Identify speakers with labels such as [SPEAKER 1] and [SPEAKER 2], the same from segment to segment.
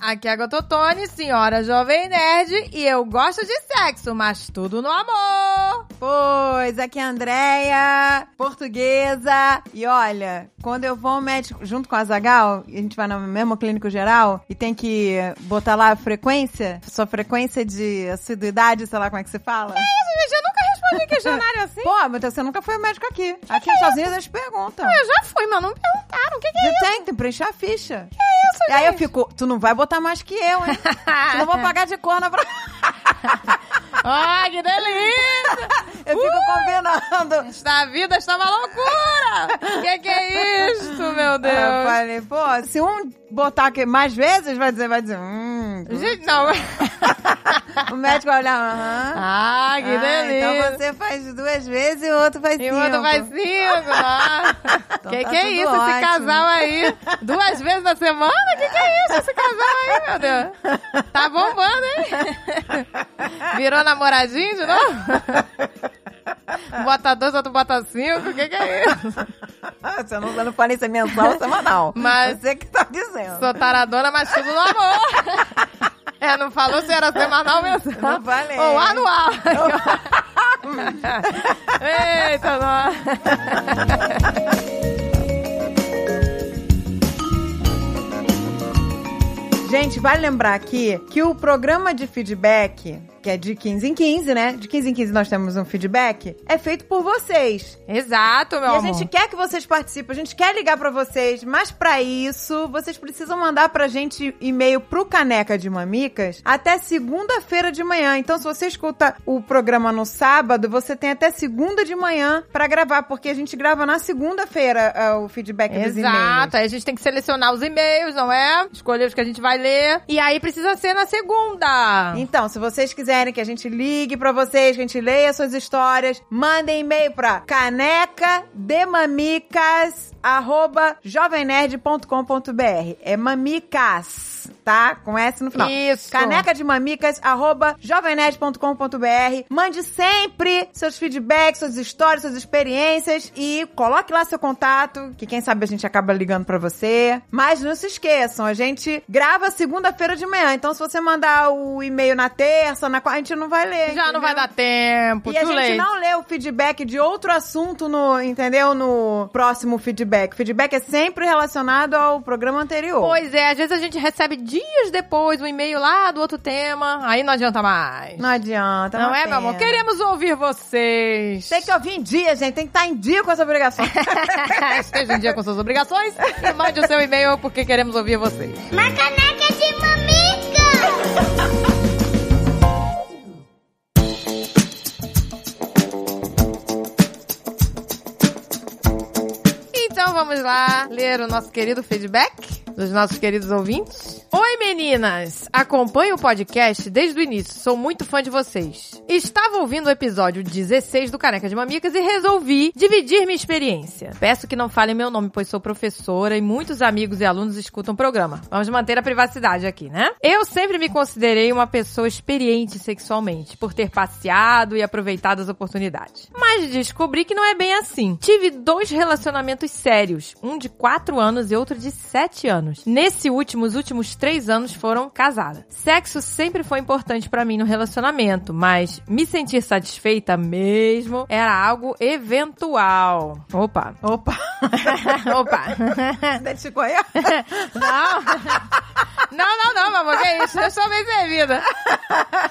[SPEAKER 1] aqui é a Gototone, senhora jovem nerd, e eu gosto de sexo, mas tudo no amor.
[SPEAKER 2] Pois, aqui é a Andrea, portuguesa. E olha, quando eu vou ao médico junto com a Zagal, a gente vai no mesmo clínico geral e tem que botar lá a frequência, sua frequência de assiduidade, sei lá como é que se fala.
[SPEAKER 1] Que isso, gente? Eu nunca respondi questionário assim.
[SPEAKER 2] Pó, mas você nunca foi ao médico aqui. aqui sozinha sozinhas eles perguntam.
[SPEAKER 1] Eu já fui, mas não me perguntaram. O É, que, que é
[SPEAKER 2] Você
[SPEAKER 1] isso?
[SPEAKER 2] tem, tem que preencher a ficha.
[SPEAKER 1] isso,
[SPEAKER 2] E aí eu
[SPEAKER 1] gente?
[SPEAKER 2] fico, tu não vai botar mais que eu, hein? tu não vou pagar de corna pra...
[SPEAKER 1] Ai, que delícia!
[SPEAKER 2] Eu
[SPEAKER 1] Uh!
[SPEAKER 2] fico combinando.
[SPEAKER 1] Esta vida está uma loucura! O que, que é isto, meu
[SPEAKER 2] Aí Eu
[SPEAKER 1] Deus?
[SPEAKER 2] falei, pô, se um botar aqui mais vezes, vai dizer, vai dizer, hum.
[SPEAKER 1] Gente, não.
[SPEAKER 2] O médico vai olhar, aham.
[SPEAKER 1] Ai, que
[SPEAKER 2] Ah,
[SPEAKER 1] delícia!
[SPEAKER 2] Então você faz duas vezes e o outro faz
[SPEAKER 1] E
[SPEAKER 2] cinco.
[SPEAKER 1] o outro faz cinco. Ah. que
[SPEAKER 2] tá
[SPEAKER 1] que é
[SPEAKER 2] tudo
[SPEAKER 1] isso, esse
[SPEAKER 2] ótimo.
[SPEAKER 1] casal aí? Duas vezes na semana? Que que é isso, esse casal aí, meu Deus? Tá bombando, hein? Virou namoradinho de novo? Um Bota dois, outro bota cinco. Que que é isso?
[SPEAKER 2] Você não, eu não falei se é mensal ou semanal.
[SPEAKER 1] Mas-
[SPEAKER 2] Você que tá dizendo.
[SPEAKER 1] Sou taradona, mas tudo no amor. É, não falou se era semanal ou mensal.
[SPEAKER 2] Não falei.
[SPEAKER 1] Ou anual. Eita, nós.
[SPEAKER 2] Gente, vale lembrar aqui que o programa de feedback, que é de 15 em 15, né? De 15 em 15 nós temos um feedback, é feito por vocês.
[SPEAKER 1] Exato, meu
[SPEAKER 2] e a
[SPEAKER 1] amor.
[SPEAKER 2] gente quer que vocês participem, a gente quer ligar pra vocês, mas pra isso, vocês precisam mandar pra gente e-mail pro Caneca de Mamicas até segunda-feira de manhã. Então, se você escuta o programa no sábado, você tem até segunda de manhã pra gravar, porque a gente grava na segunda-feira ah, o feedback dos e-mails.
[SPEAKER 1] Exato, aí a gente tem que selecionar os e-mails, não é? Escolher os que a gente vai ler. E aí precisa ser na segunda.
[SPEAKER 2] Então, se vocês quiserem que a gente ligue pra vocês, que a gente leia suas histórias, mandem e-mail pra canecademamicas@jovenerd.com.br. É mamicas, tá? Com S no final.
[SPEAKER 1] Isso.
[SPEAKER 2] Caneca de mamicas, arroba jovenerd.com.br. Mande sempre seus feedbacks, suas histórias, suas experiências e coloque lá seu contato, que quem sabe a gente acaba ligando pra você. Mas não se esqueçam, a gente grava segunda-feira de manhã, então se você mandar o e-mail na terça, na quarta, a gente não vai ler.
[SPEAKER 1] Já não
[SPEAKER 2] entendeu?
[SPEAKER 1] vai dar tempo,
[SPEAKER 2] E a
[SPEAKER 1] too
[SPEAKER 2] gente
[SPEAKER 1] late.
[SPEAKER 2] não é lê o feedback de outro assunto no, entendeu? No próximo feedback. Feedback é sempre relacionado ao programa anterior.
[SPEAKER 1] Pois é, às vezes a gente recebe dias depois um e-mail lá do outro tema, aí não adianta mais.
[SPEAKER 2] Não adianta.
[SPEAKER 1] Não
[SPEAKER 2] uma
[SPEAKER 1] é, meu amor?
[SPEAKER 2] pena.
[SPEAKER 1] Queremos ouvir vocês.
[SPEAKER 2] Tem que ouvir em dia, gente. Tem que estar em dia com essa obrigação.
[SPEAKER 1] Esteja em dia com suas obrigações e mande o seu e-mail porque queremos ouvir vocês.
[SPEAKER 3] Uma caneca de mamica!
[SPEAKER 1] Então vamos lá ler o nosso querido feedback dos nossos queridos ouvintes. Oi meninas, acompanho o podcast desde o início, sou muito fã de vocês. Estava ouvindo o episódio 16 do Caneca de Mamicas e resolvi dividir minha experiência. Peço que não falem meu nome, pois sou professora e muitos amigos e alunos escutam o programa. Vamos manter a privacidade aqui, né? Eu sempre me considerei uma pessoa experiente sexualmente, por ter passeado e aproveitado as oportunidades. Mas descobri que não é bem assim. Tive dois relacionamentos sérios, um de 4 anos e outro de 7 anos. Nesse último, os últimos 3 anos foram casada. Sexo sempre foi importante pra mim no relacionamento, mas me sentir satisfeita mesmo era algo eventual. Opa.
[SPEAKER 2] Opa,
[SPEAKER 1] Opa.
[SPEAKER 2] identificou Tá aí? ó.
[SPEAKER 1] Não. Não, não, não, meu amor, que isso? Eu sou bem servida.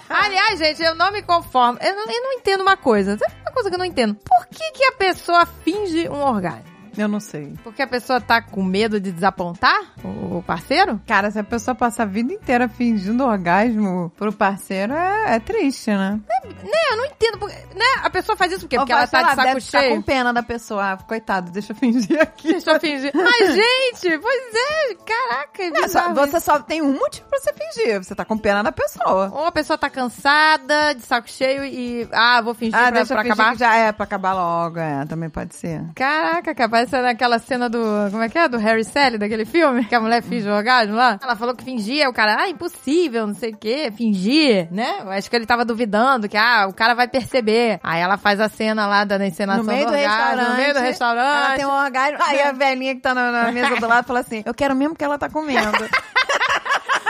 [SPEAKER 1] Aliás, gente, eu não me conformo. Eu não, eu não entendo uma coisa. Sabe uma coisa que eu não entendo? Por que, que a pessoa finge um orgasmo?
[SPEAKER 2] Eu não sei.
[SPEAKER 1] Porque a pessoa tá com medo de desapontar o o parceiro?
[SPEAKER 2] Cara, se a pessoa passar a vida inteira fingindo orgasmo pro parceiro, é, é triste, né?
[SPEAKER 1] Né, eu não entendo. Porque, né, a pessoa faz isso por quê? Porque
[SPEAKER 2] Ou
[SPEAKER 1] ela
[SPEAKER 2] fala,
[SPEAKER 1] tá
[SPEAKER 2] sei lá,
[SPEAKER 1] de saco
[SPEAKER 2] deve ficar
[SPEAKER 1] cheio.
[SPEAKER 2] com pena da pessoa. Ah, coitado, deixa eu fingir aqui.
[SPEAKER 1] Deixa eu fingir. Ai, gente, pois é, caraca. É
[SPEAKER 2] É, só-
[SPEAKER 1] bizarro isso.
[SPEAKER 2] você só tem um motivo pra você fingir. Você tá com pena da pessoa.
[SPEAKER 1] Ou a pessoa tá cansada, de saco cheio e. Ah, vou fingir pra,
[SPEAKER 2] ah, deixa
[SPEAKER 1] pra
[SPEAKER 2] eu fingir
[SPEAKER 1] acabar.
[SPEAKER 2] que já é pra acabar logo. É, também pode ser.
[SPEAKER 1] Caraca, que aparece naquela cena do. Como é que é? Do Harry Sally, daquele filme? Que a mulher finge o
[SPEAKER 2] Hum.
[SPEAKER 1] orgasmo lá. Ela falou que fingia, o cara, ah, impossível, não sei o quê, fingir, né? Eu Acho que ele tava duvidando que, ah, o cara vai perceber. Aí ela faz a cena lá da da encenação
[SPEAKER 2] No meio do,
[SPEAKER 1] orgasmo,
[SPEAKER 2] restaurante.
[SPEAKER 1] No meio do restaurante.
[SPEAKER 2] Ela tem um orgasmo. Aí a velhinha que tá na, na mesa do lado fala assim: Eu quero mesmo que ela tá comendo.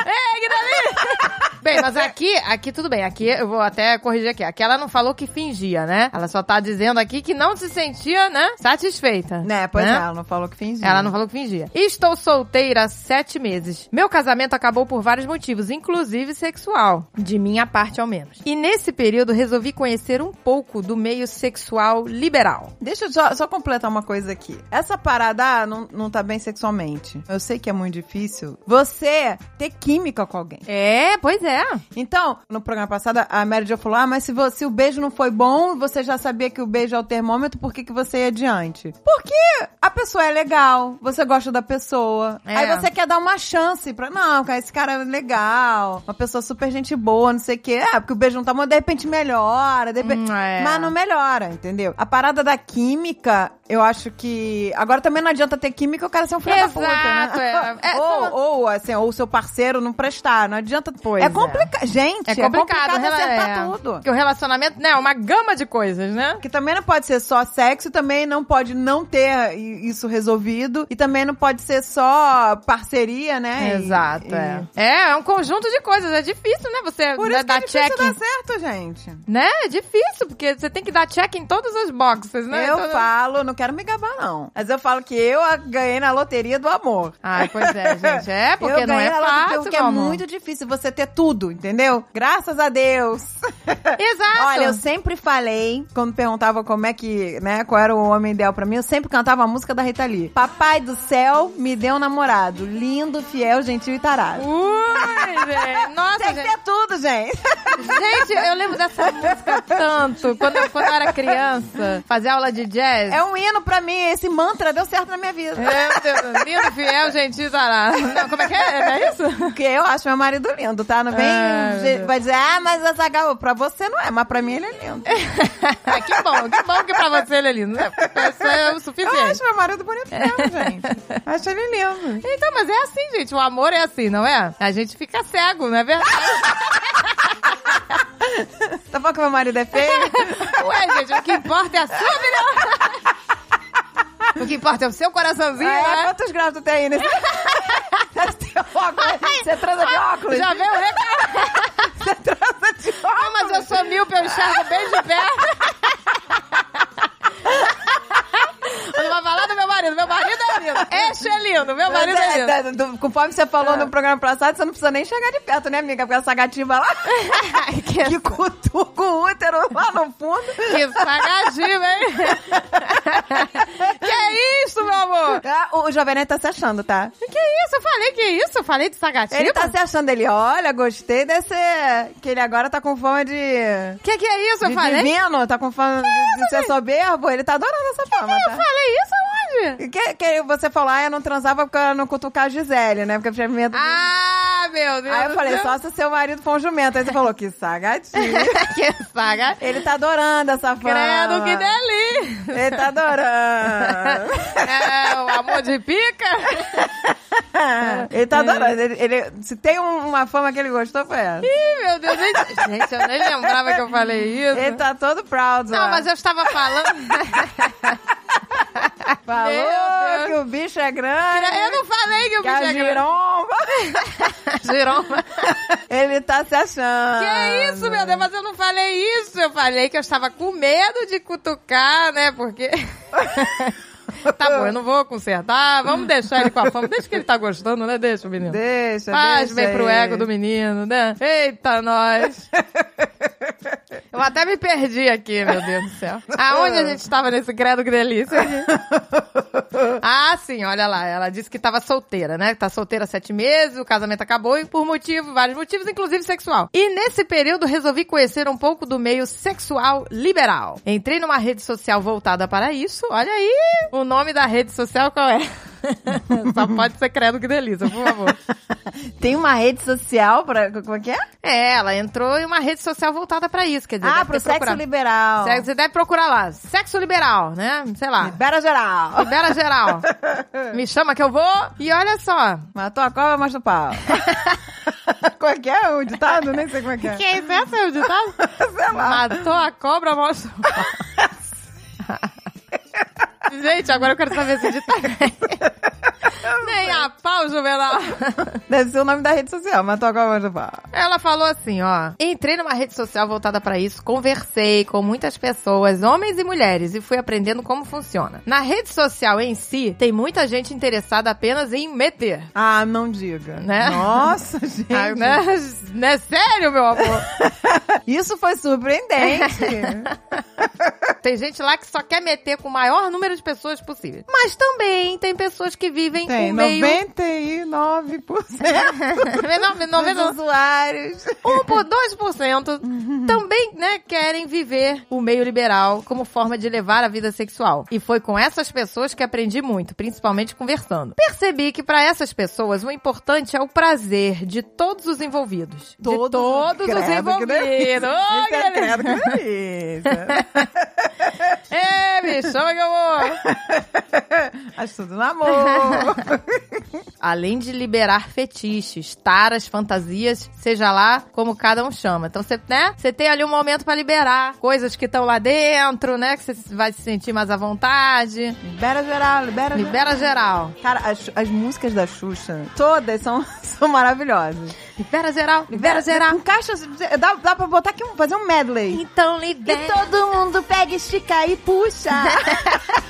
[SPEAKER 1] Ei, Guilherme! Bem, mas aqui, aqui tudo bem. Aqui eu vou até corrigir aqui. Aqui ela não falou que fingia, né? Ela só tá dizendo aqui que não se sentia, né? Satisfeita.
[SPEAKER 2] Né, pois é,
[SPEAKER 1] né?
[SPEAKER 2] ela não falou que fingiu.
[SPEAKER 1] Ela não falou que fingia. Estou solteira há sete meses. Meu casamento acabou por vários motivos, inclusive sexual. De minha parte, ao menos. E nesse período, resolvi conhecer um pouco do meio sexual liberal.
[SPEAKER 2] Deixa eu só, só completar uma coisa aqui. Essa parada ah, não, não tá bem sexualmente. Eu sei que é muito difícil você ter química com alguém.
[SPEAKER 1] É, pois é.
[SPEAKER 2] Então, no programa passado, a Mary Jo falou: Ah, mas se, vo- se o beijo não foi bom, você já sabia que o beijo é o termômetro, por que, que você ia adiante? Porque a pessoa é legal, você gosta da pessoa.
[SPEAKER 1] É.
[SPEAKER 2] Aí você quer dar uma chance pra. Não, cara, esse cara é legal, uma pessoa super gente boa, não sei o quê. Ah, porque o beijo não tá bom, de repente melhora, de repente.
[SPEAKER 1] Hum, é.
[SPEAKER 2] Mas não melhora, entendeu? A parada da química, eu acho que. Agora também não adianta ter química o cara ser um filho da
[SPEAKER 1] Exato,
[SPEAKER 2] puta, né?
[SPEAKER 1] é. É,
[SPEAKER 2] ou,
[SPEAKER 1] toma-
[SPEAKER 2] ou, assim, ou seu parceiro não prestar, não adianta.
[SPEAKER 1] Pois
[SPEAKER 2] é
[SPEAKER 1] é.
[SPEAKER 2] complicado. Gente,
[SPEAKER 1] É complicado,
[SPEAKER 2] é complicado
[SPEAKER 1] rela-
[SPEAKER 2] acertar
[SPEAKER 1] é.
[SPEAKER 2] tudo.
[SPEAKER 1] Porque o relacionamento, né, é uma gama de coisas, né?
[SPEAKER 2] Que também não pode ser só sexo, também não pode não ter i- isso resolvido, e também não pode ser só parceria, né? E-
[SPEAKER 1] Exato,
[SPEAKER 2] e-
[SPEAKER 1] é. é. É um conjunto de coisas, é difícil, né? Você
[SPEAKER 2] Por
[SPEAKER 1] né,
[SPEAKER 2] isso que é
[SPEAKER 1] dar check.
[SPEAKER 2] difícil dar certo, gente.
[SPEAKER 1] Né? É difícil, porque você tem que dar check em todas as boxes, né?
[SPEAKER 2] eu
[SPEAKER 1] Então-
[SPEAKER 2] falo, não quero me gabar, não. Mas eu falo que eu a- ganhei na loteria do amor.
[SPEAKER 1] Ai, pois é, gente. É, porque
[SPEAKER 2] eu
[SPEAKER 1] não
[SPEAKER 2] ganhei
[SPEAKER 1] é
[SPEAKER 2] na loteria
[SPEAKER 1] fácil,
[SPEAKER 2] porque é
[SPEAKER 1] vamos.
[SPEAKER 2] muito difícil você ter tudo, entendeu? Graças a Deus.
[SPEAKER 1] Exato.
[SPEAKER 2] Olha, eu sempre falei, quando perguntava como é que, né, qual era o homem ideal pra mim, eu sempre cantava a música da Rita Lee. Papai do céu me deu um namorado, lindo, fiel, gentil e tarado.
[SPEAKER 1] Ui, gente. Nossa,
[SPEAKER 2] Tem que
[SPEAKER 1] gente.
[SPEAKER 2] ter tudo, gente.
[SPEAKER 1] Gente, eu lembro dessa música tanto. Quando eu, quando eu era criança, fazia aula de jazz.
[SPEAKER 2] É um hino pra mim, esse mantra deu certo na minha vida.
[SPEAKER 1] É, meu Deus, lindo, fiel, gentil, tarado. Não, como é que é? Não é isso?
[SPEAKER 2] Porque eu acho meu marido lindo, tá? Não vem.
[SPEAKER 1] Ah, meu
[SPEAKER 2] de-
[SPEAKER 1] Deus.
[SPEAKER 2] vai dizer, ah, mas essa garota, pra você não é, mas pra mim ele é lindo.
[SPEAKER 1] Ah, que bom, que bom que pra você ele é lindo. né? Isso é o
[SPEAKER 2] Eu
[SPEAKER 1] suficiente.
[SPEAKER 2] acho meu marido bonito mesmo, gente. Acho ele lindo.
[SPEAKER 1] Então, mas é assim, gente. O amor é assim, não é? A gente fica cego, não é verdade?
[SPEAKER 2] Tá falando que meu marido é feio?
[SPEAKER 1] Ué, gente, o que importa é a sua opinião. O que importa é o seu coraçãozinho,
[SPEAKER 2] Ah, é?
[SPEAKER 1] né?
[SPEAKER 2] Quantos graus tu tem aí nesse... nesse teu óculos? Você transa de óculos?
[SPEAKER 1] Já viu o recado?
[SPEAKER 2] Você transa de
[SPEAKER 1] Ah,
[SPEAKER 2] óculos?
[SPEAKER 1] mas eu sou míope, eu enxergo bem de perto. Não vai falar do meu marido. Meu marido é lindo. Este é lindo. Meu marido é lindo.
[SPEAKER 2] Da- da- do- conforme você falou no programa passado, você não precisa nem chegar de perto, né, amiga? Porque essa gatinha lá
[SPEAKER 1] Ai, que
[SPEAKER 2] que cutuca o útero lá no fundo.
[SPEAKER 1] Que sagadinho, hein? que é isso, meu amor?
[SPEAKER 2] Ah, o o Jovem Nerd tá se achando, tá?
[SPEAKER 1] Que é isso? Eu falei que isso? Eu falei de sagatiba?
[SPEAKER 2] Ele tá se achando, ele olha, gostei desse. Que ele agora tá com fome de.
[SPEAKER 1] Que que é isso? Eu
[SPEAKER 2] de
[SPEAKER 1] falei? É,
[SPEAKER 2] divino, tá com fome de, de ser soberbo. Ele tá adorando essa fama,
[SPEAKER 1] Eu
[SPEAKER 2] tá?
[SPEAKER 1] falei isso onde?
[SPEAKER 2] Que, que você falou, ah, eu não transava porque eu não cutucava a Gisele, né? Porque eu tinha medo.
[SPEAKER 1] Ah, meu Deus
[SPEAKER 2] Aí eu
[SPEAKER 1] do
[SPEAKER 2] falei,
[SPEAKER 1] céu.
[SPEAKER 2] só assim. se seu marido for um jumento. Aí você falou, que sagadinho.
[SPEAKER 1] que saga.
[SPEAKER 2] Ele tá adorando essa fama.
[SPEAKER 1] Credo, que delícia.
[SPEAKER 2] Ele tá adorando.
[SPEAKER 1] É, o amor de pica. É.
[SPEAKER 2] ele tá adorando. Ele, ele- se tem um- uma fama que ele gostou, foi essa.
[SPEAKER 1] Ih, meu Deus. Gente, gente, eu nem lembrava que eu falei isso.
[SPEAKER 2] Ele tá todo proud.
[SPEAKER 1] Não,
[SPEAKER 2] lá.
[SPEAKER 1] mas é- eu estava falando... Meu Deus.
[SPEAKER 2] Falou que o bicho é grande.
[SPEAKER 1] Eu não falei que o
[SPEAKER 2] que
[SPEAKER 1] bicho
[SPEAKER 2] a
[SPEAKER 1] é grande.
[SPEAKER 2] giromba.
[SPEAKER 1] Giromba.
[SPEAKER 2] ele tá se achando.
[SPEAKER 1] Que isso, meu Deus, mas eu não falei isso. Eu falei que eu estava com medo de cutucar, né? Porque. tá bom, eu não vou consertar. Vamos deixar ele com a fome. Deixa que ele tá gostando, né? Deixa o menino.
[SPEAKER 2] Deixa,
[SPEAKER 1] Faz
[SPEAKER 2] deixa
[SPEAKER 1] bem pro
[SPEAKER 2] ele.
[SPEAKER 1] ego do menino, né? Eita, nós! Eu até me perdi aqui, meu Deus do céu. Aonde a gente estava nesse credo que delícia? Ah, sim, olha lá. Ela disse que estava solteira, né? Tá solteira há sete meses, o casamento acabou e por motivo, vários motivos, inclusive sexual. E nesse período resolvi conhecer um pouco do meio sexual liberal. Entrei numa rede social voltada para isso. Olha aí! O nome da rede social qual é? Só pode ser credo que delícia, por favor.
[SPEAKER 2] Tem uma rede social pra. Como é que é?
[SPEAKER 1] É, ela entrou em uma rede social voltada pra isso, quer dizer,
[SPEAKER 2] ah,
[SPEAKER 1] deve
[SPEAKER 2] pro
[SPEAKER 1] ter
[SPEAKER 2] sexo
[SPEAKER 1] procurado.
[SPEAKER 2] liberal.
[SPEAKER 1] Sexo- Você deve procurar lá, sexo liberal, né? Sei lá.
[SPEAKER 2] Libera geral.
[SPEAKER 1] Libera geral. Me chama que eu vou. E olha só.
[SPEAKER 2] Matou a cobra, mostra o pau. Qual é que é o ditado? Nem sei como é que é.
[SPEAKER 1] Que isso é seu ditado?
[SPEAKER 2] Sei lá.
[SPEAKER 1] Matou a cobra, mostra. o pau. Gente, agora eu quero saber esse ditado. é. Nem a na pau, Juvenal.
[SPEAKER 2] Deve ser o nome da rede social, mas tô agora vou falar.
[SPEAKER 1] Ela falou assim, ó. Entrei numa rede social voltada pra isso, conversei com muitas pessoas, homens e mulheres, e fui aprendendo como funciona. Na rede social em si, tem muita gente interessada apenas em meter.
[SPEAKER 2] Ah, não diga.
[SPEAKER 1] Né?
[SPEAKER 2] Nossa, gente.
[SPEAKER 1] Ah, né? né? Sério, meu amor?
[SPEAKER 2] Isso foi surpreendente.
[SPEAKER 1] tem gente lá que só quer meter com o maior número de pessoas possível. Mas também tem pessoas que vivem
[SPEAKER 2] Tem
[SPEAKER 1] o Um meio...
[SPEAKER 2] 99%
[SPEAKER 1] Nove-
[SPEAKER 2] dos
[SPEAKER 1] noventa-
[SPEAKER 2] usuários.
[SPEAKER 1] 1 por 2%
[SPEAKER 2] Uhum.
[SPEAKER 1] também, né, querem viver o meio liberal como forma de levar a vida sexual. E foi com essas pessoas que aprendi muito, principalmente conversando. Percebi que para essas pessoas o importante é o prazer de todos os envolvidos. de todos os
[SPEAKER 2] Credo que
[SPEAKER 1] envolvidos.
[SPEAKER 2] delícia.
[SPEAKER 1] Ô,
[SPEAKER 2] Isso é
[SPEAKER 1] galera.
[SPEAKER 2] credo que delícia.
[SPEAKER 1] É, me chama que eu vou.
[SPEAKER 2] Acho tudo namoro.
[SPEAKER 1] Além de liberar fetiches, taras, fantasias, seja lá como cada um chama. Então você, né? Você tem ali um momento pra liberar coisas que estão lá dentro, né? Que você vai se sentir mais à vontade.
[SPEAKER 2] Libera geral, libera geral.
[SPEAKER 1] Libera geral.
[SPEAKER 2] Cara, as, as músicas da Xuxa, todas são, são maravilhosas.
[SPEAKER 1] Libera geral. Libera geral.
[SPEAKER 2] Encaixa, dá, dá pra botar aqui, um, fazer um medley.
[SPEAKER 1] Então
[SPEAKER 2] E
[SPEAKER 1] libera.
[SPEAKER 2] todo mundo pega, estica e puxa.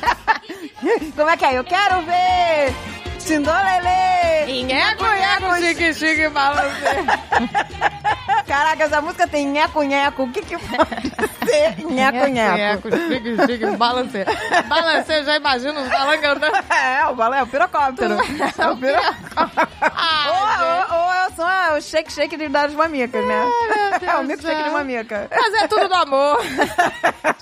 [SPEAKER 2] Como é que é? Eu quero ver! Tindolele!
[SPEAKER 1] Inheco, inheco, chique, chique, balanço.
[SPEAKER 2] Ah, Caraca, essa música tem nheco-nheco. O que que pode ser nheco-nheco?
[SPEAKER 1] chique, chique, balancê. Balancê, já imagino os balangandãs.
[SPEAKER 2] É, o balé é o pirocóptero. É o pirocóptero. Ou,
[SPEAKER 1] Ai, gente.
[SPEAKER 2] ou, ou é só é o shake-shake de- das mamicas, né?
[SPEAKER 1] meu Deus
[SPEAKER 2] É o milkshake
[SPEAKER 1] do
[SPEAKER 2] de
[SPEAKER 1] céu.
[SPEAKER 2] mamica.
[SPEAKER 1] Mas é tudo do amor.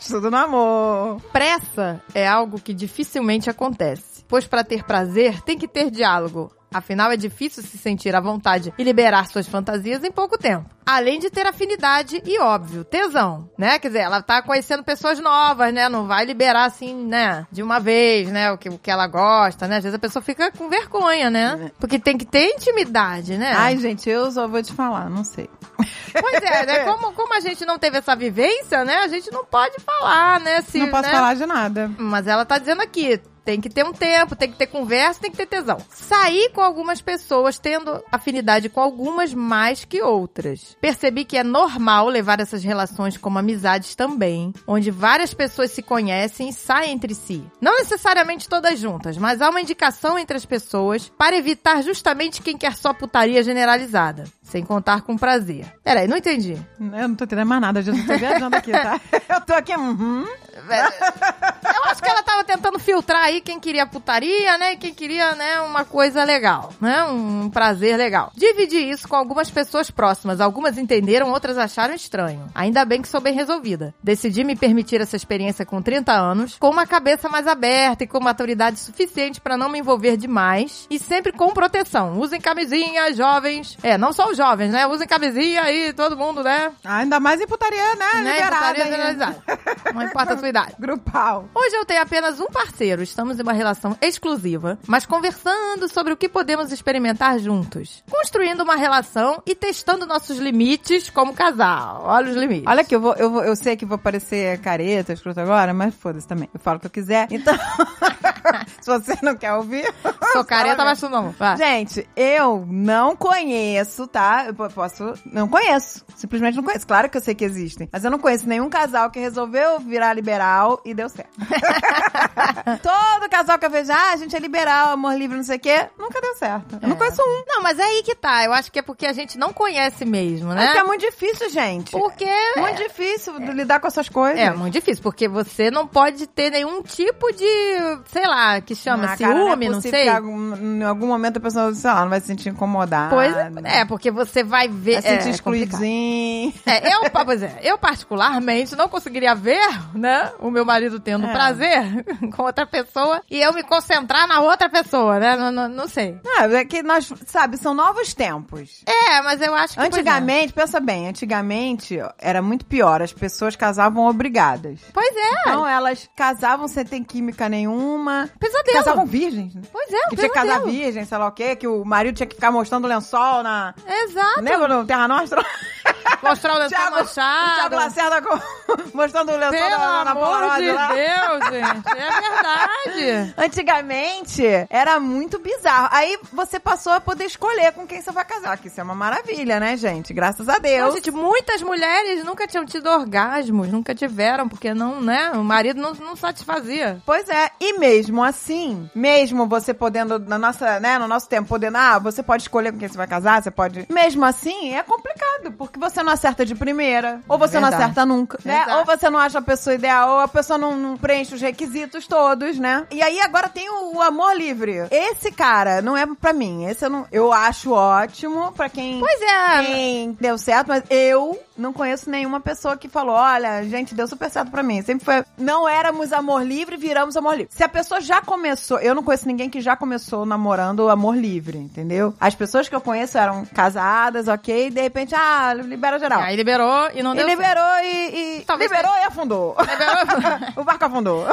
[SPEAKER 2] Tudo no amor.
[SPEAKER 1] Pressa é algo que dificilmente acontece, pois para ter prazer tem que ter diálogo. Afinal, é difícil se sentir à vontade e liberar suas fantasias em pouco tempo. Além de ter afinidade e, óbvio, tesão, né? Quer dizer, ela tá conhecendo pessoas novas, né? Não vai liberar assim, né? De uma vez, né? O que, o que ela gosta, né? Às vezes a pessoa fica com vergonha, né? Porque tem que ter intimidade, né?
[SPEAKER 2] É. Ai, gente, eu só vou te falar, não sei.
[SPEAKER 1] pois é, né? Como, como a gente não teve essa vivência, né? A gente não pode falar, né? Se,
[SPEAKER 2] não posso
[SPEAKER 1] né?
[SPEAKER 2] falar de nada.
[SPEAKER 1] Mas ela tá dizendo aqui, tem que ter um tempo, tem que ter conversa, tem que ter tesão. Saí com algumas pessoas, tendo afinidade com algumas mais que outras. Percebi que é normal levar essas relações como amizades também, onde várias pessoas se conhecem e saem entre si. Não necessariamente todas juntas, mas há uma indicação entre as pessoas para evitar justamente quem quer só putaria generalizada, sem contar com prazer. Peraí, não entendi.
[SPEAKER 2] Eu não tô entendendo mais nada disso, tô viajando aqui, tá? Eu tô aqui, uhum.
[SPEAKER 1] Eu acho que ela tava tentando filtrar aí quem queria putaria, né? E quem queria, né, uma coisa legal, né? Um prazer legal. Dividi isso com algumas pessoas próximas. Algumas entenderam, outras acharam estranho. Ainda bem que sou bem resolvida. Decidi me permitir essa experiência com 30 anos, com uma cabeça mais aberta e com maturidade suficiente pra não me envolver demais e sempre com proteção. Usem camisinha, jovens. É, não só os jovens, né? Usem camisinha aí, todo mundo, né?
[SPEAKER 2] Ah, ainda mais em putaria, né?
[SPEAKER 1] Né?
[SPEAKER 2] Liberada
[SPEAKER 1] Putaria
[SPEAKER 2] aí.
[SPEAKER 1] generalizada. Não importa a sua idade.
[SPEAKER 2] Grupal.
[SPEAKER 1] Hoje eu tenho apenas um parceiro, estamos em uma relação exclusiva, mas conversando sobre o que podemos experimentar juntos. Construindo uma relação e testando nossos limites como casal. Olha os limites.
[SPEAKER 2] Olha aqui, eu, vou, eu, vou- eu sei que vou parecer careta, escroto agora, mas foda-se também. Eu falo o que eu quiser. Então, se você não quer ouvir...
[SPEAKER 1] Sou careta,
[SPEAKER 2] fala
[SPEAKER 1] mas tu não. Vai.
[SPEAKER 2] Gente, eu não conheço, tá? Eu po- posso. Não conheço. Simplesmente não conheço. Claro que eu sei que existem. Mas eu não conheço nenhum casal que resolveu virar liberal e deu certo. Todo casal que eu vejo, ah, a gente é liberal, amor livre, não sei o quê, nunca deu certo. Eu não conheço um.
[SPEAKER 1] Não, mas é aí que tá. Eu acho que é porque a gente não conhece mesmo,
[SPEAKER 2] É que é
[SPEAKER 1] né?
[SPEAKER 2] muito difícil, gente.
[SPEAKER 1] Porque
[SPEAKER 2] Muito difícil lidar com essas coisas.
[SPEAKER 1] É muito difícil, porque você não pode ter nenhum tipo de, sei lá, que chama
[SPEAKER 2] Ah, cara,
[SPEAKER 1] ciúme,
[SPEAKER 2] é
[SPEAKER 1] não
[SPEAKER 2] possível
[SPEAKER 1] sei.
[SPEAKER 2] que algum- em algum momento a pessoa, sei lá, não vai se sentir incomodada.
[SPEAKER 1] Pois é, é, porque você vai ver.
[SPEAKER 2] Vai se sentir
[SPEAKER 1] é, complicado.
[SPEAKER 2] excluidinho.
[SPEAKER 1] É, eu, pa- pois é, eu particularmente não conseguiria ver, né, o meu marido tendo
[SPEAKER 2] É.
[SPEAKER 1] prazer com outra pessoa e eu me concentrar na outra pessoa, né? Não, não, não sei.
[SPEAKER 2] Não, é que nós, sabe, são novos tempos.
[SPEAKER 1] É, mas eu acho que. pois é.
[SPEAKER 2] Antigamente, pensa bem, antigamente ó, era muito pior, as pessoas casavam obrigadas.
[SPEAKER 1] Pois é,
[SPEAKER 2] Então elas casavam sem ter química nenhuma.
[SPEAKER 1] pesadelo.
[SPEAKER 2] Casavam virgens, né?
[SPEAKER 1] Pois é, um
[SPEAKER 2] Que tinha que casar
[SPEAKER 1] pesadelo.
[SPEAKER 2] virgem, sei lá o quê, que o marido tinha que ficar mostrando lençol na.
[SPEAKER 1] Exato.
[SPEAKER 2] Lembra no Terra Nostra?
[SPEAKER 1] Mostrar o lençol
[SPEAKER 2] Thiago- o
[SPEAKER 1] manchado.
[SPEAKER 2] Thiago Lacerda com mostrando o lençol
[SPEAKER 1] Ah, Pelo
[SPEAKER 2] da Ana
[SPEAKER 1] amor
[SPEAKER 2] Polaroid
[SPEAKER 1] de
[SPEAKER 2] lá.
[SPEAKER 1] Deus, gente. É verdade.
[SPEAKER 2] Antigamente era muito bizarro. Aí você passou a poder escolher com quem você vai casar. Que isso é uma maravilha, né, gente? Graças a
[SPEAKER 1] Não,
[SPEAKER 2] Deus.
[SPEAKER 1] gente, muitas mulheres nunca tinham tido orgasmos, nunca tiveram, porque não, né? O marido não, não satisfazia.
[SPEAKER 2] Pois é, e mesmo assim, mesmo você podendo, na nossa, né, no nosso tempo, podendo, ah, você pode escolher com quem você vai casar, você pode. Mesmo assim, é complicado, porque você não acerta de primeira, ou você não
[SPEAKER 1] Verdade.
[SPEAKER 2] acerta nunca, né?
[SPEAKER 1] Verdade.
[SPEAKER 2] Ou você não acha a pessoa ideal, ou a pessoa não, não preenche os requisitos todos, né? E aí agora tem o, o amor livre. Esse cara não é pra mim, esse eu não. Eu acho ótimo pra quem.
[SPEAKER 1] Pois é.
[SPEAKER 2] Sim, Ah, deu certo, mas eu não conheço nenhuma pessoa que falou: olha, gente, deu super certo pra mim. Sempre foi. Não éramos amor livre, viramos amor livre. Se a pessoa já começou, eu não conheço ninguém que já começou namorando o amor livre, entendeu? As pessoas que eu conheço eram casadas, ok, e de repente, ah, libera geral.
[SPEAKER 1] Aí liberou e não
[SPEAKER 2] e
[SPEAKER 1] deu
[SPEAKER 2] liberou e. e-
[SPEAKER 1] Talvez
[SPEAKER 2] liberou e afundou.
[SPEAKER 1] Liberou.
[SPEAKER 2] o barco afundou.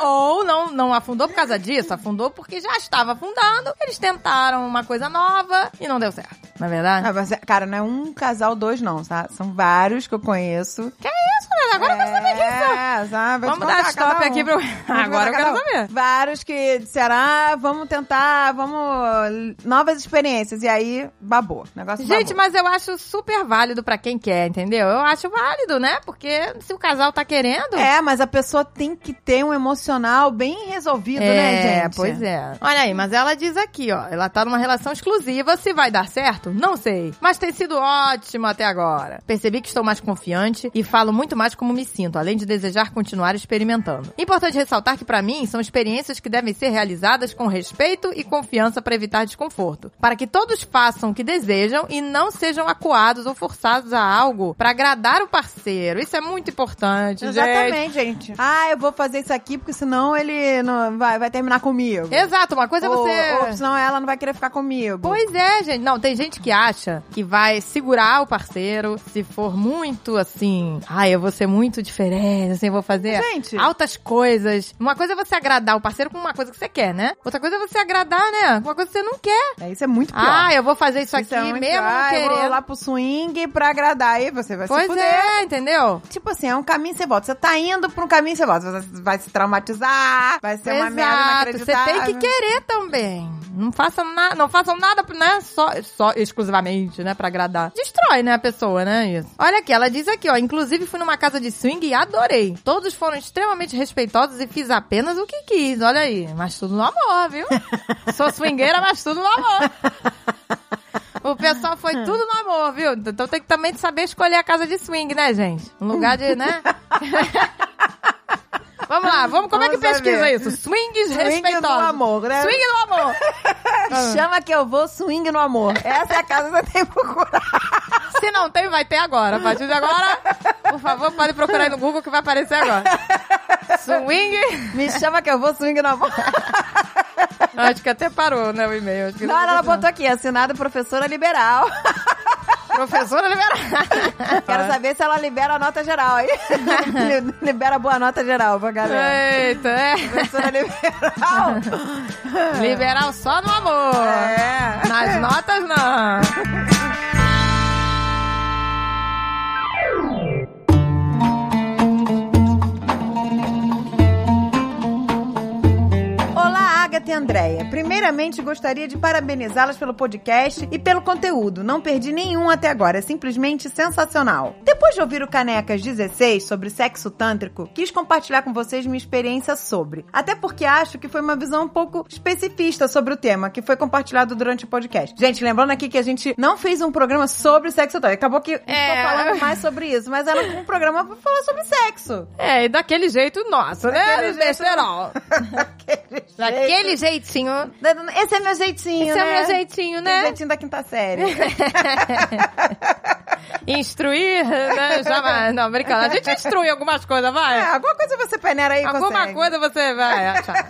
[SPEAKER 1] Ou, ou não, não afundou por causa disso, afundou porque já estava afundando, eles tentaram uma coisa nova e não deu certo. Na verdade?
[SPEAKER 2] Ah, mas, cara, não é um casal, dois, não, tá? São vários que eu conheço.
[SPEAKER 1] Que isso, né? Agora eu quero saber quem são.
[SPEAKER 2] É, sabe?
[SPEAKER 1] Vamos dar stop aqui
[SPEAKER 2] um.
[SPEAKER 1] pro- Agora eu quero saber.
[SPEAKER 2] Vários que disseram, ah, vamos tentar, vamos... Novas experiências. E aí, babou. O negócio
[SPEAKER 1] Gente,
[SPEAKER 2] babou.
[SPEAKER 1] mas eu acho super válido pra quem quer, entendeu? Eu acho válido, né? Porque se o casal tá querendo.
[SPEAKER 2] É, mas a pessoa tem que ter um emocional bem resolvido, né,
[SPEAKER 1] É,
[SPEAKER 2] gente?
[SPEAKER 1] pois é. Olha aí, mas ela diz aqui, ó, ela tá numa relação exclusiva, se vai dar certo, não sei, mas tem sido ótimo até agora. Percebi que estou mais confiante e falo muito mais como me sinto, além de desejar continuar experimentando. Importante ressaltar que pra mim são experiências que devem ser realizadas com respeito e confiança para evitar desconforto, para que todos façam o que desejam e não sejam acuados ou forçados a algo pra agradar o parceiro. Isso é muito importante, gente.
[SPEAKER 2] Exatamente, gente. Ah, eu vou fazer isso aqui porque senão ele não vai, vai terminar comigo.
[SPEAKER 1] Exato, uma coisa é
[SPEAKER 2] ou,
[SPEAKER 1] você
[SPEAKER 2] ou senão ela não vai querer ficar comigo.
[SPEAKER 1] Pois é, gente. Não, tem gente que acha que vai segurar o parceiro se for muito assim. Ai, eu vou ser muito diferente, assim, eu vou fazer
[SPEAKER 2] Gente.
[SPEAKER 1] altas coisas. Uma coisa é você agradar o parceiro com uma coisa que você quer, né? Outra coisa é você agradar, né? Com uma coisa que você não quer.
[SPEAKER 2] É, isso é muito pior.
[SPEAKER 1] Ah, eu vou fazer isso, aqui
[SPEAKER 2] é muito
[SPEAKER 1] mesmo
[SPEAKER 2] pior. Ah,
[SPEAKER 1] não
[SPEAKER 2] eu vou
[SPEAKER 1] querendo.
[SPEAKER 2] lá pro swing pra agradar. Aí você vai se
[SPEAKER 1] Pois
[SPEAKER 2] fuder.
[SPEAKER 1] é, entendeu?
[SPEAKER 2] Tipo assim, é um caminho que você volta. Você tá indo pra um caminho que você volta. Você vai se traumatizar, vai ser uma merda
[SPEAKER 1] Exato. Você
[SPEAKER 2] inacreditável.
[SPEAKER 1] tem que querer também. Não façam, na, não façam nada, né? Só, só exclusivamente, né? Pra agradar. Destrói, né, a pessoa, né? Isso. Olha aqui, ela diz aqui, ó. Inclusive fui numa casa de swing e adorei. Todos foram extremamente respeitosos e fiz apenas o que quis. Olha aí. Mas tudo no amor, viu? Sou swingueira, mas tudo no amor. O pessoal foi tudo no amor, viu? Então tem que também saber escolher a casa de swing, né, gente? Um lugar de, né? vamos lá, vamos. Como é que
[SPEAKER 2] Vamos
[SPEAKER 1] pesquisa
[SPEAKER 2] saber.
[SPEAKER 1] isso? Swings
[SPEAKER 2] Swing
[SPEAKER 1] respeitosos.
[SPEAKER 2] no amor, né?
[SPEAKER 1] Swing Ah. no amor.
[SPEAKER 2] Chama que eu vou swing no amor. Essa é a casa que você tem que procurar.
[SPEAKER 1] Se não tem, vai ter agora. A partir de agora, por favor, pode procurar aí no Google que vai aparecer agora. Swing.
[SPEAKER 2] Me chama que eu vou swing no amor.
[SPEAKER 1] Acho que até parou, né, o e-mail. Acho que
[SPEAKER 2] Na hora ela botou aqui, assinado professora liberal.
[SPEAKER 1] Professora liberada.
[SPEAKER 2] Quero saber se ela libera a nota geral, hein? Li- libera boa nota geral pra galera.
[SPEAKER 1] Eita, é.
[SPEAKER 2] Professora liberal.
[SPEAKER 1] Liberal só no amor.
[SPEAKER 2] É.
[SPEAKER 1] Nas notas, não.
[SPEAKER 2] Olá, Agatha e Andréia. Primeiramente, gostaria de parabenizá-las pelo podcast e pelo conteúdo. Não perdi nenhum até agora, é simplesmente sensacional. Depois de ouvir o Canecas 16 sobre sexo tântrico, quis compartilhar com vocês minha experiência sobre. Até porque acho que foi uma visão um pouco especificista sobre o tema, que foi compartilhado durante o podcast. Gente, lembrando aqui que a gente não fez um programa sobre sexo tântrico. Acabou que
[SPEAKER 1] É.
[SPEAKER 2] estou falando mais sobre isso, mas era um programa pra falar sobre sexo.
[SPEAKER 1] É, e daquele jeito nosso,
[SPEAKER 2] Daquele
[SPEAKER 1] né?
[SPEAKER 2] jeito-
[SPEAKER 1] Besterol. daquele jeitinho.
[SPEAKER 2] Esse é meu jeitinho,
[SPEAKER 1] Esse é o
[SPEAKER 2] né?
[SPEAKER 1] meu jeitinho,
[SPEAKER 2] Esse é o
[SPEAKER 1] né?
[SPEAKER 2] jeitinho da quinta série.
[SPEAKER 1] Instruir, né? Jamais. Não, brincando. A gente instrui algumas coisas,
[SPEAKER 2] É,
[SPEAKER 1] vai.
[SPEAKER 2] alguma coisa você peneira aí
[SPEAKER 1] Alguma
[SPEAKER 2] consegue.
[SPEAKER 1] coisa você vai achar.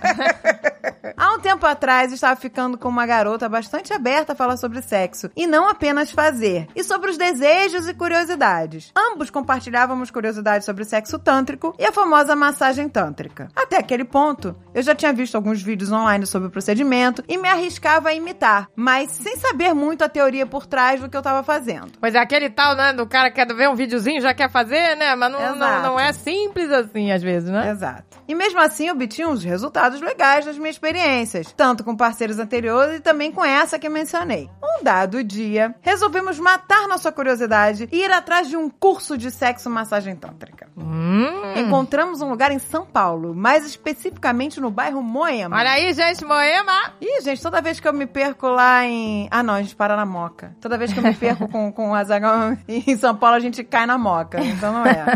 [SPEAKER 2] Há Há um tempo atrás estava ficando com uma garota bastante aberta a falar sobre sexo, e não apenas fazer, e sobre os desejos e curiosidades. Ambos compartilhávamos curiosidades sobre o sexo tântrico e a famosa massagem tântrica. Até aquele ponto, eu já tinha visto alguns vídeos online sobre o procedimento e me arriscava a imitar, mas sem saber muito a teoria por trás do que eu estava fazendo.
[SPEAKER 1] Pois é, aquele tal, né, do cara quer ver um videozinho, já quer fazer, né? Mas não, não,
[SPEAKER 2] Exato. É.
[SPEAKER 1] não é simples assim, às vezes, né?
[SPEAKER 2] Exato. E mesmo assim obtinha uns resultados legais das minhas experiências, tanto com parceiros anteriores e também com essa que mencionei. Um dado dia, resolvemos matar nossa curiosidade e ir atrás de um curso de sexo massagem tântrica.
[SPEAKER 1] Hum.
[SPEAKER 2] Encontramos um lugar em São Paulo, mais especificamente no bairro Moema.
[SPEAKER 1] Olha aí, gente, Moema.
[SPEAKER 2] Ih, gente, toda vez que eu me perco lá em. Ah, não, a gente para na moca. Toda vez que eu me perco com, com o Azagão em São Paulo, a gente cai na moca. Então não é.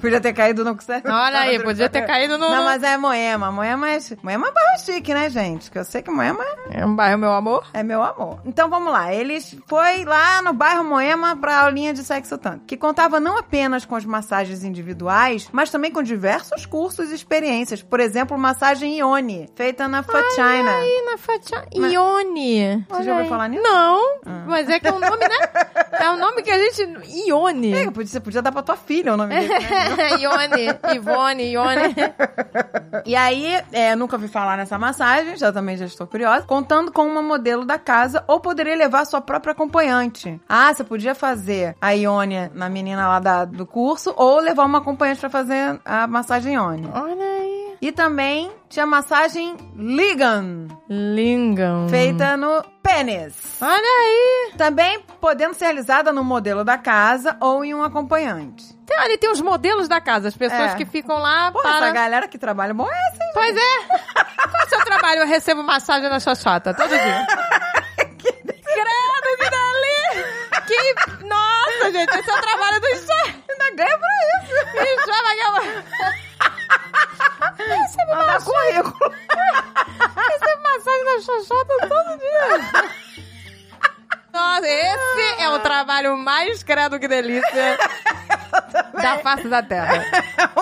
[SPEAKER 2] Podia ter caído no.
[SPEAKER 1] Olha aí, podia ter caído no.
[SPEAKER 2] Não, mas é Moema. Moema é, chi- Moema é barra chique, né, gente? Que eu sei que Moema
[SPEAKER 1] É um bairro, meu amor.
[SPEAKER 2] é meu amor. Então vamos lá. Eles foi lá no bairro Moema pra aulinha de sexo tanto, que contava não apenas com as massagens individuais, mas também com diversos cursos e experiências. Por exemplo, massagem Ione, feita na Fachina.
[SPEAKER 1] Ina Fatia. Ione.
[SPEAKER 2] Você já ouviu falar nisso?
[SPEAKER 1] Não,
[SPEAKER 2] Ah.
[SPEAKER 1] mas é que é um nome, né? É um nome que a gente. Ione.
[SPEAKER 2] É, podia- Você podia dar pra tua filha o nome dele. né?
[SPEAKER 1] Ione, Ivone, Ione.
[SPEAKER 2] E aí, é, nunca ouvi falar nessa massagem, já também já estou curiosa. Contando com uma modelo da casa, ou poderia levar sua própria acompanhante. Ah, você podia fazer a Iônia na menina lá da- do curso, ou levar uma acompanhante pra fazer a massagem Iônia.
[SPEAKER 1] Olha aí.
[SPEAKER 2] E também tinha massagem Ligan,
[SPEAKER 1] Lingam.
[SPEAKER 2] feita no pênis.
[SPEAKER 1] Olha aí.
[SPEAKER 2] Também podendo ser realizada no modelo da casa ou em um acompanhante.
[SPEAKER 1] Tem, olha, tem os modelos da casa, as pessoas
[SPEAKER 2] É.
[SPEAKER 1] que ficam lá
[SPEAKER 2] Pô,
[SPEAKER 1] para.
[SPEAKER 2] essa galera que trabalha bom é essa, hein?
[SPEAKER 1] Pois é. Qual é o seu trabalho? Eu recebo massagem na xoxota todo dia. Credo, que dali! Que. Nossa, gente, esse é o trabalho do Enxerga.
[SPEAKER 2] Ainda ganha pra isso.
[SPEAKER 1] Recebo
[SPEAKER 2] Tá currículo.
[SPEAKER 1] recebo massagem na xoxota todo dia. Nossa, esse é o trabalho mais credo que delícia da face da terra.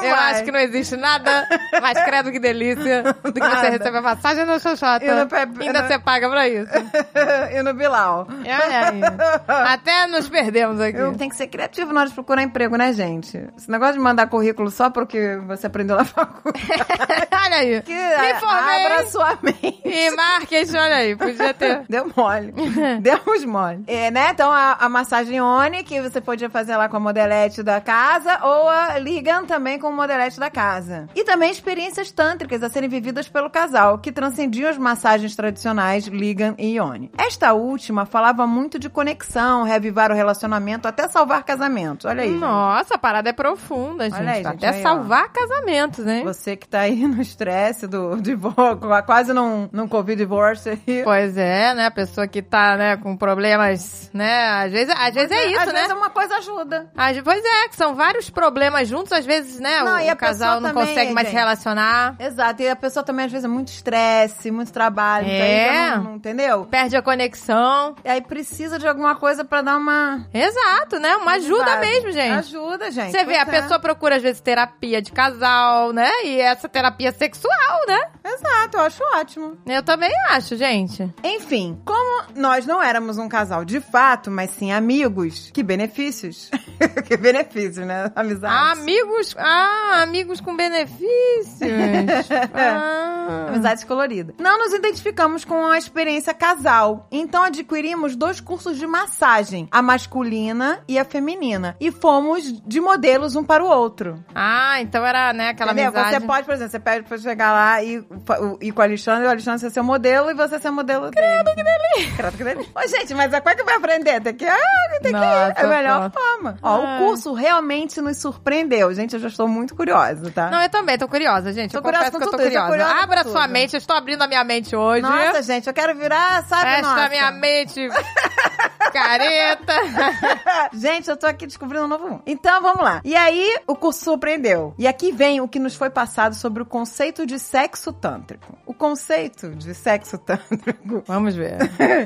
[SPEAKER 2] É
[SPEAKER 1] Eu acho que não existe nada mais credo que delícia do que você
[SPEAKER 2] Nada.
[SPEAKER 1] receber a massagem na xoxota.
[SPEAKER 2] E é no Pepe-
[SPEAKER 1] Ainda
[SPEAKER 2] no-
[SPEAKER 1] você paga pra isso.
[SPEAKER 2] e no Bilal.
[SPEAKER 1] É, Olha aí. Até nos perdemos aqui.
[SPEAKER 2] Eu- Tem que ser criativo na hora de procurar emprego, né, gente? Esse negócio de mandar currículo só porque você aprendeu na faculdade.
[SPEAKER 1] olha aí.
[SPEAKER 2] Que
[SPEAKER 1] Me formei.
[SPEAKER 2] abra sua mente.
[SPEAKER 1] E marketing, olha aí. Podia ter.
[SPEAKER 2] Deu mole. Demos mole. É, né? Então, a, a massagem ONI, que você podia fazer lá com a modelete da casa, ou a Ligan também com o modelete da casa. E também experiências tântricas a serem vividas pelo casal, que transcendiam as massagens tradicionais Ligan e Ione. Esta última falava muito de conexão, reavivar o relacionamento, até salvar casamentos. Olha aí. gente.
[SPEAKER 1] Nossa, a parada é profunda, gente.
[SPEAKER 2] Olha aí,
[SPEAKER 1] Pra
[SPEAKER 2] gente,
[SPEAKER 1] Até
[SPEAKER 2] aí, ó.
[SPEAKER 1] salvar casamentos, né? hein?
[SPEAKER 2] Você que tá aí no estresse do divórcio, quase num, num Covid divórcio aí.
[SPEAKER 1] Pois é, né? A pessoa que tá, né, com problemas, né? Às vezes, às vezes é isso,
[SPEAKER 2] Às
[SPEAKER 1] né?
[SPEAKER 2] vezes um- uma coisa ajuda.
[SPEAKER 1] Às ve- pois é, que são vários problemas juntos, às vezes, né?
[SPEAKER 2] Não,
[SPEAKER 1] o
[SPEAKER 2] e a
[SPEAKER 1] casal
[SPEAKER 2] pessoa
[SPEAKER 1] não
[SPEAKER 2] também,
[SPEAKER 1] consegue mais se
[SPEAKER 2] gente.
[SPEAKER 1] relacionar,
[SPEAKER 2] Exato. E a pessoa também, às vezes, é muito estresse, muito trabalho. então
[SPEAKER 1] É.
[SPEAKER 2] aí já não- não- entendeu?
[SPEAKER 1] perde a conexão.
[SPEAKER 2] E aí precisa de alguma coisa pra dar uma.
[SPEAKER 1] Exato, né? Uma ajuda
[SPEAKER 2] Sabe?
[SPEAKER 1] mesmo, gente.
[SPEAKER 2] Ajuda, gente.
[SPEAKER 1] Você vê,
[SPEAKER 2] Pois
[SPEAKER 1] a
[SPEAKER 2] é.
[SPEAKER 1] pessoa procura, às vezes, terapia de casal, né? E essa terapia sexual, né?
[SPEAKER 2] é. Exato, eu acho ótimo.
[SPEAKER 1] Eu também acho, gente.
[SPEAKER 2] Enfim, como nós não éramos um casal de fato, mas sim amigos, que benefícios. que benefícios, né? Amizade.
[SPEAKER 1] Amigos. Ah, amigos com benefícios. Ah.
[SPEAKER 2] Amizade colorida. Não nos identificamos com a experiência casal, então adquirimos dois cursos de massagem, a masculina e a feminina, e fomos de modelos um para o outro.
[SPEAKER 1] Ah, então era, né, aquela
[SPEAKER 2] Entendeu?
[SPEAKER 1] amizade.
[SPEAKER 2] Você pode, por exemplo, você pede pra chegar lá e fa- o- ir com o Alexandre, e o Alexandre ser seu modelo e você ser modelo Credo dele. que delícia! Credo que delícia. Ô, gente, mas qual é que vai aprender? Tem que, ah, tem que
[SPEAKER 1] Nossa,
[SPEAKER 2] ir. É a melhor
[SPEAKER 1] pronto.
[SPEAKER 2] forma. Ó,
[SPEAKER 1] Ah.
[SPEAKER 2] o curso realmente nos surpreendeu. Gente, eu já estou muito curiosa, tá?
[SPEAKER 1] Não, eu também tô curiosa, gente.
[SPEAKER 2] Tô
[SPEAKER 1] eu
[SPEAKER 2] curiosa
[SPEAKER 1] confesso que
[SPEAKER 2] com
[SPEAKER 1] eu tô
[SPEAKER 2] tudo, eu tô
[SPEAKER 1] curiosa.
[SPEAKER 2] curiosa com
[SPEAKER 1] Abra sua
[SPEAKER 2] tudo.
[SPEAKER 1] mente, eu estou abrindo a minha mente hoje. é
[SPEAKER 2] Nossa, gente, eu quero virar, sabe,
[SPEAKER 1] Esta
[SPEAKER 2] nossa.
[SPEAKER 1] minha mente Careta.
[SPEAKER 2] Gente, eu tô aqui descobrindo um novo mundo. Então, vamos lá. E aí, o curso surpreendeu. E aqui vem o que nos foi passado sobre o conceito de sexo tântrico. O conceito de sexo tântrico.
[SPEAKER 1] Vamos ver.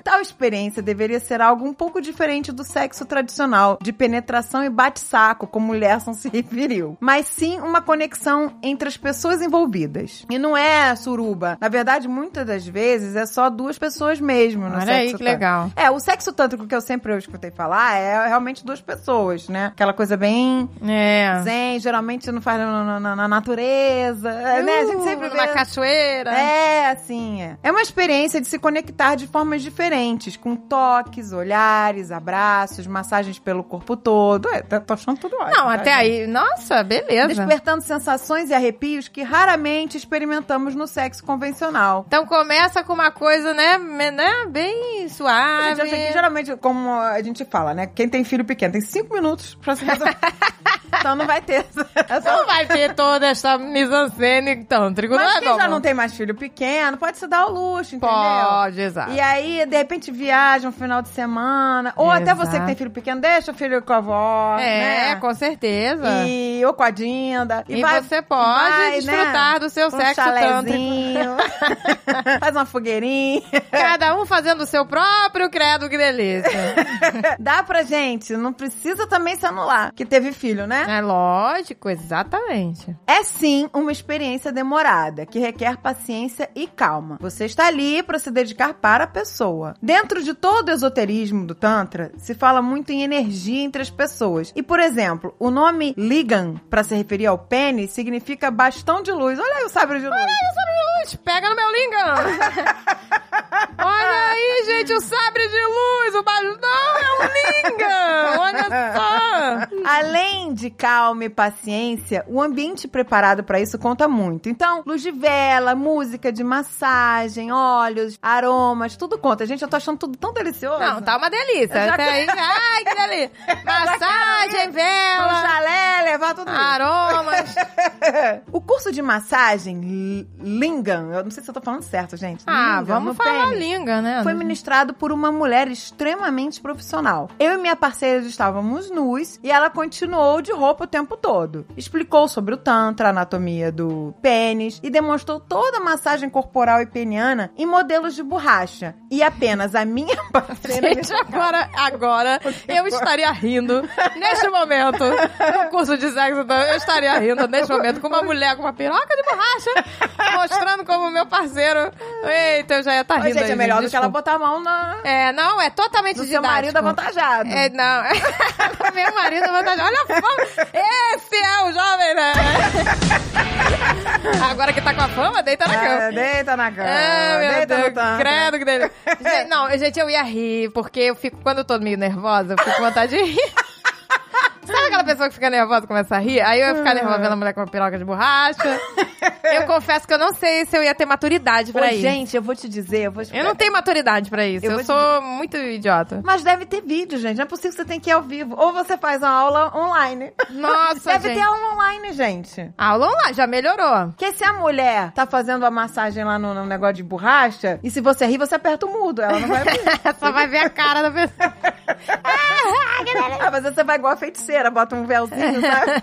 [SPEAKER 2] Tal experiência deveria ser algo um pouco diferente do sexo tradicional, de penetração e bate-saco, como o Lerson se referiu. Mas sim uma conexão entre as pessoas envolvidas. E não é suruba. Na verdade, muitas das vezes é só duas pessoas mesmo no
[SPEAKER 1] Olha
[SPEAKER 2] sexo
[SPEAKER 1] aí que
[SPEAKER 2] tântrico.
[SPEAKER 1] legal.
[SPEAKER 2] É, o sexo tântrico que eu sempre escutei falar é realmente duas pessoas, né? Aquela coisa bem
[SPEAKER 1] É.
[SPEAKER 2] zen, geralmente não faz na, na- na- na natureza, é, né? A gente sempre vê...
[SPEAKER 1] Uh, Numa cachoeira.
[SPEAKER 2] É, assim, é. É uma experiência de se conectar de formas diferentes, com toques, olhares, abraços, massagens pelo corpo todo. É, tá- tô achando tudo ótimo.
[SPEAKER 1] Não,
[SPEAKER 2] tá,
[SPEAKER 1] até
[SPEAKER 2] gente?
[SPEAKER 1] aí. Nossa, beleza.
[SPEAKER 2] Despertando sensações e arrepios que raramente experimentamos no sexo convencional.
[SPEAKER 1] Então começa com uma coisa, né, me- né, bem
[SPEAKER 2] Gente,
[SPEAKER 1] suave.
[SPEAKER 2] eu sei que geralmente, como a gente fala, né? Quem tem filho pequeno tem cinco minutos pra se resolver. então não vai ter. essa-
[SPEAKER 1] Não vai ter toda essa mise-en-scène tântrico, não
[SPEAKER 2] Mas
[SPEAKER 1] é,
[SPEAKER 2] quem já
[SPEAKER 1] Dom?
[SPEAKER 2] não tem mais filho pequeno, pode se dar ao luxo, entendeu?
[SPEAKER 1] Pode, exato.
[SPEAKER 2] E aí, de repente, viaja um final de semana. Ou até você que
[SPEAKER 1] Exato.
[SPEAKER 2] tem filho pequeno, deixa o filho com a avó.
[SPEAKER 1] é,
[SPEAKER 2] né?
[SPEAKER 1] com certeza. E,
[SPEAKER 2] E, ou com a Dinda. vai-
[SPEAKER 1] você pode
[SPEAKER 2] vai, né?
[SPEAKER 1] desfrutar do seu
[SPEAKER 2] Um
[SPEAKER 1] sexo então. tântrico.
[SPEAKER 2] chalezinho. Faz uma fogueirinha.
[SPEAKER 1] Cada um fazendo o seu próprio credo, que delícia.
[SPEAKER 2] Dá pra gente, não precisa também se anular que teve filho, né?
[SPEAKER 1] é lógico, exatamente.
[SPEAKER 2] É sim uma experiência demorada, que requer paciência e calma. Você está ali para se dedicar para a pessoa. Dentro de todo o esoterismo do Tantra, se fala muito em energia entre as pessoas. E, por exemplo, o nome Ligan, para se referir ao pênis, significa bastão de luz. Olha aí o sabre de luz.
[SPEAKER 1] Luz, pega no meu lingam. Olha aí, gente, o sabre de luz, o bastão é um lingam. Olha só.
[SPEAKER 2] Além de calma e paciência, o ambiente preparado para isso conta muito. Então, luz de vela, música de massagem, óleos, aromas, tudo conta. Gente, eu tô achando tudo tão delicioso.
[SPEAKER 1] Não, tá uma delícia.
[SPEAKER 2] Já
[SPEAKER 1] Até aí,
[SPEAKER 2] que-
[SPEAKER 1] ai, que delícia. Massagem,
[SPEAKER 2] Um
[SPEAKER 1] vela,
[SPEAKER 2] chalé, levar tudo
[SPEAKER 1] Ah.
[SPEAKER 2] isso.
[SPEAKER 1] aromas.
[SPEAKER 2] O curso de massagem L- Lingam, eu não sei se eu tô falando certo, gente.
[SPEAKER 1] Ah,
[SPEAKER 2] Lingam, no
[SPEAKER 1] vamos falar
[SPEAKER 2] pênis,
[SPEAKER 1] linga, né?
[SPEAKER 2] Foi ministrado por uma mulher extremamente profissional. Eu e minha parceira estávamos nus e ela continuou de roupa o tempo todo. Explicou sobre o Tantra, a anatomia do pênis e demonstrou toda a massagem corporal e peniana em modelos de borracha. E apenas a minha parceira.
[SPEAKER 1] Gente, agora, agora eu estaria rindo neste momento. No curso de sexo, então, eu estaria rindo neste momento com uma mulher com uma piroca de borracha, mostrando como meu parceiro. Eita, eu já ia estar
[SPEAKER 2] Ô,
[SPEAKER 1] rindo.
[SPEAKER 2] gente,
[SPEAKER 1] aí,
[SPEAKER 2] é melhor do que ela
[SPEAKER 1] desculpa.
[SPEAKER 2] botar a mão na...
[SPEAKER 1] É, não, é totalmente
[SPEAKER 2] no seu
[SPEAKER 1] didático.
[SPEAKER 2] marido avantajado.
[SPEAKER 1] É, não. meu marido avantajado. Olha a fama. Esse é o jovem, né? Agora que tá com a fama, deita na cama.
[SPEAKER 2] Ah, deita na cama.
[SPEAKER 1] Ah, meu
[SPEAKER 2] deita
[SPEAKER 1] Deus,
[SPEAKER 2] no tanto.
[SPEAKER 1] credo que delícia. Gente, Não, gente, eu ia rir, porque eu fico, quando eu tô meio nervosa, eu fico com vontade de rir. Sabe aquela pessoa que fica nervosa e começa a rir? Aí eu ia ficar nervosa vendo a mulher com uma piroca de borracha. Eu confesso que eu não sei se eu ia ter maturidade pra
[SPEAKER 2] Ô,
[SPEAKER 1] isso.
[SPEAKER 2] gente, eu vou te dizer, eu vou te
[SPEAKER 1] Eu não tenho maturidade pra isso.
[SPEAKER 2] Eu
[SPEAKER 1] Eu,
[SPEAKER 2] vou te
[SPEAKER 1] sou muito idiota.
[SPEAKER 2] Mas deve ter vídeo, gente. Não é possível que você tenha que ir ao vivo. Ou você faz uma aula online.
[SPEAKER 1] Nossa,
[SPEAKER 2] deve
[SPEAKER 1] gente. Ah,
[SPEAKER 2] ter aula online, gente.
[SPEAKER 1] Aula online, já melhorou.
[SPEAKER 2] Porque se a mulher tá fazendo a massagem lá no, no negócio de borracha, e se você rir, você aperta o mudo. Ela não vai abrir.
[SPEAKER 1] Só vai ver a cara da pessoa.
[SPEAKER 2] ah, mas você vai igual a feiticeira, bota um véuzinho, sabe?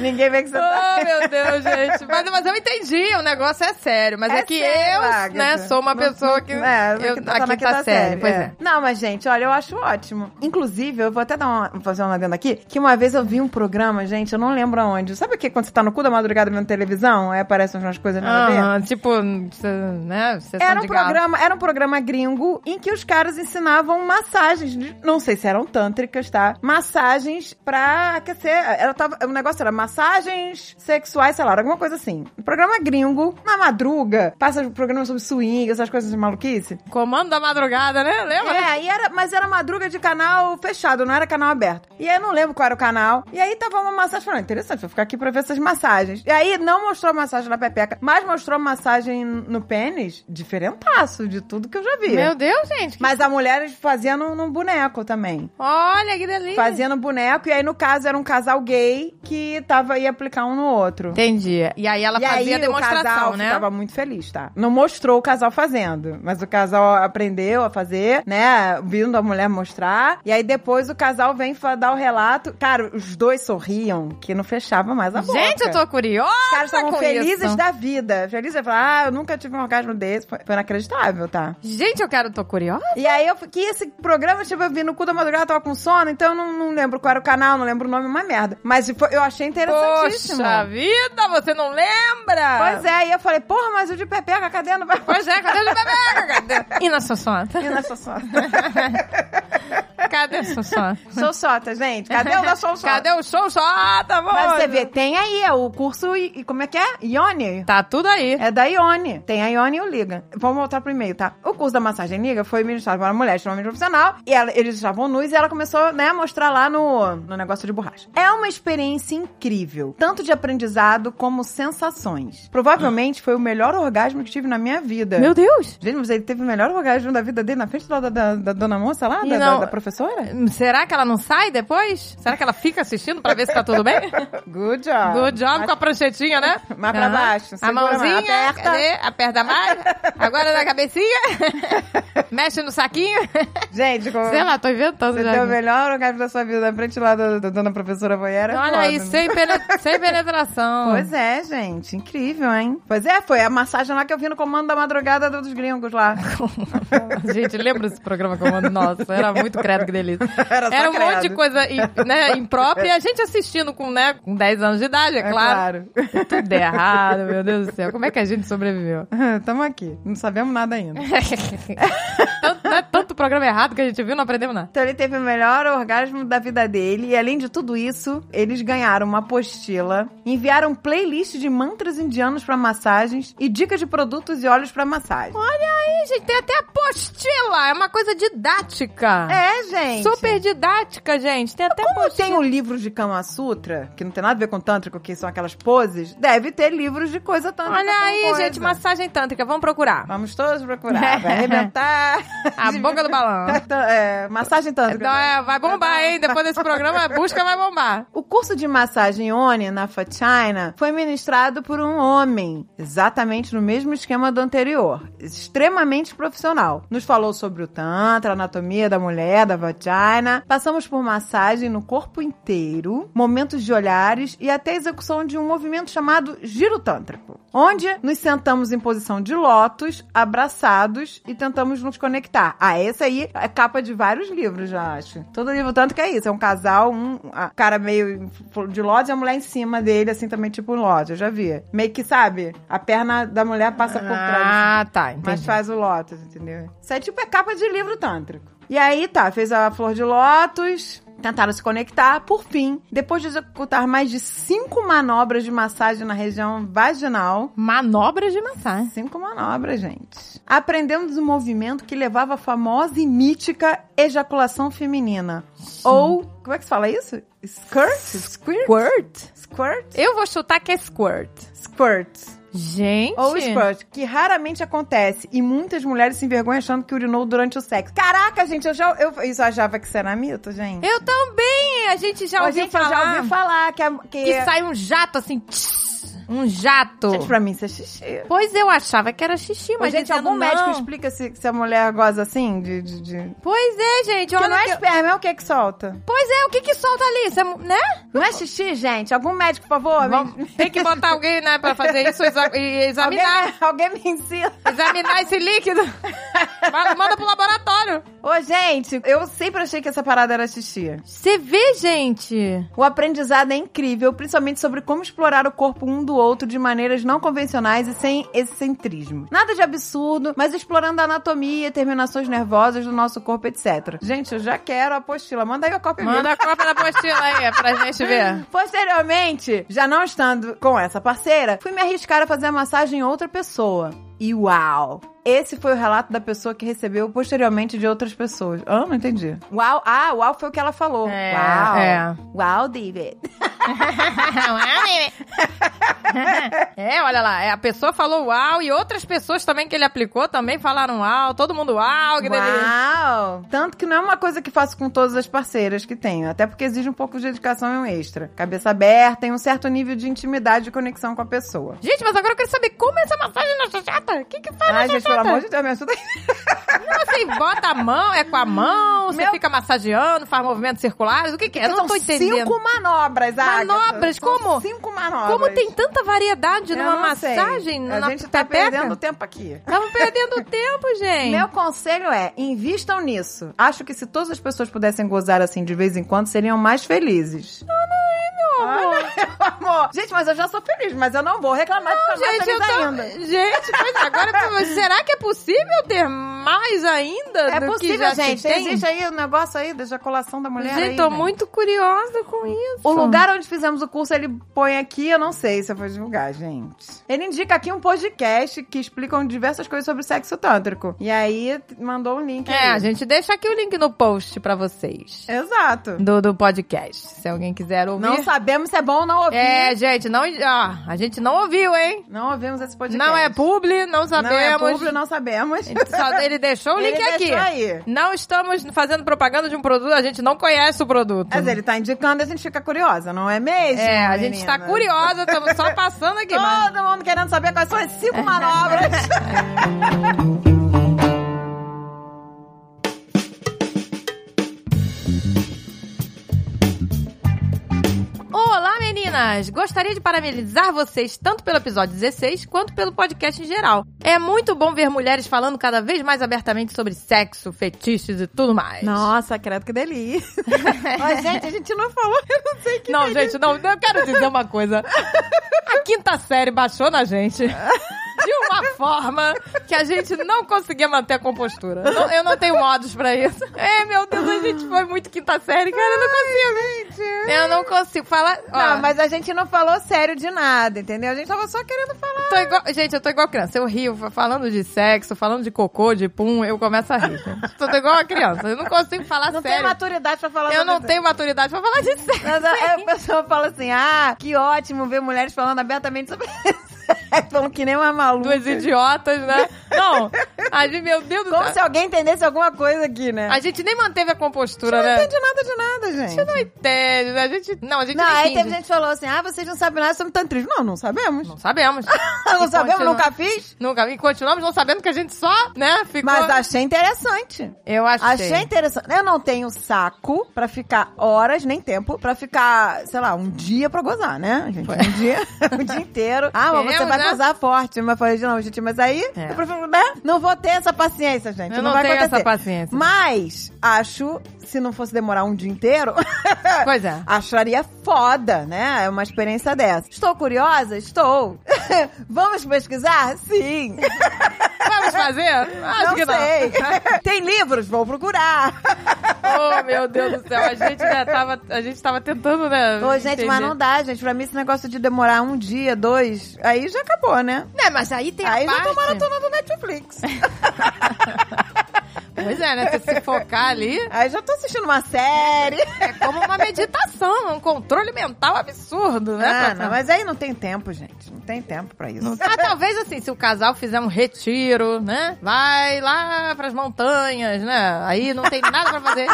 [SPEAKER 2] Ninguém vê que você tá...
[SPEAKER 1] Oh, meu Deus, gente. Mas, mas eu entendi, o negócio é sério. Mas é,
[SPEAKER 2] É
[SPEAKER 1] que
[SPEAKER 2] sério,
[SPEAKER 1] eu,
[SPEAKER 2] Agatha.
[SPEAKER 1] né, sou uma
[SPEAKER 2] Não-
[SPEAKER 1] pessoa
[SPEAKER 2] não-
[SPEAKER 1] que.
[SPEAKER 2] é,
[SPEAKER 1] eu,
[SPEAKER 2] que tá na
[SPEAKER 1] aqui
[SPEAKER 2] quinta
[SPEAKER 1] tá sério. Pois é.
[SPEAKER 2] Não, mas, gente, olha, eu acho ótimo. Inclusive, eu vou até dar uma, fazer uma adenda aqui, que uma vez eu vi um programa, gente, eu não lembro aonde. Sabe o que quando você tá no cu da madrugada vendo televisão, aí aparecem umas coisas na TV?
[SPEAKER 1] Aham, tipo, né? Sessão
[SPEAKER 2] tá Era um,
[SPEAKER 1] de gala.
[SPEAKER 2] programa, era um programa gringo em que os caras ensinavam massagens, de- não sei se eram tântricas, tá? Massagens pra aquecer. Era, tava, o negócio era massagens sexuais, sei lá, era alguma coisa assim. Um programa gringo, na madruga, passa um programa sobre swing, essas coisas de maluquice.
[SPEAKER 1] Comando da madrugada, né? Lembra?
[SPEAKER 2] É, e era, mas era madruga de canal fechado, não era canal aberto. E aí eu não lembro qual era o canal. E aí tava uma massagem falando, interessante, vou ficar aqui pra ver essas massagens. E aí não mostrou massagem na pepeca, mas mostrou massagem no pênis, diferentaço de tudo que eu já vi.
[SPEAKER 1] Meu Deus, gente. que-
[SPEAKER 2] É. Mas a mulher fazia num, num boneco também.
[SPEAKER 1] Olha que delícia.
[SPEAKER 2] Fazia no boneco, e aí no caso era um casal gay, achei que tava, ia aplicar um no outro.
[SPEAKER 1] Entendi. E aí ela
[SPEAKER 2] e
[SPEAKER 1] fazia
[SPEAKER 2] aí,
[SPEAKER 1] a demonstração,
[SPEAKER 2] o casal
[SPEAKER 1] né?
[SPEAKER 2] tava muito feliz, tá? Não mostrou o casal fazendo, mas o casal aprendeu a fazer, né? Vindo a mulher mostrar. E aí depois o casal vem fa- dar o relato. Cara, os dois sorriam que não fechava mais a boca.
[SPEAKER 1] Gente, eu tô curiosa.
[SPEAKER 2] Os caras estavam
[SPEAKER 1] com
[SPEAKER 2] felizes
[SPEAKER 1] isso.
[SPEAKER 2] da vida. Felizes. Eu falei, ah, eu nunca tive um orgasmo desse. Foi, foi inacreditável, tá?
[SPEAKER 1] Gente, eu quero, tô curiosa.
[SPEAKER 2] E aí eu fiquei, esse programa, tipo, eu vi no cu da madrugada, eu tava com sono, então eu não, não lembro qual era o canal, não lembro o nome, uma merda. Mas tipo, eu achei interessantíssimo.
[SPEAKER 1] Poxa vida, você não lembra?
[SPEAKER 2] Pois é, aí eu falei, porra, mas o de Pepeca, cadê? Não vai
[SPEAKER 1] Pois é, cadê o bebê? Cadê? E na Sossota?
[SPEAKER 2] E na Sossota?
[SPEAKER 1] Cadê a Sossota?
[SPEAKER 2] Sossota, gente. Cadê o da Sossota?
[SPEAKER 1] Cadê o Ah, tá show Sossota, mano?
[SPEAKER 2] Mas você vê, tem aí é, o curso, e, e como é que é? Ione?
[SPEAKER 1] Tá tudo aí.
[SPEAKER 2] É da Ione. Tem a Ione e o Liga. Vamos voltar pro e-mail, tá? O curso da massagem Liga foi ministrado por uma mulher extremamente um profissional e ela- eles estavam nus e ela começou, né, a mostrar lá no, no negócio de borracha. É uma experiência incrível, tanto de aprendizado como sensações. Provavelmente foi o melhor orgasmo que tive na minha vida.
[SPEAKER 1] Meu Deus.
[SPEAKER 2] Gente, mas ele teve o melhor orgasmo da vida dele na frente da, da, da- da dona moça lá, da,
[SPEAKER 1] Não.
[SPEAKER 2] da- da professora?
[SPEAKER 1] Será que ela não sai depois? Será que ela fica assistindo pra ver se tá tudo bem?
[SPEAKER 2] Good job.
[SPEAKER 1] Good job com a pranchetinha, né?
[SPEAKER 2] Mas pra
[SPEAKER 1] Aham.
[SPEAKER 2] baixo,
[SPEAKER 1] A
[SPEAKER 2] segura,
[SPEAKER 1] mãozinha,
[SPEAKER 2] aperta.
[SPEAKER 1] cadê? aperta mais. Agora na cabecinha. Mexe no saquinho.
[SPEAKER 2] Gente, como...
[SPEAKER 1] Sei lá, tô inventando
[SPEAKER 2] Você tá
[SPEAKER 1] já.
[SPEAKER 2] deu o
[SPEAKER 1] aqui.
[SPEAKER 2] melhor orgasmo da sua vida na frente lá da, da dona professora Boiera.
[SPEAKER 1] Olha
[SPEAKER 2] foda,
[SPEAKER 1] aí,
[SPEAKER 2] né?
[SPEAKER 1] sem, pene- sem penetração.
[SPEAKER 2] Pois é, gente. Incrível, hein? Pois é, foi a massagem lá que eu vi no comando da madrugada do- dos gringos lá.
[SPEAKER 1] Gente, lembra esse programa que eu mando? Nossa, era muito credo que delícia.
[SPEAKER 2] Era só
[SPEAKER 1] um monte
[SPEAKER 2] credo.
[SPEAKER 1] de coisa im- né, imprópria e a gente assistindo com, né, com 10 anos de idade, é
[SPEAKER 2] É
[SPEAKER 1] claro.
[SPEAKER 2] claro.
[SPEAKER 1] Tudo é errado, meu Deus do céu. Como é que a gente sobreviveu?
[SPEAKER 2] Tamo aqui. Não sabemos nada ainda.
[SPEAKER 1] tanto, né, tanto programa errado que a gente viu, não aprendemos nada.
[SPEAKER 2] Então ele teve o melhor orgasmo da vida dele. E além de tudo isso, eles ganharam uma apostila, enviaram playlist de mantras indianos pra massagens e dicas de produtos e óleos pra massagem.
[SPEAKER 1] Olha aí, gente, tem até apostila. É uma coisa didática.
[SPEAKER 2] É, gente.
[SPEAKER 1] Super didática, gente. Tem até
[SPEAKER 2] Como
[SPEAKER 1] apostila.
[SPEAKER 2] tem um livro de Kama Sutra, que não tem nada a ver com tântrico, que são aquelas poses, deve ter livros de coisa tântrica.
[SPEAKER 1] Olha
[SPEAKER 2] com
[SPEAKER 1] aí,
[SPEAKER 2] coisa.
[SPEAKER 1] gente, massagem tântrica. Vamos procurar.
[SPEAKER 2] Vamos todos procurar. Vai arrebentar.
[SPEAKER 1] A boca do balão.
[SPEAKER 2] É, massagem tântrica.
[SPEAKER 1] Então, é, vai
[SPEAKER 2] Tá
[SPEAKER 1] bombar, hein? Depois desse programa, a busca vai bombar.
[SPEAKER 2] O curso de massagem Oni na Fat China foi ministrado por um homem, exatamente no mesmo esquema do anterior, extremamente profissional. Nos falou sobre o tantra, a anatomia da mulher, da vagina, passamos por massagem no corpo inteiro, momentos de olhares e até a execução de um movimento chamado giro tântrico, onde nos sentamos em posição de lótus, abraçados e tentamos nos conectar. Ah, esse aí é capa de vários livros, já acho. Todo livro tanto que é isso, é um casal, um a cara meio de lótus e a mulher em cima dele, assim, também tipo um lótus, eu já vi. Meio que, sabe, a perna da mulher passa por trás. assim.
[SPEAKER 1] Ah, tá,
[SPEAKER 2] Mas
[SPEAKER 1] entendi.
[SPEAKER 2] faz o Lotus, entendeu? Isso é tipo é capa de livro tântrico. E aí, tá, fez a flor de Lotus. Tentaram se conectar, por fim, depois de executar mais de cinco manobras de massagem na região vaginal.
[SPEAKER 1] Manobras de massagem.
[SPEAKER 2] Cinco manobras, gente. Aprendemos um movimento que levava à famosa e mítica ejaculação feminina. Ou, como é que se fala isso? Skirt? Squirt?
[SPEAKER 1] Squirt?
[SPEAKER 2] Squirt?
[SPEAKER 1] Eu vou chutar que é squirt.
[SPEAKER 2] Squirt.
[SPEAKER 1] Gente.
[SPEAKER 2] Ou squirt, que raramente acontece. E muitas mulheres se envergonham achando que urinou durante o sexo. Caraca, gente, eu já. Eu, isso eu achava que isso era mito, gente.
[SPEAKER 1] Eu também! A gente já
[SPEAKER 2] Ô,
[SPEAKER 1] ouviu
[SPEAKER 2] gente, eu
[SPEAKER 1] falar.
[SPEAKER 2] já ouvi falar que. a- que... é.
[SPEAKER 1] Que sai um jato assim. tss, Um jato.
[SPEAKER 2] Gente, pra mim isso é xixi.
[SPEAKER 1] Pois eu achava que era xixi,
[SPEAKER 2] Ô,
[SPEAKER 1] mas
[SPEAKER 2] gente,
[SPEAKER 1] dizendo
[SPEAKER 2] algum
[SPEAKER 1] não.
[SPEAKER 2] é, médico explica se, se a mulher goza assim? De, de, de...
[SPEAKER 1] Pois é, gente.
[SPEAKER 2] Que
[SPEAKER 1] Olha
[SPEAKER 2] não é
[SPEAKER 1] que-
[SPEAKER 2] esperma, é o que que solta?
[SPEAKER 1] Pois é, o que que solta ali? Isso é mu- né?
[SPEAKER 2] Não é xixi, gente? Algum médico, por favor? me-
[SPEAKER 1] Vamos- Tem que botar alguém, né, pra fazer isso exa- e
[SPEAKER 2] Alguém,
[SPEAKER 1] examinar.
[SPEAKER 2] alguém me ensina.
[SPEAKER 1] Examinar esse líquido. Vai- Manda pro laboratório.
[SPEAKER 2] Ô, gente, eu sempre achei que essa parada era xixi.
[SPEAKER 1] Você vê, gente?
[SPEAKER 2] O aprendizado é incrível, principalmente sobre como explorar o corpo um do outro de maneiras não convencionais e sem excentrismo. Nada de absurdo, mas explorando a anatomia, terminações nervosas do nosso corpo, etc. Gente, eu já quero a apostila. Manda aí a cópia
[SPEAKER 1] Manda
[SPEAKER 2] minha.
[SPEAKER 1] a cópia da apostila aí é pra gente ver.
[SPEAKER 2] Posteriormente, já não estando com essa parceira, fui me arriscar a fazer a massagem em outra pessoa. E uau! Esse foi o relato da pessoa que recebeu posteriormente de outras pessoas. Ah, não entendi. Uau, ah, uau foi o que ela falou.
[SPEAKER 1] É,
[SPEAKER 2] uau.
[SPEAKER 1] é.
[SPEAKER 2] Uau, David.
[SPEAKER 1] É, olha lá, é, a pessoa falou uau e outras pessoas também que ele aplicou também falaram uau, todo mundo uau, que delícia.
[SPEAKER 2] Uau! Tanto que não é uma coisa que faço com todas as parceiras que tenho, até porque exige um pouco de dedicação e um extra. Cabeça aberta e um certo nível de intimidade e conexão com a pessoa.
[SPEAKER 1] Gente, mas agora eu quero saber como é essa massagem na chachata? O que que faz
[SPEAKER 2] Ai,
[SPEAKER 1] na
[SPEAKER 2] gente,
[SPEAKER 1] chachata?
[SPEAKER 2] pelo amor de Deus, me ajuda aí.
[SPEAKER 1] Não, assim, bota a mão, é com a mão, você
[SPEAKER 2] Meu-
[SPEAKER 1] fica massageando, faz movimentos circulares, o que que é? Eu não
[SPEAKER 2] São
[SPEAKER 1] tô entendendo.
[SPEAKER 2] cinco manobras, Agatha.
[SPEAKER 1] Manobras,
[SPEAKER 2] São
[SPEAKER 1] como?
[SPEAKER 2] Cinco manobras.
[SPEAKER 1] Como tem tanta variedade
[SPEAKER 2] Eu
[SPEAKER 1] numa
[SPEAKER 2] não sei.
[SPEAKER 1] massagem,
[SPEAKER 2] A
[SPEAKER 1] na
[SPEAKER 2] gente tá
[SPEAKER 1] pepeca?
[SPEAKER 2] perdendo tempo aqui.
[SPEAKER 1] Tava perdendo tempo, gente.
[SPEAKER 2] Meu conselho é, invistam nisso. Acho que se todas as pessoas pudessem gozar assim de vez em quando, seriam mais felizes.
[SPEAKER 1] Meu amor.
[SPEAKER 2] Amor, gente, mas eu já sou feliz, mas eu não vou reclamar de ficar mais
[SPEAKER 1] Gente, eu
[SPEAKER 2] feliz
[SPEAKER 1] tô...
[SPEAKER 2] ainda.
[SPEAKER 1] Gente, pois agora, será que é possível ter mais ainda
[SPEAKER 2] É
[SPEAKER 1] do que
[SPEAKER 2] possível,
[SPEAKER 1] já se
[SPEAKER 2] gente.
[SPEAKER 1] tem?
[SPEAKER 2] Existe aí o negócio aí da ejaculação da mulher
[SPEAKER 1] Gente,
[SPEAKER 2] aí,
[SPEAKER 1] tô
[SPEAKER 2] né?
[SPEAKER 1] muito curiosa com isso.
[SPEAKER 2] O lugar onde fizemos o curso, ele põe aqui, eu não sei se eu vou divulgar, gente. Ele indica aqui um podcast que explicam diversas coisas sobre sexo tântrico. E aí, t- mandou um link
[SPEAKER 1] É,
[SPEAKER 2] aí.
[SPEAKER 1] a gente deixa aqui o link no post pra vocês.
[SPEAKER 2] Exato.
[SPEAKER 1] Do, do podcast, se alguém quiser ouvir.
[SPEAKER 2] Não sabemos se é bom ou não ouvir.
[SPEAKER 1] É, gente, não, ó, a gente não ouviu, hein?
[SPEAKER 2] Não ouvimos esse podcast.
[SPEAKER 1] Não é publi, não
[SPEAKER 2] Não é
[SPEAKER 1] sabemos.
[SPEAKER 2] público, não sabemos.
[SPEAKER 1] Ele só- ele deixou o
[SPEAKER 2] Ele
[SPEAKER 1] link aqui.
[SPEAKER 2] deixou aí.
[SPEAKER 1] Não estamos fazendo propaganda de um produto, a gente não conhece o produto.
[SPEAKER 2] Mas ele tá indicando e a gente fica curiosa, não é mesmo?
[SPEAKER 1] é, a gente tá
[SPEAKER 2] meninas?
[SPEAKER 1] curiosa, estamos só passando aqui. mas-
[SPEAKER 2] Todo mundo querendo saber quais são as cinco manobras.
[SPEAKER 1] Olá, meninas! Gostaria de parabenizar vocês tanto pelo episódio 16 quanto pelo podcast em geral. É muito bom ver mulheres falando cada vez mais abertamente sobre sexo, fetiches e tudo mais.
[SPEAKER 2] Nossa, credo que delícia. Mas, gente, a gente não falou, eu não sei que.
[SPEAKER 1] Não, gente, não, eu quero dizer uma coisa. A quinta série baixou na gente de uma forma que a gente não conseguia manter a compostura. Não- eu não tenho modos pra isso. É, meu Deus, a gente foi muito quinta série, cara, eu não consigo. Eu não consigo falar. ó,
[SPEAKER 2] Não, mas a gente não falou sério de nada, entendeu? A gente tava só querendo falar.
[SPEAKER 1] tô igual- gente, eu tô igual criança. Eu rio falando de sexo, falando de cocô, de pum, eu começo a rir. gente. Tô igual a criança. Eu não consigo falar
[SPEAKER 2] Não tem
[SPEAKER 1] Tá sério.
[SPEAKER 2] maturidade pra falar
[SPEAKER 1] Eu
[SPEAKER 2] sobre
[SPEAKER 1] não
[SPEAKER 2] isso.
[SPEAKER 1] tenho maturidade pra falar de sexo.
[SPEAKER 2] Mas a, a pessoa fala assim: ah, que ótimo ver mulheres falando abertamente sobre sexo. Falam que nem uma maluca.
[SPEAKER 1] Duas idiotas, né? Não. A gente, meu Deus do
[SPEAKER 2] Como
[SPEAKER 1] céu.
[SPEAKER 2] se alguém entendesse alguma coisa aqui, né?
[SPEAKER 1] A gente nem manteve a compostura,
[SPEAKER 2] não
[SPEAKER 1] né?
[SPEAKER 2] entende nada de nada, gente.
[SPEAKER 1] Não entende, né? A gente. Não, a gente
[SPEAKER 2] Não,
[SPEAKER 1] não
[SPEAKER 2] aí
[SPEAKER 1] entende.
[SPEAKER 2] teve gente que falou assim: ah, vocês não sabem nada sobre tantrismo. Não, não sabemos.
[SPEAKER 1] Não sabemos.
[SPEAKER 2] não
[SPEAKER 1] E
[SPEAKER 2] sabemos,
[SPEAKER 1] continua-
[SPEAKER 2] nunca fiz.
[SPEAKER 1] Nunca. E continuamos não sabendo que a gente só, né, ficou.
[SPEAKER 2] Mas achei interessante.
[SPEAKER 1] Eu achei.
[SPEAKER 2] Achei interessante. Eu não tenho saco pra ficar horas, nem tempo, pra ficar, sei lá, um dia pra gozar, né, gente? Um dia, um dia inteiro. Ah, mas você
[SPEAKER 1] Queremos,
[SPEAKER 2] vai
[SPEAKER 1] né?
[SPEAKER 2] gozar forte. Mas eu falei, não, gente, mas aí
[SPEAKER 1] É.
[SPEAKER 2] eu prefiro, né? Não vou ter essa paciência, gente.
[SPEAKER 1] Eu
[SPEAKER 2] não,
[SPEAKER 1] não
[SPEAKER 2] vai
[SPEAKER 1] tenho
[SPEAKER 2] acontecer.
[SPEAKER 1] essa paciência.
[SPEAKER 2] Mas acho, se não fosse demorar um dia inteiro,
[SPEAKER 1] Pois é.
[SPEAKER 2] acharia foda, né? É uma experiência dessa. Estou curiosa? Estou. Vamos pesquisar? Sim.
[SPEAKER 1] Vamos fazer? Ah, Acho
[SPEAKER 2] não
[SPEAKER 1] que não.
[SPEAKER 2] sei. Tem livros? Vou procurar.
[SPEAKER 1] Oh, meu Deus do céu. A gente já tava. A gente tava tentando, né?
[SPEAKER 2] Ô, gente, mas
[SPEAKER 1] entender.
[SPEAKER 2] não dá, gente. Pra mim, esse negócio de demorar um dia, dois, aí já acabou, né?
[SPEAKER 1] É, mas aí tem
[SPEAKER 2] aí
[SPEAKER 1] a
[SPEAKER 2] já
[SPEAKER 1] parte...
[SPEAKER 2] tô maratonando Netflix.
[SPEAKER 1] Pois é, né? Tu se focar ali
[SPEAKER 2] aí já tô assistindo uma série.
[SPEAKER 1] é como uma meditação, um controle mental absurdo, né?
[SPEAKER 2] Ah,
[SPEAKER 1] Pra-
[SPEAKER 2] não, mas aí não tem tempo, gente. Não tem tempo pra isso.
[SPEAKER 1] Ah, talvez assim, se o casal fizer um retiro, né? Vai lá pras montanhas, né? Aí não tem nada pra fazer.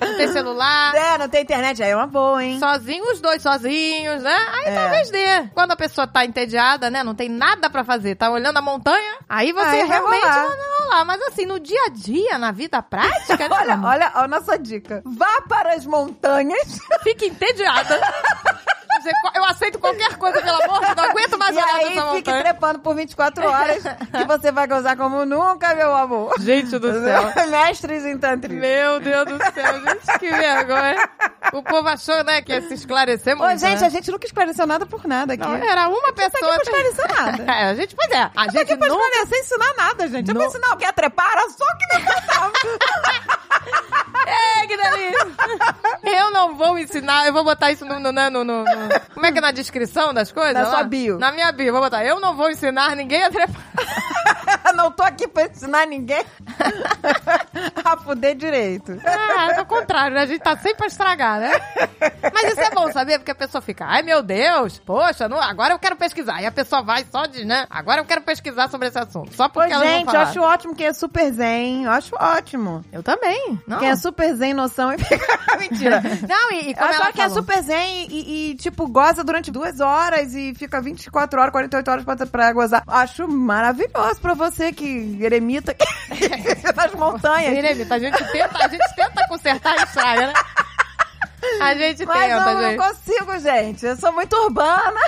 [SPEAKER 1] Não tem celular.
[SPEAKER 2] É, não tem internet, aí é uma boa, hein?
[SPEAKER 1] Sozinho, os dois sozinhos, né? Aí
[SPEAKER 2] É.
[SPEAKER 1] talvez dê. Quando a pessoa tá entediada, né? Não tem nada pra fazer, tá olhando a montanha, aí você
[SPEAKER 2] Aí vai
[SPEAKER 1] realmente
[SPEAKER 2] rolar.
[SPEAKER 1] vai rolar. Mas assim, no dia a dia, na vida prática, né?
[SPEAKER 2] Olha, olha a nossa dica. Vá para as montanhas
[SPEAKER 1] Fica entediada. Quer dizer, Eu aceito qualquer coisa, pelo amor de Deus. Não aguento mais
[SPEAKER 2] e
[SPEAKER 1] olhar
[SPEAKER 2] aí
[SPEAKER 1] nessa
[SPEAKER 2] fique
[SPEAKER 1] montanha.
[SPEAKER 2] trepando por 24 horas que você vai gozar como nunca, meu amor.
[SPEAKER 1] Gente do céu.
[SPEAKER 2] Mestres em tantrismo.
[SPEAKER 1] Meu Deus do céu, gente, que vergonha. O povo achou, né, que ia se esclarecer muito.
[SPEAKER 2] Ô, gente,
[SPEAKER 1] né?
[SPEAKER 2] a gente nunca esclareceu nada por nada aqui.
[SPEAKER 1] Não, era uma
[SPEAKER 2] tá
[SPEAKER 1] pessoa.
[SPEAKER 2] aqui pra esclarecer nada.
[SPEAKER 1] É, a gente, pois é. A
[SPEAKER 2] Tá
[SPEAKER 1] gente
[SPEAKER 2] aqui pra
[SPEAKER 1] não.
[SPEAKER 2] esclarecer, ensinar nada, gente. Eu
[SPEAKER 1] Não.
[SPEAKER 2] vou ensinar o que é trepar, era só o que não pensava.
[SPEAKER 1] É, que delícia. Eu não vou ensinar, eu vou botar isso no. no, no, no- no- no- como é que é na descrição das coisas?
[SPEAKER 2] Na
[SPEAKER 1] lá?
[SPEAKER 2] sua bio.
[SPEAKER 1] Na minha bio, vou botar. Eu não vou ensinar ninguém a trepar.
[SPEAKER 2] não tô aqui pra ensinar ninguém a fuder direito.
[SPEAKER 1] Ah, é o contrário, né? A gente tá sempre pra estragar, né? Mas isso é bom saber, porque a pessoa fica, ai meu Deus, poxa, não- agora eu quero pesquisar. E a pessoa vai só de, né? Agora eu quero pesquisar sobre esse assunto. Só
[SPEAKER 2] Pô,
[SPEAKER 1] porque ela não
[SPEAKER 2] gente, eu
[SPEAKER 1] falar.
[SPEAKER 2] acho ótimo quem é super zen. Eu acho ótimo.
[SPEAKER 1] Eu também. Não.
[SPEAKER 2] Quem é super zen noção e fica... Mentira.
[SPEAKER 1] Não, e, e
[SPEAKER 2] Eu
[SPEAKER 1] como
[SPEAKER 2] acho
[SPEAKER 1] ela
[SPEAKER 2] que é
[SPEAKER 1] falou?
[SPEAKER 2] super zen e, e, tipo, goza durante duas horas e fica 24 horas, 48 horas pra, pra gozar. Acho maravilhoso pra você que eremita que fica nas montanhas.
[SPEAKER 1] Eremita, é a gente tenta, a gente tenta consertar a estraga, né? A gente
[SPEAKER 2] Mas
[SPEAKER 1] tenta,
[SPEAKER 2] eu
[SPEAKER 1] gente.
[SPEAKER 2] não consigo, gente. Eu sou muito urbana.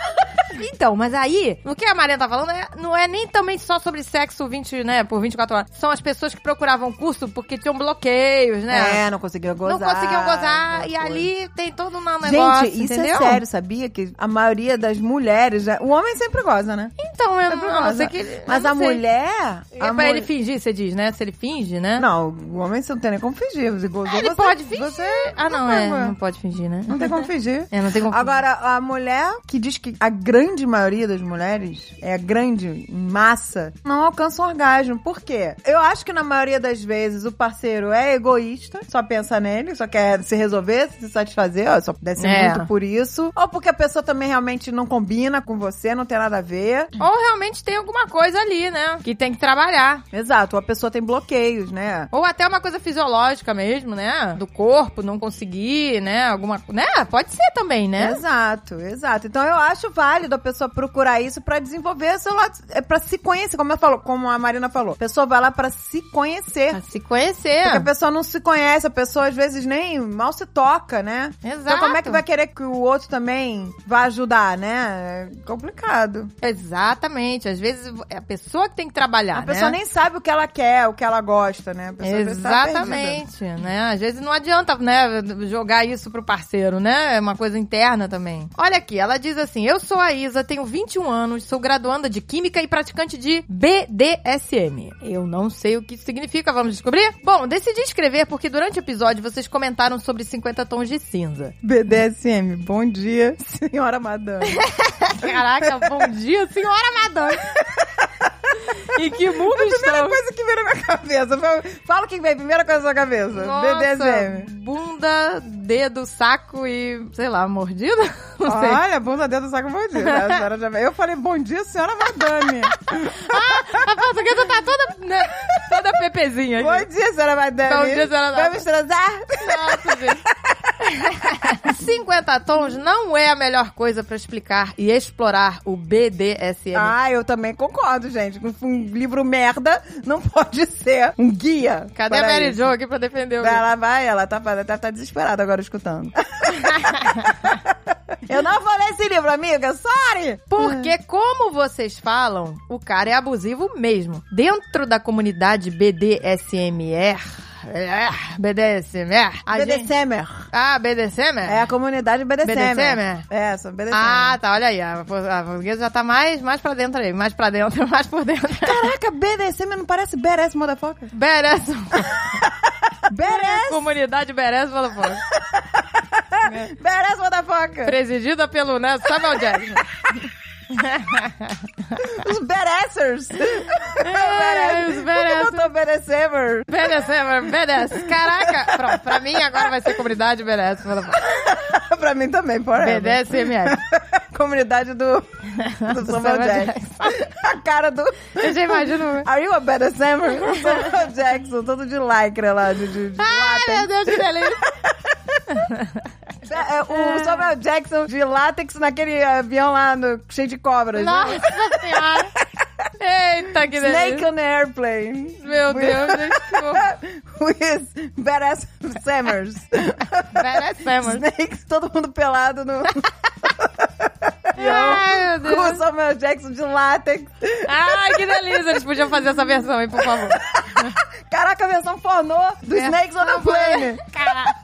[SPEAKER 1] Então, mas aí, o que a Maria tá falando é, não é nem também só sobre sexo 20, né, por 24 horas. São as pessoas que procuravam curso porque tinham bloqueios, né?
[SPEAKER 2] não conseguia
[SPEAKER 1] não conseguiam gozar.
[SPEAKER 2] aquela
[SPEAKER 1] E
[SPEAKER 2] É, coisa.
[SPEAKER 1] ali tem todo um negócio,
[SPEAKER 2] Gente, isso
[SPEAKER 1] entendeu?
[SPEAKER 2] é sério, sabia? Que a maioria das mulheres. né? O homem sempre goza, né?
[SPEAKER 1] Então, eu
[SPEAKER 2] Sempre
[SPEAKER 1] não, eu
[SPEAKER 2] goza.
[SPEAKER 1] sei que... eu
[SPEAKER 2] Mas
[SPEAKER 1] não
[SPEAKER 2] a
[SPEAKER 1] sei.
[SPEAKER 2] mulher.
[SPEAKER 1] É
[SPEAKER 2] a
[SPEAKER 1] pra
[SPEAKER 2] mulher-
[SPEAKER 1] ele fingir, você diz, né? Se ele finge, né? É,
[SPEAKER 2] Não, o homem você não tem nem como fingir. Você gozou,
[SPEAKER 1] Ele
[SPEAKER 2] você-
[SPEAKER 1] pode fingir.
[SPEAKER 2] você-
[SPEAKER 1] Ah, não, é.
[SPEAKER 2] vai.
[SPEAKER 1] Não pode fingir, né?
[SPEAKER 2] Não tem como fingir.
[SPEAKER 1] É, não tem como
[SPEAKER 2] Agora, a mulher que diz que a grande maioria das mulheres, é a grande massa, não alcança o orgasmo. Por quê? Eu acho que na maioria das vezes o parceiro é egoísta, só pensa nele, só quer se resolver, se satisfazer, ó, só pudesse ser
[SPEAKER 1] É.
[SPEAKER 2] muito por isso. Ou porque a pessoa também realmente não combina com você, não tem nada a ver.
[SPEAKER 1] Ou realmente tem alguma coisa ali, né? Que tem que trabalhar.
[SPEAKER 2] Exato, ou a pessoa tem bloqueios, né?
[SPEAKER 1] Ou até uma coisa fisiológica mesmo, né? Do corpo, não conseguir, né? Alguma. Né? Pode ser também, né?
[SPEAKER 2] Exato, exato. Então eu acho válido a pessoa procurar isso pra desenvolver seu lado, é para se conhecer, como eu falo, como a Marina falou. A pessoa vai lá pra se conhecer.
[SPEAKER 1] Pra se conhecer.
[SPEAKER 2] Porque a pessoa não se conhece, a pessoa às vezes nem mal se toca, né?
[SPEAKER 1] Exato.
[SPEAKER 2] Então como é que vai querer que o outro também vá ajudar, né? É complicado.
[SPEAKER 1] Exatamente. Às vezes é a pessoa que tem que trabalhar.
[SPEAKER 2] A pessoa
[SPEAKER 1] né?
[SPEAKER 2] nem sabe o que ela quer, o que ela gosta, né? A pessoa às vezes tá perdida.
[SPEAKER 1] Exatamente, né? Às vezes não adianta, né, jogar isso pro parceiro, né? É uma coisa interna também. Olha aqui, ela diz assim: "Eu sou a Isa, tenho 21 anos, sou graduanda de Química e praticante de BDSM". Eu não sei o que isso significa, vamos descobrir? Bom, decidi escrever porque durante o episódio vocês comentaram sobre 50 tons de cinza.
[SPEAKER 2] BDSM, bom dia, senhora madame.
[SPEAKER 1] Caraca, bom dia, senhora madame. E que mundo
[SPEAKER 2] primeira
[SPEAKER 1] estamos?
[SPEAKER 2] É coisa que veio na minha cabeça. Fala- Fala o que vem, primeira coisa na sua cabeça.
[SPEAKER 1] Nossa,
[SPEAKER 2] BDSM.
[SPEAKER 1] bunda, dedo, saco e, sei lá, mordida? Não sei.
[SPEAKER 2] Olha, bunda dentro do saco, bom dia. né? A senhora já veio. Eu falei, bom dia, senhora madame.
[SPEAKER 1] A portuguesa tá toda, né, toda pepezinha
[SPEAKER 2] bom
[SPEAKER 1] aqui.
[SPEAKER 2] dia, senhora madame.
[SPEAKER 1] Bom dia, senhora madame.
[SPEAKER 2] Vamos transar?
[SPEAKER 1] Nossa, gente. 50 tons não é a melhor coisa pra explicar e explorar o BDSM.
[SPEAKER 2] Ah, eu também concordo, gente. Um livro merda não pode ser um guia.
[SPEAKER 1] Cadê a
[SPEAKER 2] para
[SPEAKER 1] Mary
[SPEAKER 2] isso.
[SPEAKER 1] Jo aqui pra defender o
[SPEAKER 2] Vai lá, vai, ela tá, ela deve tá desesperada agora escutando. eu não vou ler esse livro, amiga, sorry!
[SPEAKER 1] Porque, como vocês falam, o cara é abusivo mesmo. Dentro da comunidade BDSMR... é, BDSMR... A gente...
[SPEAKER 2] BDSMer.
[SPEAKER 1] Ah, BDSMR?
[SPEAKER 2] É a comunidade BDSM.
[SPEAKER 1] BDSM?
[SPEAKER 2] É, são BDSM.
[SPEAKER 1] Ah, tá, olha aí. A por- a portuguesa já tá mais, mais pra dentro aí. Mais pra dentro, mais por dentro.
[SPEAKER 2] Caraca, BDSM não parece badass, motherfucker?
[SPEAKER 1] Beres.
[SPEAKER 2] Badass,
[SPEAKER 1] Comunidade Beres Botafogo.
[SPEAKER 2] badass, motherfucker.
[SPEAKER 1] Presidida pelo, né, Samuel Jackson.
[SPEAKER 2] Os badassers. Badass.
[SPEAKER 1] É, os badass.
[SPEAKER 2] Por que botou BDSMer?
[SPEAKER 1] Beres, é, Beres. Caraca. Pronto, pra mim agora vai ser Comunidade Beres Botafogo.
[SPEAKER 2] pra mim também, porra.
[SPEAKER 1] BDSMR.
[SPEAKER 2] Comunidade do, do Samuel Jackson. a cara do...
[SPEAKER 1] Eu já imagino...
[SPEAKER 2] Are you a BDSMer? O Samuel Jackson, todo de lycra lá, de... de, de
[SPEAKER 1] Ai,
[SPEAKER 2] látex.
[SPEAKER 1] meu Deus, que delícia.
[SPEAKER 2] É, o Samuel Jackson de látex naquele avião lá no, cheio de cobras. né?
[SPEAKER 1] Nossa Senhora. Eita, que delícia.
[SPEAKER 2] Snake on an airplane.
[SPEAKER 1] Meu Deus, gente. que horror.
[SPEAKER 2] With badass Sammers.
[SPEAKER 1] Beres, é, mano.
[SPEAKER 2] Snakes, todo mundo pelado no.
[SPEAKER 1] Ai, meu
[SPEAKER 2] Com o
[SPEAKER 1] Deus.
[SPEAKER 2] Samuel Jackson de um látex.
[SPEAKER 1] Ai, que delícia. Eles podiam fazer essa versão aí, por favor.
[SPEAKER 2] Caraca, a versão pornô do
[SPEAKER 1] É.
[SPEAKER 2] Snakes on a Plane.
[SPEAKER 1] Caraca.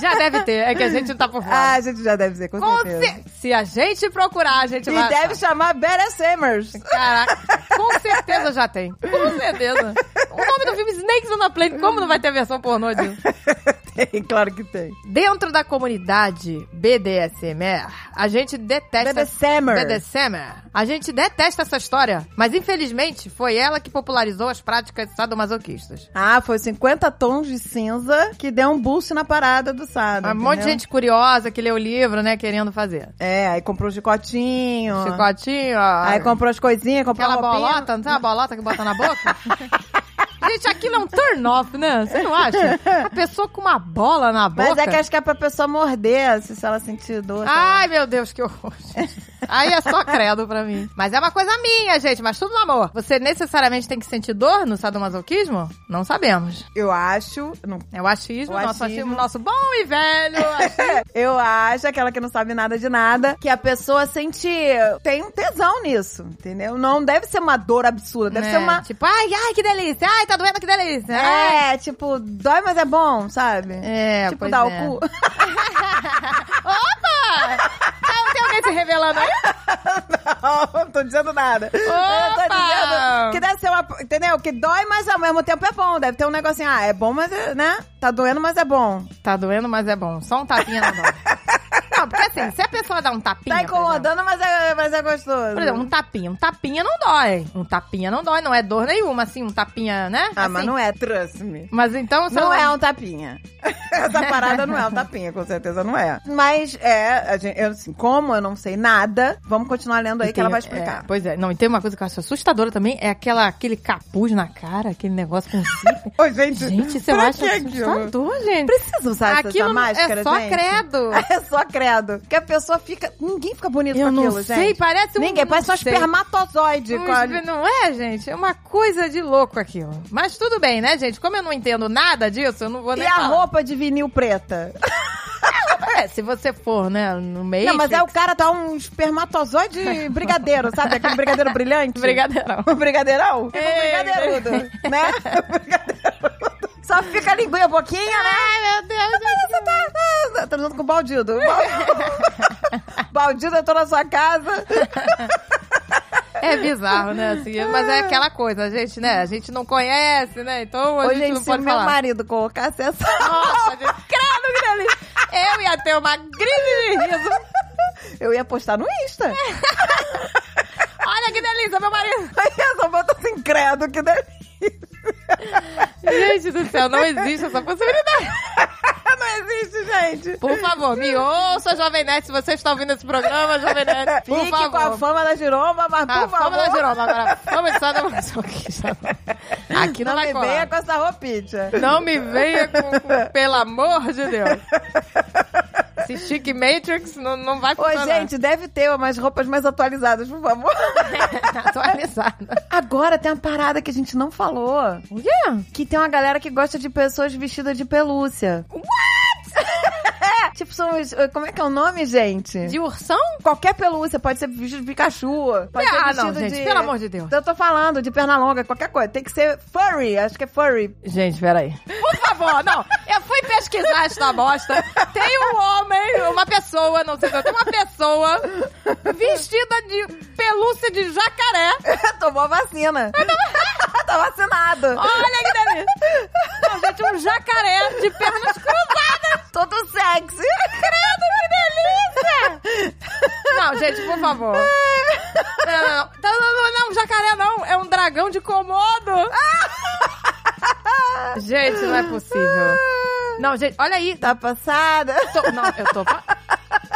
[SPEAKER 1] Já deve ter. É que a gente não tá por fora.
[SPEAKER 2] Ah, a gente já deve ser, com,
[SPEAKER 1] Com
[SPEAKER 2] certeza.
[SPEAKER 1] cer- Se a gente procurar, a gente
[SPEAKER 2] E
[SPEAKER 1] vai.
[SPEAKER 2] deve chamar Badass Sammers.
[SPEAKER 1] Caraca, com certeza já é tem. Com certeza. O nome do filme Snakes on a Plane, como não vai ter versão pornô disso?
[SPEAKER 2] Tem, claro que tem.
[SPEAKER 1] Dentro da comunidade BDSMR, a gente detesta...
[SPEAKER 2] BDSMer.
[SPEAKER 1] BDSMer. A gente detesta essa história, mas infelizmente foi ela que popularizou as práticas sadomasoquistas.
[SPEAKER 2] Ah, foi 50 tons de cinza que deu um boost na parada do Sado.
[SPEAKER 1] Um monte de
[SPEAKER 2] entendeu?
[SPEAKER 1] gente curiosa que leu o livro, né, querendo fazer.
[SPEAKER 2] É, aí comprou um chicotinho.
[SPEAKER 1] Chicotinho, ó.
[SPEAKER 2] Aí um comprou as coisinhas, comprou
[SPEAKER 1] Aquela
[SPEAKER 2] roupinha.
[SPEAKER 1] bolota, não tem uma bolota que bota na boca? Gente, aquilo é um turn off, né? Você não acha? A pessoa com uma bola na boca. Ah!
[SPEAKER 2] Mas é que acho que é pra pessoa morder, assim, se se ela sentir dor. sei lá.
[SPEAKER 1] Ai, meu Deus, que horror. Aí é só credo pra mim. Mas é uma coisa minha, gente, mas tudo no amor. Você necessariamente tem que sentir dor no sadomasoquismo? Não sabemos.
[SPEAKER 2] Eu acho. não,
[SPEAKER 1] É o achismo,
[SPEAKER 2] O
[SPEAKER 1] nosso
[SPEAKER 2] achismo.
[SPEAKER 1] achismo, nosso bom e velho achismo.
[SPEAKER 2] eu acho, aquela que não sabe nada de nada, que a pessoa sente. Tem um tesão nisso, entendeu? Não deve ser uma dor absurda, deve
[SPEAKER 1] né?
[SPEAKER 2] ser uma.
[SPEAKER 1] Tipo, ai, ai, que delícia. Ai, tá doendo, que delícia. Ai.
[SPEAKER 2] É, tipo, dói, mas é bom, sabe?
[SPEAKER 1] É,
[SPEAKER 2] tipo,
[SPEAKER 1] pois
[SPEAKER 2] dá
[SPEAKER 1] é.
[SPEAKER 2] o cu.
[SPEAKER 1] Opa! Tá, Não, tem alguém se revelando aí?
[SPEAKER 2] não, não tô dizendo nada. Eu tô
[SPEAKER 1] Opa!
[SPEAKER 2] dizendo que deve ser uma. Entendeu? Que dói, mas ao mesmo tempo é bom. Deve ter um negocinho, ah, é bom, mas é, né? Tá doendo, mas é bom.
[SPEAKER 1] Tá doendo, mas é bom. Só um tapinha na mão. Não, porque assim, se a pessoa dá um tapinha.
[SPEAKER 2] Tá
[SPEAKER 1] por exemplo,
[SPEAKER 2] incomodando, mas é, mas é gostoso.
[SPEAKER 1] Por exemplo, um tapinha. Um tapinha não dói. Um tapinha não dói, não é dor nenhuma, assim, um tapinha, né?
[SPEAKER 2] Ah, mas
[SPEAKER 1] Assim.
[SPEAKER 2] não é, trust me.
[SPEAKER 1] Mas então, sei
[SPEAKER 2] Não
[SPEAKER 1] lá,
[SPEAKER 2] é um tapinha. Essa parada não é um tapinha, com certeza não é. Mas é, a gente- eu, assim, como eu não sei nada, vamos continuar lendo aí que
[SPEAKER 1] tem-
[SPEAKER 2] ela vai
[SPEAKER 1] é,
[SPEAKER 2] explicar.
[SPEAKER 1] pois é. Não, e tem uma coisa que eu acho assustadora também, é aquela, aquele capuz na cara, aquele negócio com um zíper.
[SPEAKER 2] Ô, gente,
[SPEAKER 1] Gente, isso eu
[SPEAKER 2] pra
[SPEAKER 1] acho
[SPEAKER 2] que aquilo?
[SPEAKER 1] assustador, gente.
[SPEAKER 2] Precisa usar essa-
[SPEAKER 1] Aquilo
[SPEAKER 2] essa
[SPEAKER 1] não-
[SPEAKER 2] máscara,
[SPEAKER 1] é só
[SPEAKER 2] gente?
[SPEAKER 1] credo.
[SPEAKER 2] É só credo. Que a pessoa fica. Ninguém fica bonito
[SPEAKER 1] Eu
[SPEAKER 2] com
[SPEAKER 1] não
[SPEAKER 2] aquilo,
[SPEAKER 1] sei,
[SPEAKER 2] gente.
[SPEAKER 1] parece um...
[SPEAKER 2] Ninguém, parece só
[SPEAKER 1] não sei.
[SPEAKER 2] espermatozoide.
[SPEAKER 1] Uns-
[SPEAKER 2] com a-
[SPEAKER 1] Não é, gente? É uma coisa de louco aquilo. Mas tudo bem, né, gente? Como eu não entendo nada disso, eu não vou
[SPEAKER 2] E
[SPEAKER 1] nem
[SPEAKER 2] a
[SPEAKER 1] falar.
[SPEAKER 2] roupa de vinil preta?
[SPEAKER 1] É, se você for, né, no meio...
[SPEAKER 2] Não, mas é o cara tá um espermatozoide brigadeiro, sabe? Aquele brigadeiro brilhante.
[SPEAKER 1] Brigadeirão.
[SPEAKER 2] Um brigadeirão? Tipo um
[SPEAKER 1] Ei,
[SPEAKER 2] brigadeirudo, né? brigadeirudo. Só fica a linguinha, a boquinha, né?
[SPEAKER 1] Ai, meu Deus.
[SPEAKER 2] Você tá, tá, tá transando com o Baldido. Baldido. Baldido, eu tô na sua casa.
[SPEAKER 1] É bizarro, né? Assim,
[SPEAKER 2] Ah.
[SPEAKER 1] mas é aquela coisa, a gente, né? A gente não conhece, né? Então a
[SPEAKER 2] Ô,
[SPEAKER 1] gente,
[SPEAKER 2] gente,
[SPEAKER 1] não
[SPEAKER 2] se
[SPEAKER 1] pode
[SPEAKER 2] meu
[SPEAKER 1] falar.
[SPEAKER 2] marido colocasse essa...
[SPEAKER 1] Nossa, gente, credo, que delícia. Eu ia ter uma crise de riso.
[SPEAKER 2] Eu ia postar no Insta.
[SPEAKER 1] Olha que delícia, meu marido.
[SPEAKER 2] Aí eu só boto assim, credo, que delícia.
[SPEAKER 1] Gente do céu, não existe essa possibilidade.
[SPEAKER 2] Não existe, gente.
[SPEAKER 1] Por favor, me ouça, Jovem Nerd, se você está ouvindo esse programa, Jovem Nerd. Por
[SPEAKER 2] Fique
[SPEAKER 1] favor.
[SPEAKER 2] com a fama da giromba, mas
[SPEAKER 1] Ah,
[SPEAKER 2] por favor...
[SPEAKER 1] fama da Giroma, agora fama de Santa Masoquista. um Aqui não,
[SPEAKER 2] Não
[SPEAKER 1] vai
[SPEAKER 2] me
[SPEAKER 1] colar.
[SPEAKER 2] venha com essa roupinha.
[SPEAKER 1] Não me venha com, com- Pelo amor de Deus. Esse chique Matrix não, não vai
[SPEAKER 2] Ô,
[SPEAKER 1] funcionar.
[SPEAKER 2] gente, deve ter umas roupas mais atualizadas, por favor.
[SPEAKER 1] Tá Atualizada.
[SPEAKER 2] Agora tem uma parada que a gente não falou.
[SPEAKER 1] O quê?
[SPEAKER 2] Que tem uma galera que gosta de pessoas vestidas de pelúcia. What? é, tipo, são. os- Como é que é o nome, gente?
[SPEAKER 1] De ursão?
[SPEAKER 2] Qualquer pelúcia, pode ser vestido de Pikachu. Pode ser
[SPEAKER 1] Ah,
[SPEAKER 2] vestido
[SPEAKER 1] não, gente,
[SPEAKER 2] de...
[SPEAKER 1] pelo amor de Deus.
[SPEAKER 2] Eu tô falando de perna longa, qualquer coisa. Tem que ser furry, acho que é furry.
[SPEAKER 1] Gente, peraí. Por favor, não. Eu fui pesquisar esta bosta. Tem um homem, uma pessoa, não sei se eu tenho uma pessoa vestida de pelúcia de jacaré.
[SPEAKER 2] Tomou a vacina. tá vacinado.
[SPEAKER 1] Olha que delícia. Não, gente, um jacaré de pernas cruzadas.
[SPEAKER 2] Todo sexy. Credo, que delícia!
[SPEAKER 1] Não, gente, por favor. Não, não, não. Então, não, não, não é um jacaré, não. É um dragão de comodo. Gente, não é possível.
[SPEAKER 2] Ah.
[SPEAKER 1] Não, gente, olha aí.
[SPEAKER 2] Tá passada?
[SPEAKER 1] Tô- não, eu tô. fa-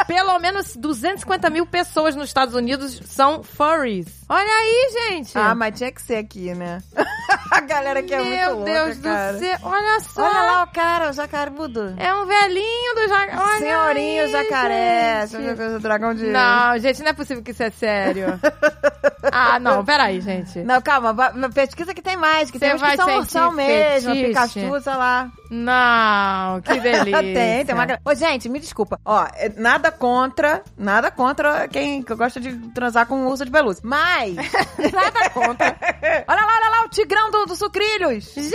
[SPEAKER 1] Pelo menos 250 mil pessoas nos Estados Unidos são furries. Olha aí, gente.
[SPEAKER 2] Ah, mas tinha que ser aqui, né? A galera que é
[SPEAKER 1] Meu
[SPEAKER 2] muito louca,
[SPEAKER 1] Deus
[SPEAKER 2] cara.
[SPEAKER 1] do céu. Olha só.
[SPEAKER 2] Olha lá o cara, o jacaré budu.
[SPEAKER 1] É um velhinho do jacaré.
[SPEAKER 2] Senhorinho jacaré. assim.
[SPEAKER 1] gente.
[SPEAKER 2] Essa coisa do é dragão de...
[SPEAKER 1] Não, gente, não é possível que isso é sério. ah, não, peraí, gente.
[SPEAKER 2] Não, calma, va- pesquisa que tem mais, que
[SPEAKER 1] Você
[SPEAKER 2] tem uns que
[SPEAKER 1] vai
[SPEAKER 2] são
[SPEAKER 1] sentir
[SPEAKER 2] ursão mesmo,
[SPEAKER 1] fetiche.
[SPEAKER 2] Pikachu, sei lá.
[SPEAKER 1] Não, que delícia.
[SPEAKER 2] tem, tem uma gra- Ô, gente, me desculpa. Ó, é, nada contra, nada contra quem que gosta de transar com um urso de pelúcia. Mas,
[SPEAKER 1] Nada contra.
[SPEAKER 2] olha lá, olha lá, o tigrão do, do sucrilhos.
[SPEAKER 1] Gente!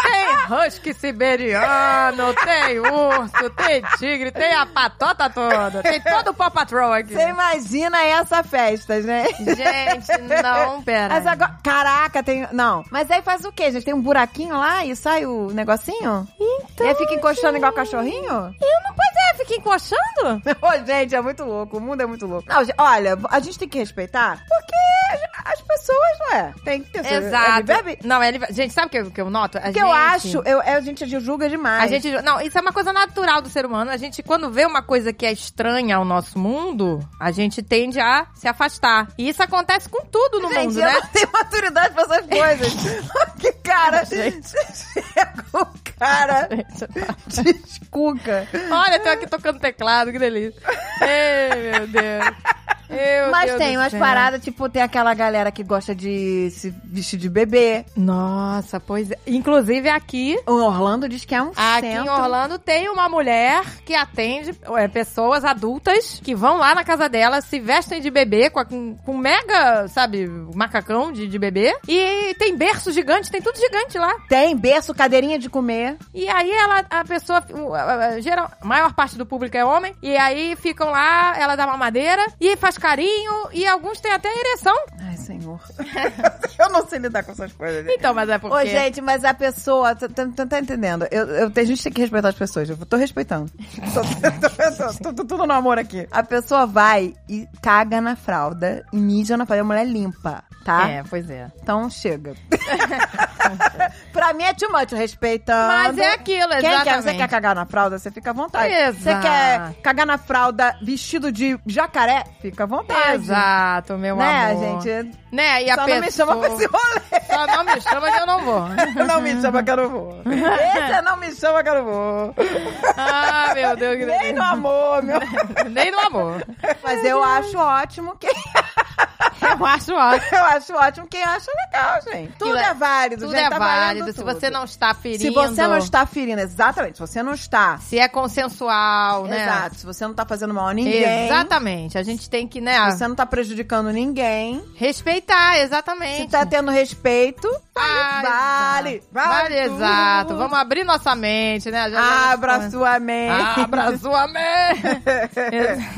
[SPEAKER 1] Tem husky siberiano, tem urso, tem tigre, tem a patota toda, tem todo o Paw Patrol aqui.
[SPEAKER 2] Você imagina essa festa, gente?
[SPEAKER 1] Gente, não, pera.
[SPEAKER 2] Mas agora, caraca, tem. Não. Mas aí faz o quê, gente? Tem um buraquinho lá e sai o negocinho?
[SPEAKER 1] Então,
[SPEAKER 2] e aí fica encostando igual cachorrinho?
[SPEAKER 1] Eu não, pois é, fica encoxando?
[SPEAKER 2] Ô, gente, é muito louco. O mundo é muito louco. Não, gente, olha, a gente tem que respeitar porque as- as pessoas, não é? Tem que ter seu- Ele
[SPEAKER 1] Exato.
[SPEAKER 2] bebe.
[SPEAKER 1] Não, ele... Gente, sabe o que, eu- que eu noto?
[SPEAKER 2] O que eu acho, eu, eu- a gente julga demais.
[SPEAKER 1] A gente, não, isso é uma coisa natural do ser humano. A gente, quando vê uma coisa que é estranha ao nosso mundo, a gente tende a se afastar. E isso acontece com tudo no
[SPEAKER 2] Gente,
[SPEAKER 1] mundo,
[SPEAKER 2] eu
[SPEAKER 1] né?
[SPEAKER 2] não tenho maturidade pra essas coisas. que cara. Gente. o cara. Descuca.
[SPEAKER 1] Olha, tô aqui tocando teclado, que delícia. Ei, meu Deus. Meu
[SPEAKER 2] Mas
[SPEAKER 1] Deus
[SPEAKER 2] tem
[SPEAKER 1] do
[SPEAKER 2] umas
[SPEAKER 1] céu.
[SPEAKER 2] paradas, tipo, tem aquela galera que gosta de se vestir de bebê.
[SPEAKER 1] Nossa, pois é. Inclusive aqui,
[SPEAKER 2] O Orlando diz que é um
[SPEAKER 1] Ah, aqui
[SPEAKER 2] centro.
[SPEAKER 1] em Orlando, tem uma mulher que atende é, pessoas adultas que vão lá na casa dela, se vestem de bebê, com, a- com- com mega, sabe, macacão de, de bebê. E tem berço gigante, tem tudo gigante lá.
[SPEAKER 2] Tem berço, cadeirinha de comer.
[SPEAKER 1] E aí ela, a pessoa, o- a- a- geral, a maior parte do público é homem, e aí ficam lá, ela dá uma madeira, e faz carinho, e alguns têm até ereção.
[SPEAKER 2] Ai, senhor. eu não sei lidar com essas coisas. gente.
[SPEAKER 1] Então, mas é porque...
[SPEAKER 2] Ô, gente, mas a pessoa. Tu tu- tu não tá entendendo? Eu, eu, a gente tem que respeitar as pessoas. Eu tô respeitando. tô, tô- tô- tô tudo no amor aqui. A pessoa vai e caga na fralda, e mídia na fralda, a mulher limpa, tá?
[SPEAKER 1] É, pois é.
[SPEAKER 2] Então chega. pra mim é too much, respeitando.
[SPEAKER 1] Mas é aquilo,
[SPEAKER 2] Quem quer,
[SPEAKER 1] exatamente.
[SPEAKER 2] você quer cagar na fralda, você fica à vontade.
[SPEAKER 1] Exato.
[SPEAKER 2] Você quer cagar na fralda vestido de jacaré, fica à vontade.
[SPEAKER 1] Exato, meu
[SPEAKER 2] Né,
[SPEAKER 1] amor.
[SPEAKER 2] gente?
[SPEAKER 1] Né, e a
[SPEAKER 2] Só
[SPEAKER 1] pessoa...
[SPEAKER 2] não me chama pra esse rolê.
[SPEAKER 1] Só não me chama que eu não vou.
[SPEAKER 2] Não me chama que eu não vou. Esse é não me chama que eu não vou.
[SPEAKER 1] Ah, meu Deus. que
[SPEAKER 2] Nem no amor, meu.
[SPEAKER 1] delícia. Nem no amor.
[SPEAKER 2] Mas eu acho ótimo que
[SPEAKER 1] Eu acho ótimo.
[SPEAKER 2] eu acho ótimo quem acha legal, gente. Tudo é válido,
[SPEAKER 1] Tudo
[SPEAKER 2] gente,
[SPEAKER 1] é
[SPEAKER 2] tá
[SPEAKER 1] válido.
[SPEAKER 2] valendo
[SPEAKER 1] Se
[SPEAKER 2] tudo.
[SPEAKER 1] você não está ferindo...
[SPEAKER 2] Se você não está ferindo, exatamente, se você não está.
[SPEAKER 1] Se é consensual, né?
[SPEAKER 2] Exato, se você não tá fazendo mal a ninguém.
[SPEAKER 1] Exatamente. A gente tem que, né,
[SPEAKER 2] se Você não tá prejudicando ninguém.
[SPEAKER 1] respeitar,
[SPEAKER 2] Se
[SPEAKER 1] exatamente.
[SPEAKER 2] tá tendo respeito, tá
[SPEAKER 1] Ah,
[SPEAKER 2] vale,
[SPEAKER 1] exato.
[SPEAKER 2] vale tudo.
[SPEAKER 1] exato. Vamos abrir nossa mente, né? Já- já-
[SPEAKER 2] abra sua mente.
[SPEAKER 1] Abra sua mente.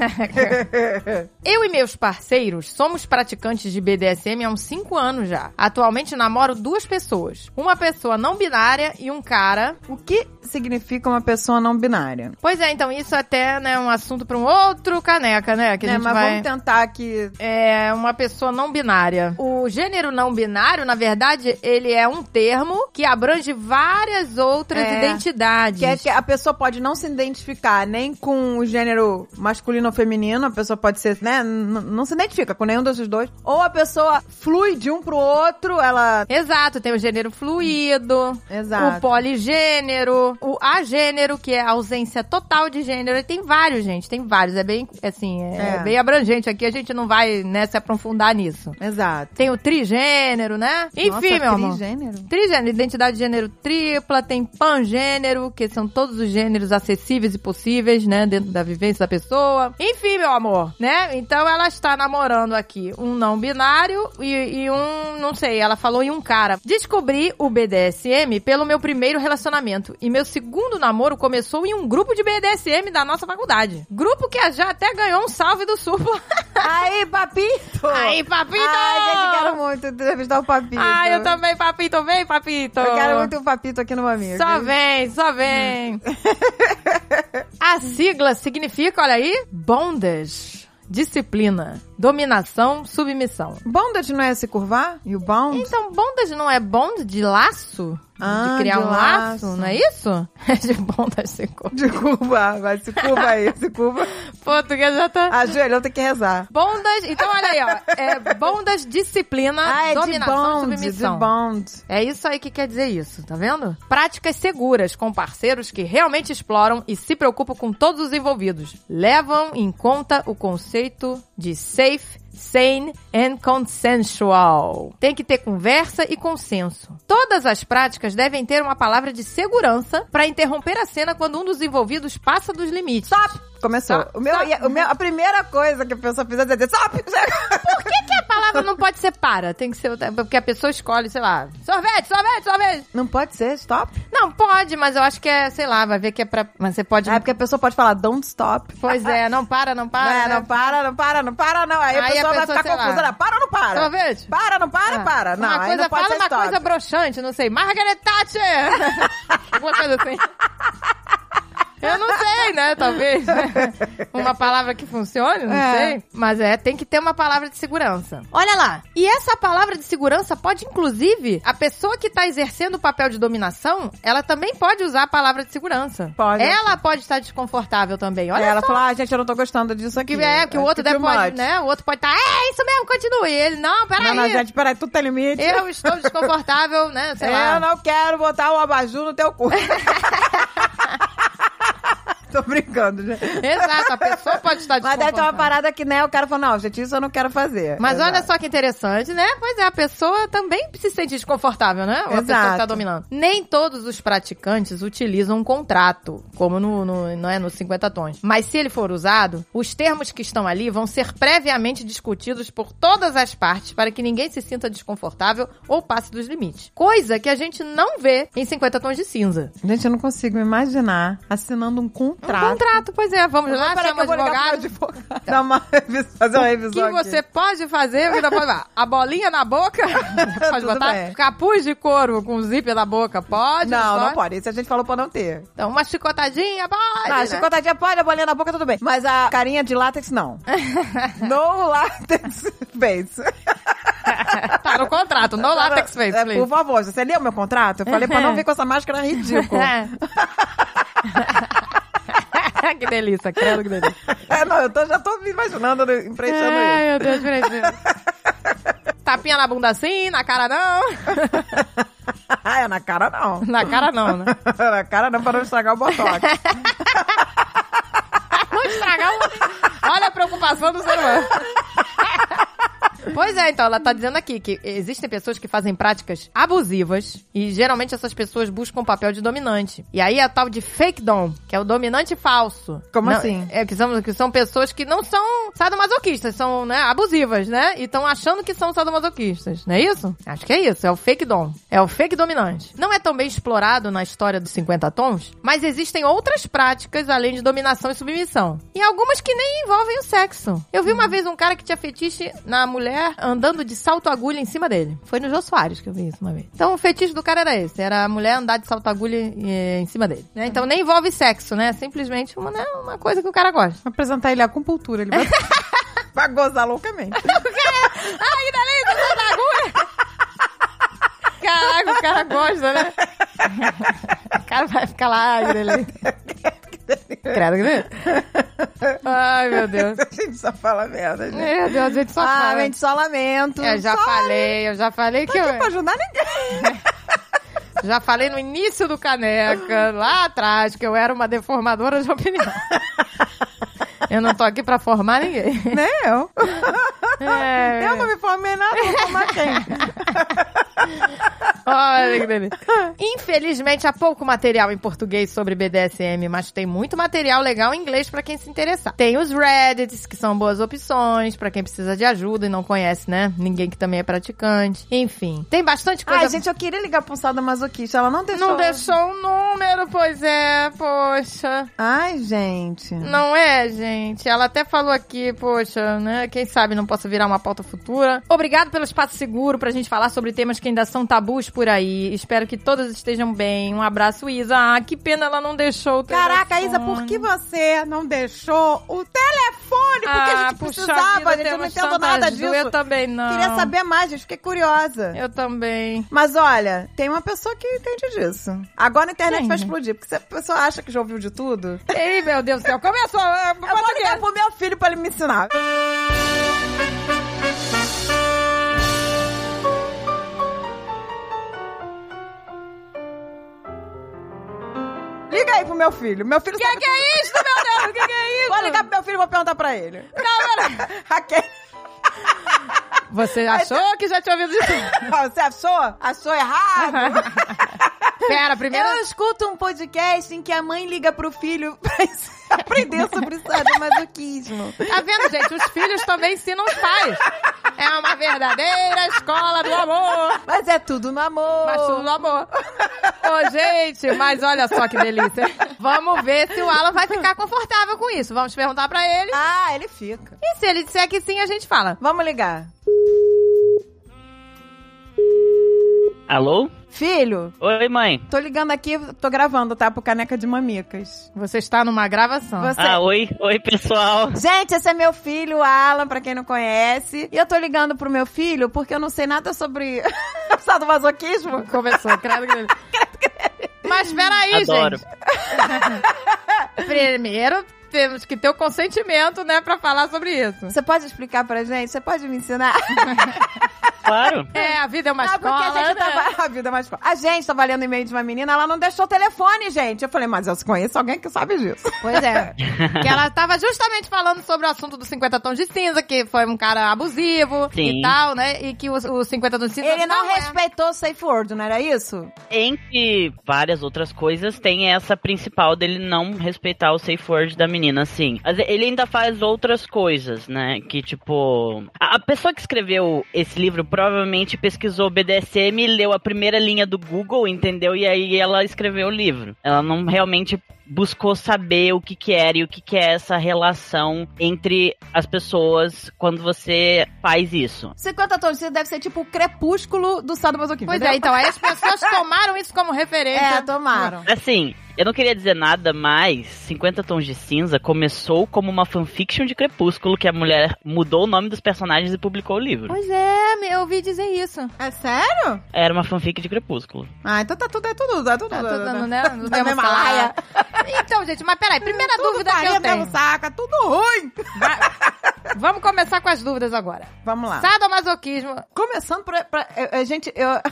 [SPEAKER 1] Exato. Eu e meus parceiros somos praticantes de BDSM há uns 5 anos já. Atualmente namoro duas pessoas. Uma pessoa não binária e um cara.
[SPEAKER 2] O que significa uma pessoa não binária?
[SPEAKER 1] Pois é, então isso até né, um assunto para um outro caneca, né? Que a
[SPEAKER 2] Né,
[SPEAKER 1] gente
[SPEAKER 2] mas
[SPEAKER 1] vai...
[SPEAKER 2] vamos tentar aqui.
[SPEAKER 1] é uma pessoa não binária. O gênero não binário, na verdade, ele é um termo que abrange várias outras
[SPEAKER 2] É.
[SPEAKER 1] identidades.
[SPEAKER 2] Que é que a pessoa pode não se identificar nem com o gênero masculino ou feminino, a pessoa pode ser, né? n- Não se identifica com nenhum desses dois. Ou a pessoa flui de um pro outro, ela.
[SPEAKER 1] Exato, tem o gênero fluido,
[SPEAKER 2] Exato.
[SPEAKER 1] o poligênero, o agênero, que é a ausência total de gênero. E tem vários, gente, tem vários. É bem, assim, é,
[SPEAKER 2] É.
[SPEAKER 1] bem abrangente aqui, a gente não vai né, se aprofundar nisso.
[SPEAKER 2] Exato.
[SPEAKER 1] Tem o trigênero, né? Enfim,
[SPEAKER 2] Nossa,
[SPEAKER 1] meu amor.
[SPEAKER 2] trigênero.
[SPEAKER 1] Trigênero, identidade de gênero tripla, tem pangênero, que são todos os gêneros acessíveis e possíveis, né, dentro da vivência da pessoa. Enfim, meu amor, né? Então ela está namorando aqui um não binário e, e um, não sei, ela falou em um cara. Descobri o BDSM pelo meu primeiro relacionamento e meu segundo namoro começou em um grupo de BDSM da nossa faculdade. Grupo que já até ganhou um salve do Supo.
[SPEAKER 2] Aí, papito!
[SPEAKER 1] Aí, papito!
[SPEAKER 2] Ai, gente, quero muito entrevistar o papito.
[SPEAKER 1] Ah, eu também, papito, vem, papito.
[SPEAKER 2] Eu quero muito o papito aqui no Mamilos.
[SPEAKER 1] Só vem, só vem. A sigla significa, olha aí, bondage, disciplina, dominação, submissão.
[SPEAKER 2] Bondage não é se curvar? E o bound?
[SPEAKER 1] Então, bondage não é bond de laço?
[SPEAKER 2] Ah,
[SPEAKER 1] de criar
[SPEAKER 2] de
[SPEAKER 1] um laço,
[SPEAKER 2] laço.
[SPEAKER 1] não é isso? É de bondage se cor.
[SPEAKER 2] De curva, vai, se curva aí, se curva.
[SPEAKER 1] Português já tá...
[SPEAKER 2] Ajoelhou, tem que rezar.
[SPEAKER 1] Bondage, então olha aí, ó. É bondage, disciplina,
[SPEAKER 2] Ah, é de
[SPEAKER 1] dominação,
[SPEAKER 2] bond, de
[SPEAKER 1] submissão.
[SPEAKER 2] bond.
[SPEAKER 1] É isso aí que quer dizer isso, tá vendo? Práticas seguras com parceiros que realmente exploram e se preocupam com todos os envolvidos. Levam em conta o conceito de safe, sane and consensual. Tem que ter conversa e consenso. Todas as práticas devem ter uma palavra de segurança para interromper a cena quando um dos envolvidos passa dos limites.
[SPEAKER 2] Começou.
[SPEAKER 1] Tá,
[SPEAKER 2] o meu,
[SPEAKER 1] tá.
[SPEAKER 2] ia- o meu- a primeira coisa que a pessoa fez é dizer, stop!
[SPEAKER 1] Por que, que a palavra palavra não pode ser para. Tem que ser. outra- Porque a pessoa escolhe, sei lá. Sorvete, sorvete, sorvete.
[SPEAKER 2] Não pode ser stop?
[SPEAKER 1] Não, pode, mas eu acho que é, sei lá, vai ver que é pra. Mas você pode.
[SPEAKER 2] Ah, É porque a pessoa pode falar don't stop.
[SPEAKER 1] Pois é, não para, não para.
[SPEAKER 2] É,
[SPEAKER 1] né?
[SPEAKER 2] não para, não para, não para, não. Aí,
[SPEAKER 1] Aí
[SPEAKER 2] a pessoa
[SPEAKER 1] a
[SPEAKER 2] vai
[SPEAKER 1] pessoa,
[SPEAKER 2] ficar
[SPEAKER 1] sei lá.
[SPEAKER 2] confusa. Não, para ou não para?
[SPEAKER 1] Sorvete?
[SPEAKER 2] Para, não para,
[SPEAKER 1] Ah,
[SPEAKER 2] para. Não,
[SPEAKER 1] uma
[SPEAKER 2] aí
[SPEAKER 1] coisa,
[SPEAKER 2] não pode
[SPEAKER 1] fala
[SPEAKER 2] ser
[SPEAKER 1] uma
[SPEAKER 2] stop.
[SPEAKER 1] coisa broxante, não sei. Margaret Thatcher! Alguma coisa assim. Eu não sei, né? Talvez. né? Uma palavra que funcione, não
[SPEAKER 2] É.
[SPEAKER 1] sei. Mas é, tem que ter uma palavra de segurança. Olha lá. E essa palavra de segurança pode, inclusive, a pessoa que tá exercendo o papel de dominação, ela também pode usar a palavra de segurança.
[SPEAKER 2] Pode.
[SPEAKER 1] Ela pode estar desconfortável também. Olha
[SPEAKER 2] Aí ela
[SPEAKER 1] só.
[SPEAKER 2] falou, ah, gente, eu não tô gostando disso aqui.
[SPEAKER 1] Que é, que o outro
[SPEAKER 2] Too
[SPEAKER 1] deve pode,
[SPEAKER 2] much.
[SPEAKER 1] né? O outro pode estar, é isso mesmo, continue. E ele, não, peraí.
[SPEAKER 2] Não, não, gente, peraí, tudo tem limite.
[SPEAKER 1] Eu estou desconfortável, né? Sei lá.
[SPEAKER 2] É, Eu não quero botar um abajur no teu cu. Tô brincando, gente.
[SPEAKER 1] Exato, a pessoa pode estar
[SPEAKER 2] Mas deve ter
[SPEAKER 1] desconfortável.
[SPEAKER 2] uma parada que, né, o cara falou, não, gente, isso eu não quero fazer.
[SPEAKER 1] Mas olha
[SPEAKER 2] Exato.
[SPEAKER 1] só que interessante, né? Pois é, a pessoa também se sente desconfortável, né? Ou a pessoa que tá
[SPEAKER 2] Exato.
[SPEAKER 1] dominando. Nem todos os praticantes utilizam um contrato, como no, no, não é, no 50 tons. Mas se ele for usado, os termos que estão ali vão ser previamente discutidos por todas as partes para que ninguém se sinta desconfortável ou passe dos limites. Coisa que a gente não vê em 50 tons de cinza.
[SPEAKER 2] Gente, eu não consigo me imaginar assinando um
[SPEAKER 1] Um
[SPEAKER 2] contrato.
[SPEAKER 1] contrato, pois é, vamos lá,
[SPEAKER 2] Peraí que
[SPEAKER 1] chama
[SPEAKER 2] eu
[SPEAKER 1] o
[SPEAKER 2] vou ligar pro
[SPEAKER 1] advogado.
[SPEAKER 2] advogado. Dá uma revisão, fazer uma
[SPEAKER 1] O
[SPEAKER 2] revisão
[SPEAKER 1] que
[SPEAKER 2] aqui.
[SPEAKER 1] você pode fazer, vida pode falar. A bolinha na boca, pode
[SPEAKER 2] Tudo
[SPEAKER 1] botar
[SPEAKER 2] bem.
[SPEAKER 1] capuz de couro com zíper na boca, pode?
[SPEAKER 2] Não, não pode. Isso a gente falou pra não ter.
[SPEAKER 1] Então, uma chicotadinha, pode,
[SPEAKER 2] Ah,
[SPEAKER 1] né?
[SPEAKER 2] chicotadinha pode, a bolinha na boca, tudo bem. Mas a carinha de látex, não. no látex face.
[SPEAKER 1] Tá no contrato, no látex face,
[SPEAKER 2] É,
[SPEAKER 1] please.
[SPEAKER 2] Por favor, você leu meu contrato? Eu falei pra não vir com essa máscara ridícula.
[SPEAKER 1] É. que delícia, credo que delícia.
[SPEAKER 2] é, não, eu tô, já tô me imaginando, né, emprestando isso.
[SPEAKER 1] Ai, meu Deus, peraí. peraí. Tapinha na bunda assim, na cara não.
[SPEAKER 2] Ah, é na cara não.
[SPEAKER 1] Na cara não, né?
[SPEAKER 2] na cara não, pra não estragar o botox.
[SPEAKER 1] Vou estragar o... Olha a preocupação do ser humano. Pois é, então, ela tá dizendo aqui que existem pessoas que fazem práticas abusivas e geralmente essas pessoas buscam o papel de dominante. E aí é a tal de fake dom, que é o dominante falso.
[SPEAKER 2] Como
[SPEAKER 1] Não,
[SPEAKER 2] assim?
[SPEAKER 1] É que são, que são pessoas que não são sadomasoquistas, são né, abusivas, né? E estão achando que são sadomasoquistas, não é isso? Acho que é isso, é o fake dom. É o fake dominante. Não é tão bem explorado na história dos 50 tons, mas existem outras práticas além de dominação e submissão. E algumas que nem envolvem o sexo. Eu vi uma vez um cara que tinha fetiche na mulher andando de salto agulha em cima dele. Foi no Jô Soares que eu vi isso uma vez. Então o fetiche do cara era esse, era a mulher andar de salto agulha eh, em cima dele. né? Então nem envolve sexo, né? É Simplesmente uma, né, uma coisa que o cara gosta.
[SPEAKER 2] Vou apresentar ele à acupuntura. Ele vai, vai gozar loucamente.
[SPEAKER 1] Ainda nem do salto agulha! Caraca, o cara gosta, né? O cara vai ficar lá, ai, dele. Credo que delícia. Ai, meu Deus.
[SPEAKER 2] a gente só fala merda, gente.
[SPEAKER 1] Meu Deus, a gente É, só
[SPEAKER 2] ah,
[SPEAKER 1] fala.
[SPEAKER 2] gente, só lamento.
[SPEAKER 1] Eu É, já É.
[SPEAKER 2] só
[SPEAKER 1] falei, eu já falei que eu...
[SPEAKER 2] Não pra ajudar ninguém.
[SPEAKER 1] Já falei no início do
[SPEAKER 2] Ah.
[SPEAKER 1] Caneca, lá atrás, que eu era uma deformadora de opinião. Eu não tô aqui pra formar ninguém.
[SPEAKER 2] Nem eu.
[SPEAKER 1] É,
[SPEAKER 2] Eu não me formei em nada, vou formar quem?
[SPEAKER 1] Olha que delícia. Infelizmente, há pouco material em português sobre BDSM, mas tem muito material legal em inglês pra quem se interessar. Tem os Reddits, que são boas opções pra quem precisa de ajuda e não conhece, né? Ninguém que também é praticante. Enfim, tem bastante coisa...
[SPEAKER 2] Ai, gente, eu queria ligar pra um sadomasoquista. Ela não deixou.
[SPEAKER 1] Não deixou o número, pois é, poxa.
[SPEAKER 2] Ai, gente.
[SPEAKER 1] Não é, gente? Ela até falou aqui, poxa, né? Quem sabe não possa virar uma pauta futura. Obrigado pelo espaço seguro pra gente falar sobre temas que ainda são tabus por aí. Espero que todas estejam bem. Um abraço, Isa. Ah, que pena ela não deixou o
[SPEAKER 2] Caraca,
[SPEAKER 1] telefone.
[SPEAKER 2] Isa, por que você não deixou o telefone? Porque a
[SPEAKER 1] Ah,
[SPEAKER 2] gente
[SPEAKER 1] puxa
[SPEAKER 2] precisava,
[SPEAKER 1] vida,
[SPEAKER 2] gente. Eu não
[SPEAKER 1] temos
[SPEAKER 2] entendo
[SPEAKER 1] tantas
[SPEAKER 2] nada
[SPEAKER 1] dúvidas.
[SPEAKER 2] disso.
[SPEAKER 1] Eu também não.
[SPEAKER 2] Queria saber mais, gente. Fiquei curiosa.
[SPEAKER 1] Eu também.
[SPEAKER 2] Mas olha, tem uma pessoa que entende disso. Agora a internet
[SPEAKER 1] Quem?
[SPEAKER 2] vai explodir, porque se a pessoa acha que já ouviu de tudo.
[SPEAKER 1] Ei, meu Deus do céu. Começou. é,
[SPEAKER 2] Eu vou ligar pro meu filho pra ele me ensinar. Liga aí pro meu filho. Meu filho sabe.
[SPEAKER 1] Que é isso, meu Deus? Que que é isso?
[SPEAKER 2] Vou ligar pro meu filho e vou perguntar pra ele.
[SPEAKER 1] Não, pera.
[SPEAKER 2] Raquel.
[SPEAKER 1] Você achou que já tinha ouvido de tudo?
[SPEAKER 2] Você achou? Achou errado?
[SPEAKER 1] Pera, primeiro...
[SPEAKER 2] Eu escuto um podcast em que a mãe liga pro filho pra aprender sobre sadomasoquismo.
[SPEAKER 1] Tá vendo, gente? Os filhos também ensinam os pais. É uma verdadeira escola do amor.
[SPEAKER 2] Mas é tudo no amor.
[SPEAKER 1] Mas tudo no amor. Ô, gente, mas olha só que delícia. Vamos ver se o Alan vai ficar confortável com isso. Vamos perguntar pra ele.
[SPEAKER 2] Ah, ele fica.
[SPEAKER 1] E se ele disser que sim, a gente fala.
[SPEAKER 2] Vamos ligar.
[SPEAKER 4] Alô?
[SPEAKER 2] Filho,
[SPEAKER 4] Oi, mãe.
[SPEAKER 2] tô ligando aqui, tô gravando, tá? Pro Caneca de Mamicas.
[SPEAKER 1] Você está numa gravação.
[SPEAKER 2] Você...
[SPEAKER 4] Ah, oi. Oi, pessoal.
[SPEAKER 2] Gente, esse é meu filho, o Alan, pra quem não conhece. E eu tô ligando pro meu filho porque eu não sei nada sobre sadomasoquismo.
[SPEAKER 1] Começou, credo que... Mas peraí,
[SPEAKER 4] Adoro.
[SPEAKER 1] gente. Primeiro, temos que ter o consentimento, né, pra falar sobre isso.
[SPEAKER 2] Você pode explicar pra gente? Você pode me ensinar?
[SPEAKER 4] Claro.
[SPEAKER 1] É, a vida é uma
[SPEAKER 2] Ah, porque
[SPEAKER 1] escola.
[SPEAKER 2] a
[SPEAKER 1] né?
[SPEAKER 2] gente tava... A vida é mais fácil. A gente tava lendo e-mail de uma menina, ela não deixou o telefone, gente. Eu falei, mas eu conheço alguém que sabe disso.
[SPEAKER 1] Pois é. que ela tava justamente falando sobre o assunto do 50 tons de cinza, que foi um cara abusivo
[SPEAKER 4] Sim.
[SPEAKER 1] e tal, né? E que o, o 50 tons de cinza
[SPEAKER 2] Ele não
[SPEAKER 1] é.
[SPEAKER 2] respeitou o safe word, não era isso?
[SPEAKER 4] Entre várias outras coisas, tem essa principal dele não respeitar o safe word da menina, sim. Mas ele ainda faz outras coisas, né? Que tipo. A a pessoa que escreveu esse livro provavelmente pesquisou BDSM, leu a primeira linha do Google, entendeu? E aí ela escreveu o livro. Ela não realmente buscou saber o que que era e o que que é essa relação entre as pessoas quando você faz isso.
[SPEAKER 2] 50 tons de cinza deve ser tipo o crepúsculo do sadomasoquismo.
[SPEAKER 1] Pois é,
[SPEAKER 2] entendeu?
[SPEAKER 1] então aí as pessoas tomaram isso como referência.
[SPEAKER 2] É, tomaram.
[SPEAKER 4] Assim, eu não queria dizer nada, mas 50 Tons de Cinza começou como uma fanfiction de Crepúsculo, que a mulher mudou o nome dos personagens e publicou o livro.
[SPEAKER 1] Pois é, eu ouvi dizer isso.
[SPEAKER 2] É sério?
[SPEAKER 4] Era uma fanfic de Crepúsculo.
[SPEAKER 2] Ah, então tá tudo, é tudo, é tudo.
[SPEAKER 1] Tá tudo dando, né? No
[SPEAKER 2] Da
[SPEAKER 1] mesmo
[SPEAKER 2] mesma
[SPEAKER 1] saco.
[SPEAKER 2] laia.
[SPEAKER 1] Então, gente, mas peraí, primeira
[SPEAKER 2] Tudo
[SPEAKER 1] dúvida que
[SPEAKER 2] farinha
[SPEAKER 1] eu
[SPEAKER 2] do mesmo
[SPEAKER 1] tenho.
[SPEAKER 2] saco, é tudo ruim.
[SPEAKER 1] Vamos começar com as dúvidas agora.
[SPEAKER 2] Vamos lá.
[SPEAKER 1] Sadomasoquismo.
[SPEAKER 2] Começando pra... pra- eu- eu- gente, eu...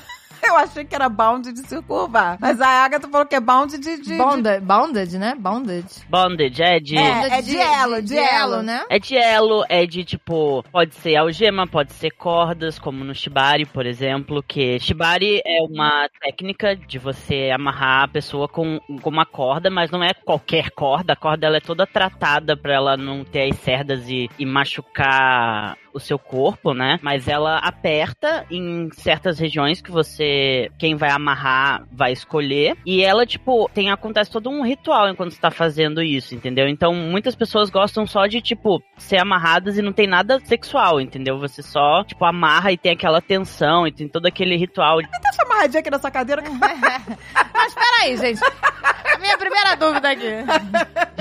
[SPEAKER 2] Eu achei que era bound de se curvar. Mas a Agatha falou que é bound de... de
[SPEAKER 1] Bonded, bonded, né? Bonded.
[SPEAKER 4] Bondage é de.
[SPEAKER 2] É. de elo, de elo.
[SPEAKER 1] né?
[SPEAKER 4] É de elo, é de tipo, pode ser algema, pode ser cordas, como no Shibari, por exemplo, que Shibari é uma técnica de você amarrar a pessoa com, com uma corda, mas não é qualquer corda, a corda ela é toda tratada pra ela não ter as cerdas e, e machucar o seu corpo, né? Mas ela aperta em certas regiões que você, quem vai amarrar, vai escolher. E ela, tipo, tem acontece todo um ritual enquanto você tá fazendo isso, entendeu? Então, muitas pessoas gostam só de, tipo, ser amarradas e não tem nada sexual, entendeu? Você só, tipo, amarra e tem aquela tensão e tem todo aquele ritual.
[SPEAKER 2] Tá chamarradinha aqui nessa cadeira.
[SPEAKER 1] Mas peraí, gente. A minha primeira dúvida aqui.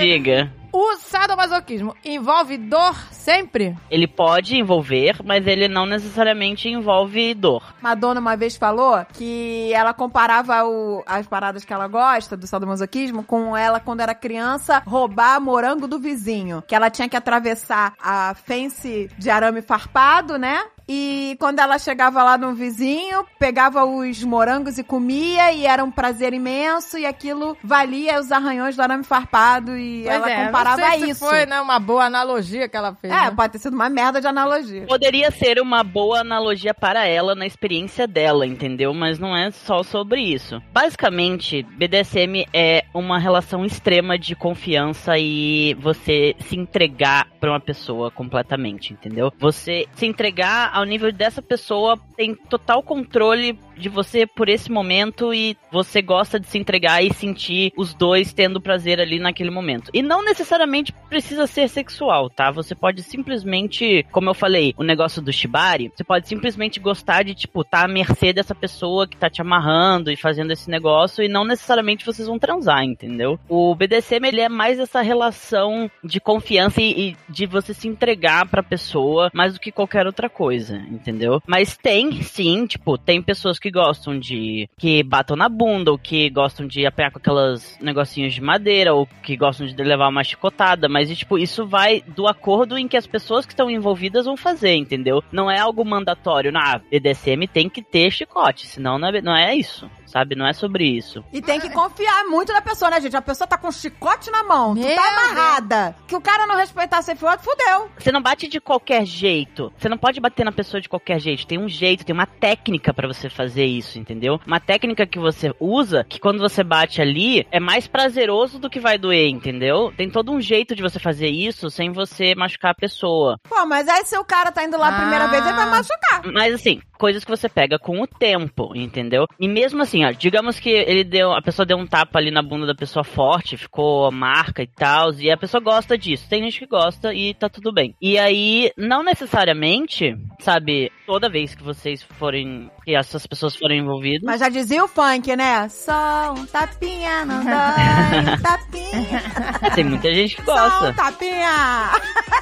[SPEAKER 4] Diga.
[SPEAKER 1] O sadomasoquismo envolve dor sempre?
[SPEAKER 4] Ele pode envolver, mas ele não necessariamente envolve dor.
[SPEAKER 2] Madonna uma vez falou que ela comparava o- as paradas que ela gosta do sadomasoquismo com ela quando era criança roubar morango do vizinho. Que ela tinha que atravessar a fence de arame farpado, né? E quando ela chegava lá no vizinho, pegava os morangos e comia, e era um prazer imenso, e aquilo valia os arranhões do arame farpado, e ela
[SPEAKER 1] é,
[SPEAKER 2] comparava
[SPEAKER 1] não sei se
[SPEAKER 2] isso.
[SPEAKER 1] foi, né, uma boa analogia que ela fez.
[SPEAKER 2] É,
[SPEAKER 1] né?
[SPEAKER 2] pode ter sido uma merda de analogia.
[SPEAKER 4] Poderia ser uma boa analogia para ela na experiência dela, entendeu? Mas não é só sobre isso. Basicamente, BDSM é uma relação extrema de confiança e você se entregar para uma pessoa completamente, entendeu? Você se entregar ao nível dessa pessoa tem total controle de você por esse momento e você gosta de se entregar e sentir os dois tendo prazer ali naquele momento. E não necessariamente precisa ser sexual, tá? Você pode simplesmente, como eu falei, o negócio do shibari, você pode simplesmente gostar de, tipo, tá à mercê dessa pessoa que tá te amarrando e fazendo esse negócio e não necessariamente vocês vão transar, entendeu? O BDSM, ele é mais essa relação de confiança e, e de você se entregar pra pessoa mais do que qualquer outra coisa, entendeu? Mas tem, sim, tipo, tem pessoas que gostam de. que batam na bunda, ou que gostam de apanhar com aquelas negocinhos de madeira, ou que gostam de levar uma chicotada, mas, e, tipo, isso vai do acordo em que as pessoas que estão envolvidas vão fazer, "Ah, entendeu? Não é algo mandatório. Na BDSM tem que ter chicote, senão não é, não é isso. sabe? Não é sobre isso.
[SPEAKER 2] E tem que confiar muito na pessoa, né, gente? A pessoa tá com um chicote na mão, tu
[SPEAKER 1] Meu
[SPEAKER 2] tá amarrada. Que o cara não respeitar sempre o outro, fudeu.
[SPEAKER 4] Você não bate de qualquer jeito. Você não pode bater na pessoa de qualquer jeito. Tem um jeito, tem uma técnica pra você fazer isso, entendeu? Uma técnica que você usa, que quando você bate ali, é mais prazeroso do que vai doer, entendeu? Tem todo um jeito de você fazer isso sem você machucar a pessoa.
[SPEAKER 2] Pô, mas aí se o cara tá indo lá a primeira
[SPEAKER 1] Ah.
[SPEAKER 2] vez, ele vai machucar.
[SPEAKER 4] Mas assim, coisas que você pega com o tempo, entendeu? E mesmo assim, ó, digamos que ele deu, a pessoa deu um tapa ali na bunda da pessoa forte, ficou a marca e tal, e a pessoa gosta disso. Tem gente que gosta e tá tudo bem. E aí, não necessariamente, sabe, toda vez que vocês forem, que essas pessoas forem envolvidas,
[SPEAKER 2] Mas já dizia o funk, né? Só um tapinha, não dói, um tapinha,
[SPEAKER 4] tem muita gente que
[SPEAKER 2] só um
[SPEAKER 4] gosta.
[SPEAKER 2] tapinha.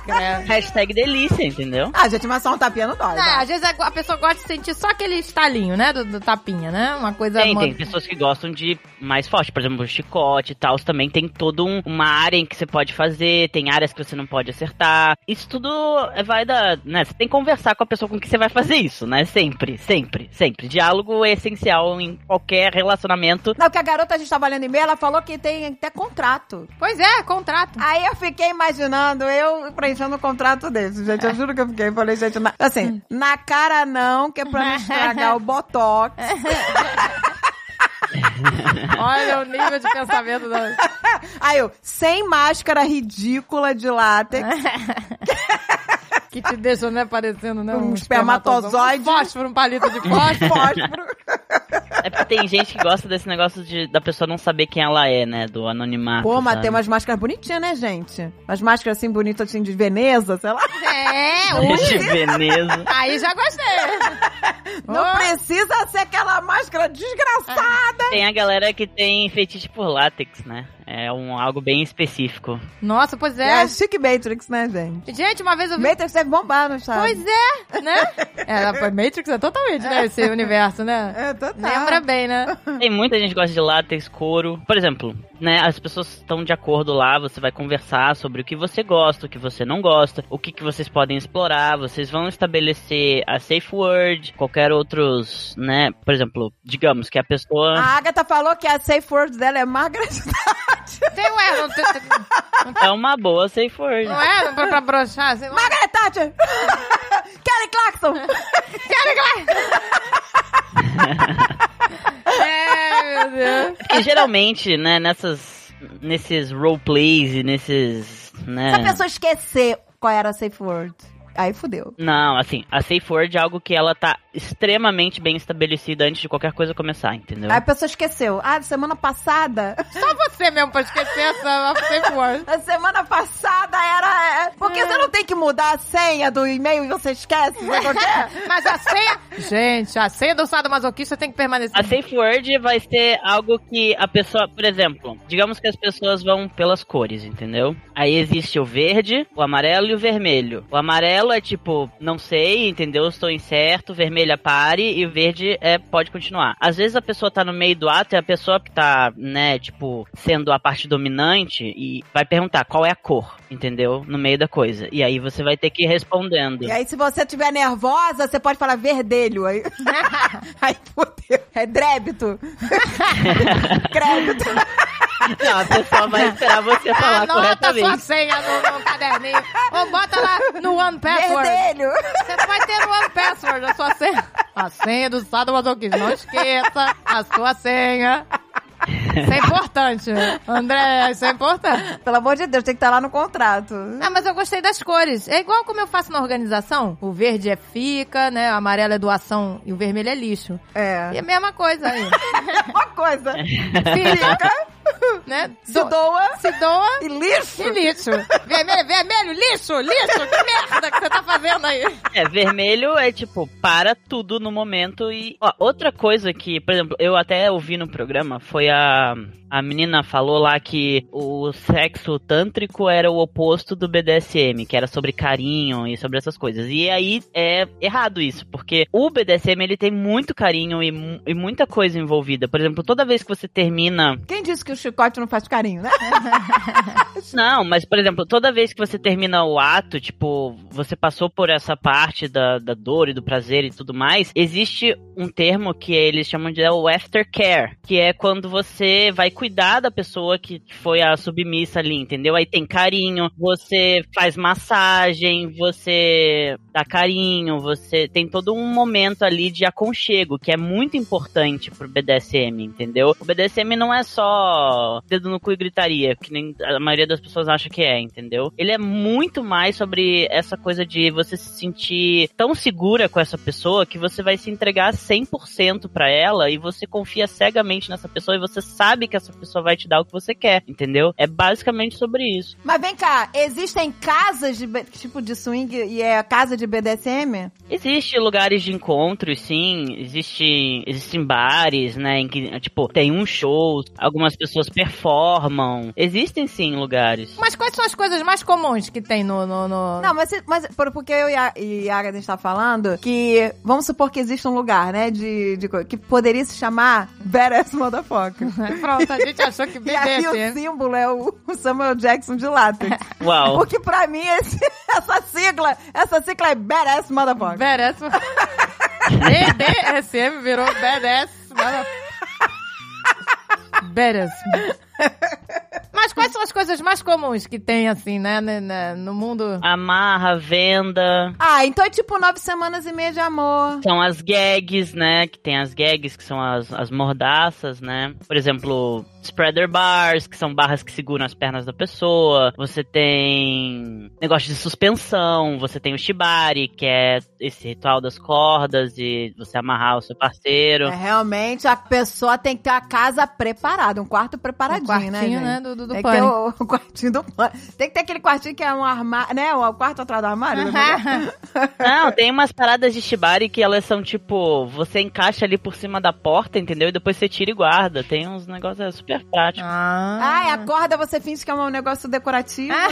[SPEAKER 2] é
[SPEAKER 4] Hashtag delícia, entendeu?
[SPEAKER 2] Ah, gente, mas só um tapinha não dói.
[SPEAKER 1] É,
[SPEAKER 2] vai.
[SPEAKER 1] às vezes a a pessoa gosta de sentir só aquele estalinho, né? Do, do tapinha, né? Uma coisa.
[SPEAKER 4] Tem,
[SPEAKER 1] mo-
[SPEAKER 4] tem pessoas que gostam de mais forte, por exemplo, chicote e tal. Também tem toda um- uma área em que você pode fazer, tem áreas que você não pode acertar. Isso tudo é- vai da. Né? Você tem que conversar com a pessoa com que você vai fazer isso, né? Sempre, sempre, sempre. Diálogo é essencial em qualquer relacionamento.
[SPEAKER 2] Não, porque a garota, a gente tava lendo e-mail, ela falou que tem até contrato.
[SPEAKER 1] Pois é, contrato.
[SPEAKER 2] Aí eu fiquei imaginando, eu preenchendo o contrato desse, gente. Eu juro que eu fiquei. Eu falei, gente, na- assim, na cara não, que é pra não estragar o botox.
[SPEAKER 1] Olha o nível de pensamento da.
[SPEAKER 2] Aí eu, sem máscara ridícula de látex.
[SPEAKER 1] Que te deixa, né, parecendo, né?
[SPEAKER 2] Um espermatozoide.
[SPEAKER 1] Um fósforo, um palito de fósforo.
[SPEAKER 2] Fósforo.
[SPEAKER 4] É porque tem gente que gosta desse negócio de, da pessoa não saber quem ela é, né? Do anonimato.
[SPEAKER 2] Pô, mas
[SPEAKER 4] sabe?
[SPEAKER 2] tem umas máscaras bonitinhas, né, gente? Umas máscaras assim bonitas, assim, de Veneza, sei lá.
[SPEAKER 1] é, ui.
[SPEAKER 4] De Veneza.
[SPEAKER 1] Aí já gostei.
[SPEAKER 2] Não
[SPEAKER 1] Oh.
[SPEAKER 2] precisa ser aquela máscara desgraçada.
[SPEAKER 4] Tem a galera que tem fetiche por látex, né? É um, algo bem específico.
[SPEAKER 1] Nossa, pois
[SPEAKER 2] É,
[SPEAKER 1] é.
[SPEAKER 2] chique Matrix, né, gente?
[SPEAKER 1] Gente, uma vez eu vi.
[SPEAKER 2] Matrix deve bombar, não sabe?
[SPEAKER 1] Pois é, né? Ela foi Matrix é totalmente, né? Esse universo, né?
[SPEAKER 2] É, total.
[SPEAKER 1] Lembra bem, né?
[SPEAKER 4] Tem muita gente que gosta de látex, couro. Por exemplo, né? As pessoas estão de acordo lá, você vai conversar sobre o que você gosta, o que você não gosta, o que, que vocês podem explorar, vocês vão estabelecer a safe word, qualquer outros, né? Por exemplo, digamos que a pessoa.
[SPEAKER 2] A Agatha falou que a safe word dela é magra.
[SPEAKER 1] Tem, ué, não, tem,
[SPEAKER 4] É uma boa safe word.
[SPEAKER 1] não é? Não foi pra broxar? Sei lá.
[SPEAKER 2] Magra, Tati! Kelly Clarkson!
[SPEAKER 1] É, meu Deus.
[SPEAKER 4] Porque geralmente, né, nessas. Nesses roleplays e nesses. Né,
[SPEAKER 2] Se a pessoa esquecer qual era a safe word, aí fudeu.
[SPEAKER 4] Não, assim, a safe word é algo que ela tá extremamente bem estabelecida antes de qualquer coisa começar, entendeu?
[SPEAKER 2] Aí a pessoa esqueceu. Ah, semana passada...
[SPEAKER 1] Só você mesmo pra esquecer essa safe word.
[SPEAKER 2] A semana passada era... é, Porque você não tem que mudar a senha do e-mail e você esquece? sabe qual que é?
[SPEAKER 1] Mas a senha... Gente, a senha do sadomasoquista tem que permanecer.
[SPEAKER 4] A safe word vai ser algo que a pessoa, por exemplo, digamos que as pessoas vão pelas cores, entendeu? Aí existe o verde, o amarelo e o vermelho. O amarelo é tipo, não sei, entendeu? Estou incerto, o vermelho é pare e o verde é pode continuar. Às vezes a pessoa tá no meio do ato e a pessoa que tá, né, tipo, sendo a parte dominante e vai perguntar qual é a cor, entendeu? No meio da coisa. E aí você vai ter que ir respondendo.
[SPEAKER 2] E aí se você estiver nervosa, você pode falar verdelho. Aí, aí fudeu. É drébito. Crédito.
[SPEAKER 4] Não, a pessoa vai esperar você falar
[SPEAKER 1] Anota
[SPEAKER 4] corretamente.
[SPEAKER 1] sua senha no, no caderninho. Ou bota lá no One Password.
[SPEAKER 2] Verdelho.
[SPEAKER 1] Você não vai ter no One Password a sua senha. A senha do sadomasoquista. Não esqueça a sua senha. Isso é importante. André, isso é importante.
[SPEAKER 2] Pelo amor de Deus, tem que estar lá no contrato.
[SPEAKER 1] Ah, mas eu gostei das cores. É igual como eu faço na organização. O verde é fica, né? O amarelo é doação e o vermelho é lixo.
[SPEAKER 2] É.
[SPEAKER 1] E a mesma coisa aí.
[SPEAKER 2] É uma coisa.
[SPEAKER 1] Fica, né?
[SPEAKER 2] Se
[SPEAKER 1] Do-
[SPEAKER 2] doa
[SPEAKER 1] se doa
[SPEAKER 2] e lixo.
[SPEAKER 1] e lixo. Vermelho, vermelho, lixo, lixo. Que merda que você tá fazendo aí?
[SPEAKER 4] É, vermelho é tipo, para tudo no momento e. Ó, outra coisa que, por exemplo, eu até ouvi no programa foi a. A menina falou lá que o sexo tântrico era o oposto do BDSM, que era sobre carinho e sobre essas coisas. E aí é errado isso, porque o BDSM ele tem muito carinho e, mu- e muita coisa envolvida. Por exemplo, toda vez que você termina
[SPEAKER 2] Quem disse que o chicote não faz carinho, né?
[SPEAKER 4] Não, mas, por exemplo, toda vez que você termina o ato, tipo, você passou por essa parte da, da dor e do prazer e tudo mais, existe um termo que eles chamam de é o aftercare, que é quando você vai cuidar da pessoa que foi a submissa ali, entendeu? Aí tem carinho, você faz massagem, você dá carinho, você tem todo um momento ali de aconchego, que é muito importante pro BDSM, entendeu? O BDSM não é só dedo no cu e gritaria, que nem a maioria das pessoas acha que é, entendeu? Ele é muito mais sobre essa coisa de você se sentir tão segura com essa pessoa que você vai se entregar 100% pra ela e você confia cegamente nessa pessoa e você sabe que essa pessoa vai te dar o que você quer, entendeu? É basicamente sobre isso.
[SPEAKER 2] Mas vem cá, existem casas de B- tipo de swing e é casa de BDSM?
[SPEAKER 4] Existe lugares de encontro, sim. Existe, existem bares, né? Em que, tipo, tem um show, algumas pessoas performam. Existem sim lugares.
[SPEAKER 1] Mas quais são as coisas mais comuns que tem no. no, no-
[SPEAKER 2] Não, mas, se- mas por- porque eu e a, e a Agatha está falando que vamos supor que existe um lugar, né, de, de co- que poderia se chamar Badass Motherfucker.
[SPEAKER 1] Pronto, a gente achou que
[SPEAKER 2] E aí o
[SPEAKER 1] BDSM.
[SPEAKER 2] símbolo é o o Samuel Jackson de látex.
[SPEAKER 4] Uau!
[SPEAKER 2] Porque pra mim esse- essa sigla, essa sigla é Badass Motherfucker.
[SPEAKER 1] BDSM. BDSM virou BDS. mano. BDSM. Mas quais são as coisas mais comuns que tem, assim, né, né, né, no mundo?
[SPEAKER 4] Amarra, venda.
[SPEAKER 2] Ah, então é tipo nove semanas e meia de amor.
[SPEAKER 4] São as gags, né? Que tem as gags, que são as, as mordaças, né? Por exemplo, spreader bars, que são barras que seguram as pernas da pessoa. Você tem negócio de suspensão. Você tem o shibari, que é esse ritual das cordas e você amarrar o seu parceiro.
[SPEAKER 2] É, realmente a pessoa tem que ter a casa preparada, um quarto
[SPEAKER 1] O
[SPEAKER 2] preparadinho, né?
[SPEAKER 1] quartinho,
[SPEAKER 2] gente?
[SPEAKER 1] né, do, do, do
[SPEAKER 2] tem que ter
[SPEAKER 1] pânico.
[SPEAKER 2] o, o quartinho do pânico. Tem que ter aquele quartinho que é um armário, né? O quarto atrás do armário. né?
[SPEAKER 4] Não, tem umas paradas de shibari que elas são tipo, você encaixa ali por cima da porta, entendeu? E depois você tira e guarda. Tem uns negócios é, super práticos.
[SPEAKER 2] Ah, e a corda você finge que é um negócio decorativo, né?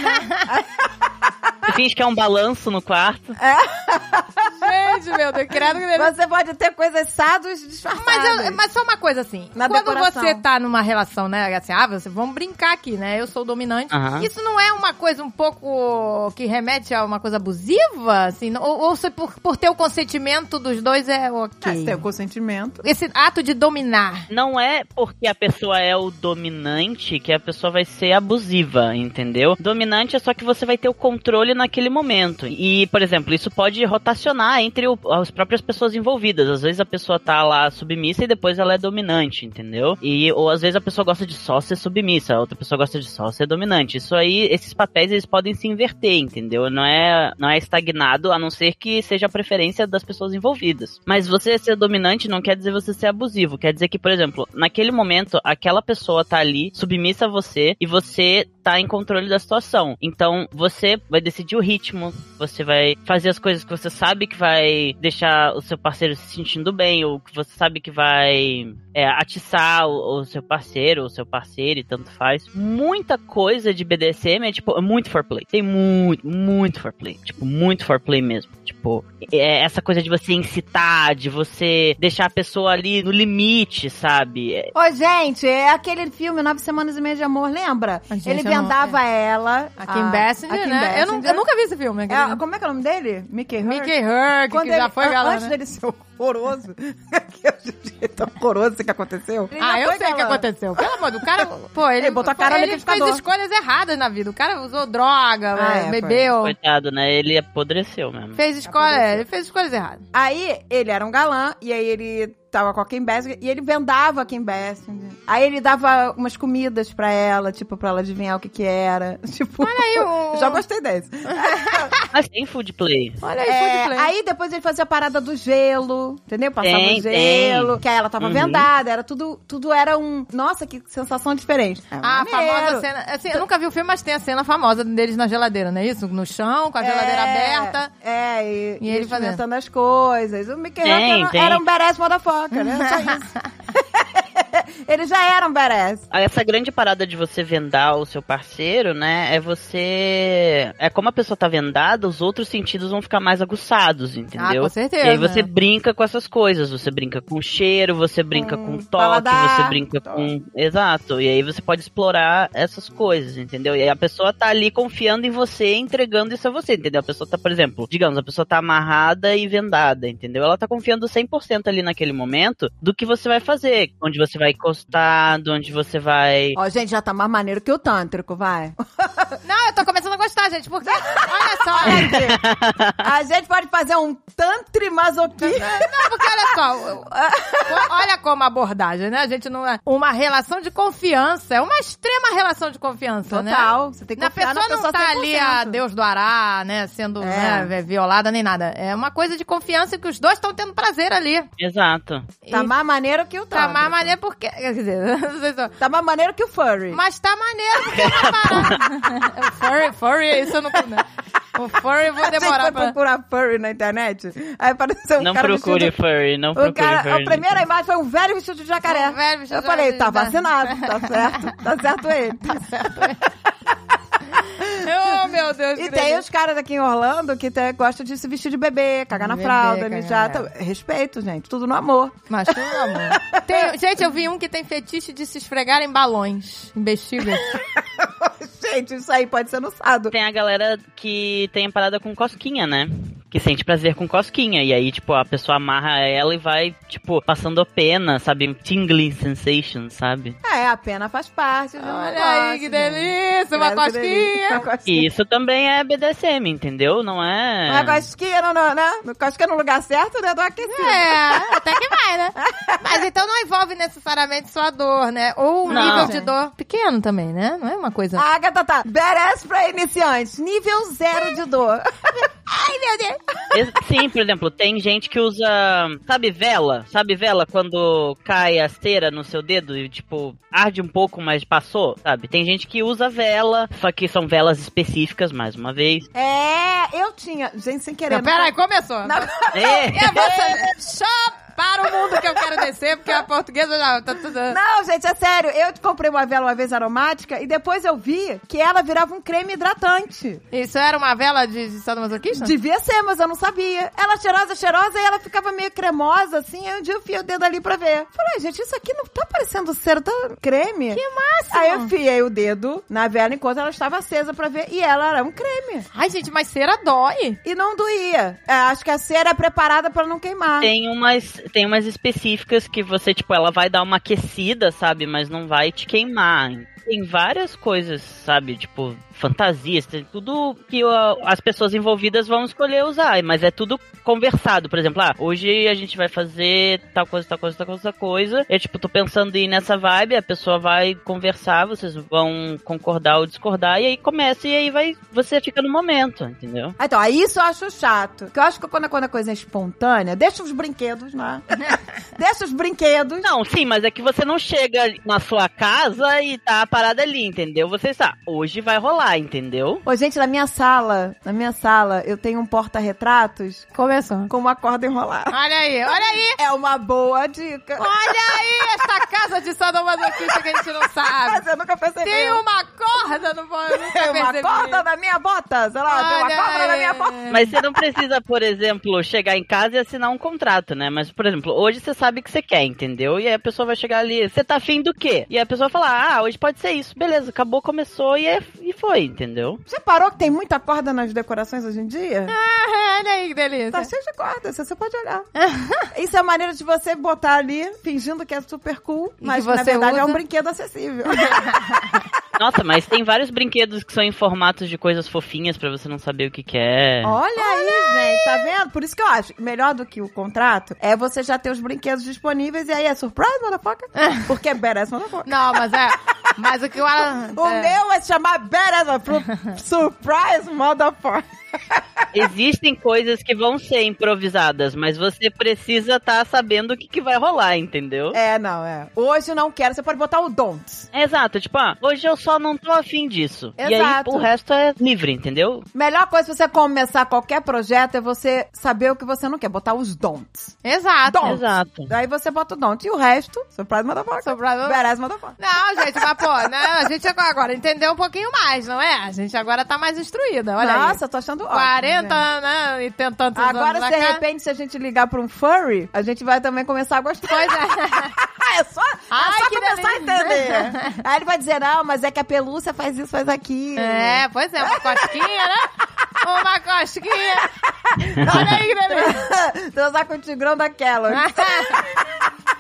[SPEAKER 4] Você finge que é um balanço no quarto.
[SPEAKER 1] Gente, meu Deus, criado que deve
[SPEAKER 2] Você pode ter coisas sados disfarçadas.
[SPEAKER 1] Mas, eu- mas só uma coisa assim,
[SPEAKER 2] Na
[SPEAKER 1] quando
[SPEAKER 2] decoração.
[SPEAKER 1] você tá numa relação, né, assim, ah, você, vamos brincar aqui, né, eu sou o dominante,
[SPEAKER 4] Aham.
[SPEAKER 1] isso não é uma coisa um pouco que remete a uma coisa abusiva, assim, ou, ou se por, por ter o consentimento dos dois é
[SPEAKER 2] Ah, se
[SPEAKER 1] ok.
[SPEAKER 2] tem o consentimento.
[SPEAKER 1] Esse ato de dominar.
[SPEAKER 4] Não é porque a pessoa é o dominante que a pessoa vai ser abusiva, entendeu? Dominante é só que você vai ter o controle naquele momento. E, por exemplo, isso pode rotacionar entre o- as próprias pessoas envolvidas. Às vezes a pessoa tá lá submissa e depois ela é dominante, entendeu? E ou às vezes a pessoa gosta de só ser submissa, a outra pessoa gosta de só ser dominante. Isso aí, esses papéis eles podem se inverter, entendeu? Não é não é estagnado, a não ser que seja a preferência das pessoas envolvidas. Mas você ser dominante não quer dizer você ser abusivo, quer dizer que, por exemplo, naquele momento aquela pessoa tá ali submissa a você e você tá em controle da situação. Então, você vai decidir o ritmo, você vai fazer as coisas que você sabe que vai deixar o seu parceiro se sentindo bem ou que você sabe que vai é, atiçar o, o seu parceiro, o seu parceiro e tanto faz. Muita coisa de BDSM é tipo, é muito foreplay. Tem muito, muito foreplay. Tipo, muito foreplay mesmo. Tipo, é essa coisa de você incitar, de você deixar a pessoa ali no limite, sabe? É-
[SPEAKER 2] Ô, gente, é aquele filme Nove Semanas e Meia de Amor, lembra?
[SPEAKER 1] Ai, gente,
[SPEAKER 2] Ele
[SPEAKER 1] eu não- é.
[SPEAKER 2] vendava ela.
[SPEAKER 1] A Kim
[SPEAKER 2] Ah, a- a
[SPEAKER 1] Basinger,
[SPEAKER 2] Kim
[SPEAKER 1] né? Eu, nu-
[SPEAKER 2] Basinger.
[SPEAKER 1] eu nunca vi esse filme.
[SPEAKER 2] É,
[SPEAKER 1] acredita?
[SPEAKER 2] como é que é o nome dele? Mickey Hurk?
[SPEAKER 1] Mickey Herc, que
[SPEAKER 2] Quando
[SPEAKER 1] já
[SPEAKER 2] ele-
[SPEAKER 1] foi
[SPEAKER 2] an-
[SPEAKER 1] galã,
[SPEAKER 2] Antes
[SPEAKER 1] né?
[SPEAKER 2] dele ser horroroso, que hoje em dia é tão horroroso isso que aconteceu. ele
[SPEAKER 1] Ah,
[SPEAKER 2] não
[SPEAKER 1] eu
[SPEAKER 2] foi
[SPEAKER 1] sei o que
[SPEAKER 2] galã.
[SPEAKER 1] aconteceu. Pelo amor do cara, pô, ele,
[SPEAKER 2] Ele botou a cara no
[SPEAKER 1] ele fez
[SPEAKER 2] liquidificador.
[SPEAKER 1] escolhas erradas na vida. O cara usou droga,
[SPEAKER 2] Ah, é, foi.
[SPEAKER 1] bebeu,
[SPEAKER 4] Coitado, né? Ele apodreceu mesmo.
[SPEAKER 1] fez escolha, ele fez escolhas erradas.
[SPEAKER 2] Aí ele era um galã, e aí ele tava com a Kim Basinger, e ele vendava a Kim Basinger. Aí ele dava umas comidas pra ela, tipo, pra ela adivinhar o que que era. Tipo, Olha
[SPEAKER 1] Aí o-
[SPEAKER 2] já gostei desse.
[SPEAKER 4] Mas tem food play.
[SPEAKER 1] Olha aí,
[SPEAKER 2] É,
[SPEAKER 1] food play.
[SPEAKER 2] aí depois ele fazia a parada do gelo, entendeu? Passava
[SPEAKER 4] Tem,
[SPEAKER 2] o gelo, que aí ela tava
[SPEAKER 4] Uhum.
[SPEAKER 2] vendada, era tudo, tudo era um... Nossa, que sensação diferente. É
[SPEAKER 1] Ah, a
[SPEAKER 2] maneiro.
[SPEAKER 1] famosa cena. Assim, eu nunca vi o filme, mas tem a cena famosa deles na geladeira, não é isso? No chão, com a geladeira
[SPEAKER 2] É,
[SPEAKER 1] aberta.
[SPEAKER 2] É, e,
[SPEAKER 1] E
[SPEAKER 2] e
[SPEAKER 1] ele
[SPEAKER 2] ele
[SPEAKER 1] fazendo.
[SPEAKER 2] experimentando as coisas. O Mickey Rock
[SPEAKER 4] Tem,
[SPEAKER 2] era, um
[SPEAKER 4] tem.
[SPEAKER 2] era um badass motherfucker, né? Só isso. Eles já eram badass.
[SPEAKER 4] Essa grande parada de você vendar o seu parceiro, né? É você. É como a pessoa tá vendada, os outros sentidos vão ficar mais aguçados, entendeu?
[SPEAKER 1] Ah, com certeza.
[SPEAKER 4] E aí você brinca com essas coisas. Você brinca com cheiro, você brinca
[SPEAKER 2] Com
[SPEAKER 4] com, toque,
[SPEAKER 2] paladar.
[SPEAKER 4] você brinca com. Exato. E aí você pode explorar essas coisas, entendeu? E aí a pessoa tá ali confiando em você, entregando isso a você, entendeu? A pessoa tá, por exemplo, digamos, a pessoa tá amarrada e vendada, entendeu? Ela tá confiando 100% ali naquele momento do que você vai fazer, onde você vai encostar, de onde você vai.
[SPEAKER 2] Ó, gente, já tá mais maneiro que o tântrico, vai.
[SPEAKER 1] Não, eu tô começando a gostar, gente, porque. Olha só.
[SPEAKER 2] A gente pode fazer um tantri masoquista.
[SPEAKER 1] Não, porque olha só. eu- eu- Olha como abordagem, né? A gente não é. Uma relação de confiança. É uma extrema relação de confiança, né?
[SPEAKER 2] Total. Você tem que
[SPEAKER 1] Na
[SPEAKER 2] confiar
[SPEAKER 1] pessoa,
[SPEAKER 2] na
[SPEAKER 1] não
[SPEAKER 2] pessoa
[SPEAKER 1] tá
[SPEAKER 2] 100%.
[SPEAKER 1] ali a Deus do Ará, né? Sendo
[SPEAKER 2] É.
[SPEAKER 1] né, violada nem nada. É uma coisa de confiança que os dois estão tendo prazer ali.
[SPEAKER 4] Exato.
[SPEAKER 2] Tá mais maneiro que o
[SPEAKER 1] Tá
[SPEAKER 2] tântrico.
[SPEAKER 1] mais maneiro porque. Quer dizer, não sei se-
[SPEAKER 2] Tá mais maneiro que o furry.
[SPEAKER 1] Mas tá maneiro porque não parou. furry, furry, isso eu não. O furry vou
[SPEAKER 2] Você
[SPEAKER 1] demorar
[SPEAKER 2] foi
[SPEAKER 1] pra.
[SPEAKER 2] procurar furry na internet? Aí apareceu um
[SPEAKER 4] não
[SPEAKER 2] cara
[SPEAKER 4] procure
[SPEAKER 2] vestido...
[SPEAKER 4] furry, não
[SPEAKER 2] O
[SPEAKER 4] procure
[SPEAKER 2] cara,
[SPEAKER 4] furry.
[SPEAKER 2] a primeira imagem foi um velho vestido de jacaré.
[SPEAKER 1] Um velho vestido
[SPEAKER 2] Eu falei,
[SPEAKER 1] de-
[SPEAKER 2] tá
[SPEAKER 1] da-
[SPEAKER 2] vacinado, tá certo, tá certo ele.
[SPEAKER 1] Oh, meu Deus,
[SPEAKER 2] E
[SPEAKER 1] que
[SPEAKER 2] tem
[SPEAKER 1] delícia.
[SPEAKER 2] os caras aqui em Orlando que te, gostam de se vestir de bebê, cagar na
[SPEAKER 1] Bebê,
[SPEAKER 2] fralda,
[SPEAKER 1] cagar na
[SPEAKER 2] mijar.
[SPEAKER 1] fralda.
[SPEAKER 2] tá- Respeito, gente, tudo no amor.
[SPEAKER 1] Mas tudo amor. Tem- gente, eu vi um que tem fetiche de se esfregar em balões. Em bexigas.
[SPEAKER 2] gente, isso aí pode ser anunciado.
[SPEAKER 4] Tem a galera que tem a parada com cosquinha, né? Que sente prazer com cosquinha. E aí, tipo, a pessoa amarra ela e vai, tipo, passando a pena, sabe? Tingling sensation, sabe?
[SPEAKER 2] É, a pena faz parte. do
[SPEAKER 1] Olha
[SPEAKER 2] negócio,
[SPEAKER 1] aí, que
[SPEAKER 2] gente.
[SPEAKER 1] delícia. Uma
[SPEAKER 2] Credo, que delícia,
[SPEAKER 1] cosquinha.
[SPEAKER 2] Uma cosquinha.
[SPEAKER 4] E isso também é BDSM, entendeu? Não é.
[SPEAKER 2] Uma cosquinha, no, no, né? No- Cosquinha no lugar certo, né? Do aquecido.
[SPEAKER 1] É, até que vai, né? Mas então não envolve necessariamente só a dor, né? Ou um
[SPEAKER 4] Não.
[SPEAKER 1] nível de dor pequeno também, né? Não é uma coisa...
[SPEAKER 2] A Agatha tá badass pra iniciantes, nível zero de dor.
[SPEAKER 1] Ai, meu Deus!
[SPEAKER 4] Ex- Sim, por exemplo, tem gente que usa. Sabe vela? Sabe vela quando cai a cera no seu dedo e, tipo, arde um pouco, mas passou, sabe? Tem gente que usa vela, só que são velas específicas, mais uma vez.
[SPEAKER 2] É, eu tinha. Gente, sem querer.
[SPEAKER 1] Não, peraí, começou.
[SPEAKER 2] Não.
[SPEAKER 4] É.
[SPEAKER 1] Eu vou sair só para o mundo que eu quero descer, porque a portuguesa já tá tudo...
[SPEAKER 2] Não, gente, é sério. Eu comprei uma vela uma vez aromática e depois eu vi que ela virava um creme hidratante.
[SPEAKER 1] Isso era uma vela de, de sadomasoquista?
[SPEAKER 2] Devia ser, mas eu não sabia. Ela cheirosa, cheirosa, e ela ficava meio cremosa, assim. Aí um dia eu fiei o dedo ali pra ver. Falei, gente, isso aqui não tá parecendo cera, tá creme. Que máximo! Aí eu enfiei o dedo na vela enquanto ela estava acesa pra ver. E ela era um creme.
[SPEAKER 1] Ai, gente, mas cera dói.
[SPEAKER 2] E não doía. É, acho que a cera é preparada pra não queimar.
[SPEAKER 4] Tem umas, tem umas específicas que você, tipo, ela vai dar uma aquecida, sabe? Mas não vai te queimar. Tem várias coisas, sabe? Tipo, fantasias, tem tudo que ó, as pessoas envolvidas vão escolher usar, mas é tudo conversado. Por exemplo, ah, hoje a gente vai fazer tal coisa, tal coisa, tal coisa, tal coisa. Eu, tipo, tô pensando em ir nessa vibe, a pessoa vai conversar, vocês vão concordar ou discordar, e aí começa, e aí vai, você fica no momento, entendeu?
[SPEAKER 2] Ah, Então, aí isso eu acho chato. Porque eu acho que quando, quando a coisa é espontânea, deixa os brinquedos lá. deixa os brinquedos.
[SPEAKER 4] Não, sim, mas é que você não chega na sua casa e tá a parada ali, entendeu? Você está, hoje vai rolar, entendeu?
[SPEAKER 2] Ô, gente, na minha sala, na minha sala, eu tenho um porta-retratos
[SPEAKER 1] Começou.
[SPEAKER 2] com uma corda enrolada.
[SPEAKER 1] Olha aí, olha aí,
[SPEAKER 2] É uma boa dica.
[SPEAKER 1] olha aí esta casa de sadomasoquista que a gente não sabe.
[SPEAKER 2] Mas eu nunca percebi.
[SPEAKER 1] Tem uma corda no bolo, nunca
[SPEAKER 2] Tem uma
[SPEAKER 1] percebi.
[SPEAKER 2] corda na minha bota, sei lá, tem
[SPEAKER 1] Olha é.
[SPEAKER 2] uma corda na
[SPEAKER 1] aí.
[SPEAKER 2] minha bota.
[SPEAKER 4] Mas você não precisa, por exemplo, chegar em casa e assinar um contrato, né? Mas, por exemplo, hoje você sabe o que você quer, entendeu? E aí a pessoa vai chegar ali, você tá afim do quê? E a pessoa fala, ah, hoje pode ser isso, beleza, acabou, começou e, é- e foi, entendeu?
[SPEAKER 2] Você parou que tem muita corda nas decorações hoje em dia?
[SPEAKER 1] Ah, olha aí que
[SPEAKER 2] Tá
[SPEAKER 1] delícia.
[SPEAKER 2] cheio de corda, você só pode olhar. Isso é a maneira de você botar ali, fingindo que é super cool,
[SPEAKER 1] E
[SPEAKER 2] mas
[SPEAKER 1] que
[SPEAKER 2] na
[SPEAKER 1] você
[SPEAKER 2] verdade é um
[SPEAKER 1] usa.
[SPEAKER 2] brinquedo acessível.
[SPEAKER 4] Nossa, mas tem vários brinquedos que são em formatos de coisas fofinhas pra você não saber o que que é.
[SPEAKER 2] Olha aí, gente, tá vendo? Por isso que eu acho, melhor do que o contrato é você já ter os brinquedos disponíveis e aí é surprise, motherfucker? Porque é badass, motherfucker.
[SPEAKER 1] Não, mas é. Mas o que o Alan.
[SPEAKER 2] O
[SPEAKER 1] é,
[SPEAKER 2] meu é se chamar badass, motherfucker. surprise, motherfucker.
[SPEAKER 4] Existem coisas que vão ser improvisadas, mas você precisa estar sabendo o que, que vai rolar, entendeu?
[SPEAKER 2] É, não, é. Hoje eu não quero. Você pode botar o don'ts.
[SPEAKER 4] É Exato, tipo, ah, hoje eu só não tô afim disso. E aí
[SPEAKER 2] Exato.
[SPEAKER 4] o resto é livre, entendeu?
[SPEAKER 2] Melhor coisa pra você começar qualquer projeto é você saber o que você não quer, botar os don'ts.
[SPEAKER 1] Exato.
[SPEAKER 2] Don't.
[SPEAKER 4] Exato.
[SPEAKER 2] Daí você bota o don't. E o resto, surprise motherfucker.
[SPEAKER 1] Surprise motherfucker.
[SPEAKER 2] Badass motherfucker.
[SPEAKER 1] Não, gente, mas pô, né, a gente agora- agora entendeu um pouquinho mais, não é? A gente agora tá mais instruída, olha
[SPEAKER 2] Nossa,
[SPEAKER 1] aí.
[SPEAKER 2] eu tô achando ótimo.
[SPEAKER 1] 40
[SPEAKER 2] gente.
[SPEAKER 1] anos né, e tentando
[SPEAKER 2] Agora, se
[SPEAKER 1] anos
[SPEAKER 2] de
[SPEAKER 1] cá.
[SPEAKER 2] repente, se a gente ligar pra um furry, a gente vai também começar a gostar.
[SPEAKER 1] Pois é.
[SPEAKER 2] Ah, é só,
[SPEAKER 1] Ai,
[SPEAKER 2] é só
[SPEAKER 1] que
[SPEAKER 2] começar
[SPEAKER 1] delícia.
[SPEAKER 2] a entender. Aí ele vai dizer, não, mas é que a pelúcia faz isso, faz aquilo.
[SPEAKER 1] É, pois é, uma cosquinha, né? Uma cosquinha. Olha aí, Ah, Grêmio.
[SPEAKER 2] Transar Então, com o tigrão daquela.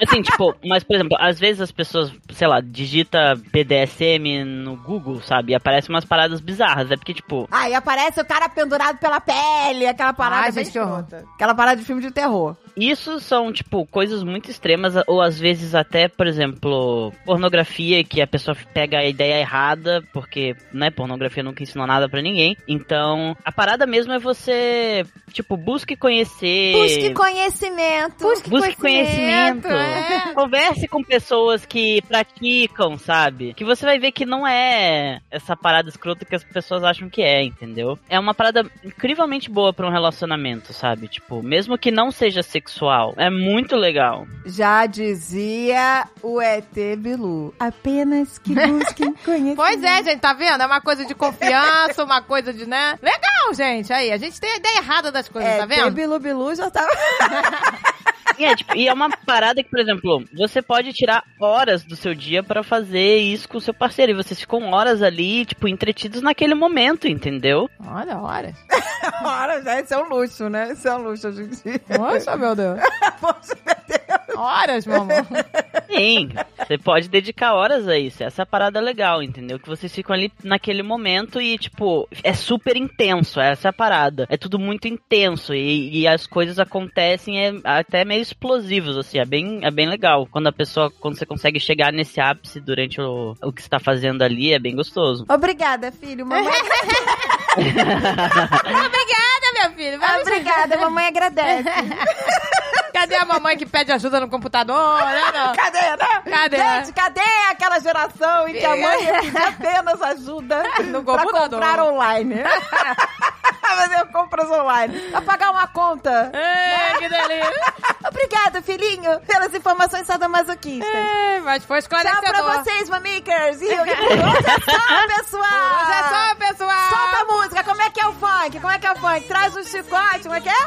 [SPEAKER 4] Assim, tipo, mas por exemplo, às vezes as pessoas, sei lá, digita BDSM no Google, sabe? E aparecem umas paradas bizarras. É porque, tipo,
[SPEAKER 2] Aí aparece o cara pendurado pela pele, aquela parada
[SPEAKER 1] Ai,
[SPEAKER 2] bem
[SPEAKER 1] gente, que horror.
[SPEAKER 2] escrota. Aquela parada de filme de terror.
[SPEAKER 4] isso são, tipo, coisas muito extremas, ou às vezes até, por exemplo, pornografia, que a pessoa pega a ideia errada, porque, né, pornografia nunca ensinou nada pra ninguém. Então, a parada mesmo é você, tipo, busque conhecer.
[SPEAKER 2] Busque conhecimento.
[SPEAKER 1] Busque,
[SPEAKER 4] É. Busque conhecimento.
[SPEAKER 1] é.
[SPEAKER 4] Converse com pessoas que praticam, sabe? Que você vai ver que não é essa parada escrota que as pessoas acham que é, entendeu? É uma parada incrivelmente boa pra um relacionamento, sabe? Tipo, mesmo que não seja sexual, é muito legal.
[SPEAKER 2] Já dizia o ET Bilu. Apenas que busquem conhecimento.
[SPEAKER 1] Pois é, gente, tá vendo? É uma coisa de confiança, uma coisa de, né? Legal, gente. Aí, a gente tem a ideia errada das coisas,
[SPEAKER 2] É,
[SPEAKER 1] tá vendo?
[SPEAKER 2] ET Bilu Bilu já tá tava...
[SPEAKER 4] E é, tipo, e é uma parada que, por exemplo, você pode tirar horas do seu dia pra fazer isso com o seu parceiro. E vocês ficam horas ali, tipo, entretidos naquele momento, entendeu?
[SPEAKER 1] Olha, olha.
[SPEAKER 2] Ora, já, isso é um luxo, né? Isso é um luxo hoje em dia.
[SPEAKER 1] Poxa, meu Deus.
[SPEAKER 2] Poxa,
[SPEAKER 1] Horas, meu amor.
[SPEAKER 4] Sim, você pode dedicar horas a isso. Essa é a parada legal, entendeu? Que vocês ficam ali naquele momento e, tipo, é super intenso. Essa é a parada. É tudo muito intenso e, e as coisas acontecem é, até meio explosivas, assim. É bem, é bem legal. Quando a pessoa, quando você consegue chegar nesse ápice durante o, o que você tá fazendo ali, é bem gostoso.
[SPEAKER 2] Obrigada, filho. Mamãe,
[SPEAKER 1] Obrigada, minha filha. Vamos
[SPEAKER 2] Ah, obrigada, mamãe agradece.
[SPEAKER 1] Cadê a mamãe que pede ajuda no computador? Né, não?
[SPEAKER 2] Cadê, né?
[SPEAKER 1] Cadê?
[SPEAKER 2] Gente, cadê aquela geração em que a mãe exige apenas ajuda
[SPEAKER 1] No
[SPEAKER 2] pra
[SPEAKER 1] computador.
[SPEAKER 2] comprar online? Fazer compras online. Pra pagar uma conta.
[SPEAKER 1] Ei, que delícia.
[SPEAKER 2] Obrigada, filhinho, pelas informações sadomasoquistas.
[SPEAKER 1] Ei, É, mas foi
[SPEAKER 2] Tchau
[SPEAKER 1] esclarecedor.
[SPEAKER 2] pra vocês, mamikers. E e por hoje é só, pessoal.
[SPEAKER 1] Mas é só, pessoal.
[SPEAKER 2] Solta a música. Como é que é o funk? Como é que é o funk? Traz um chicote. Como é que é?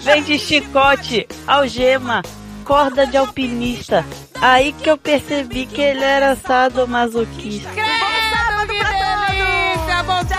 [SPEAKER 4] Vende chicote, algema, corda de alpinista. Aí que eu percebi que ele era sadomasoquista.
[SPEAKER 1] Credo, que delícia. Bom sábado.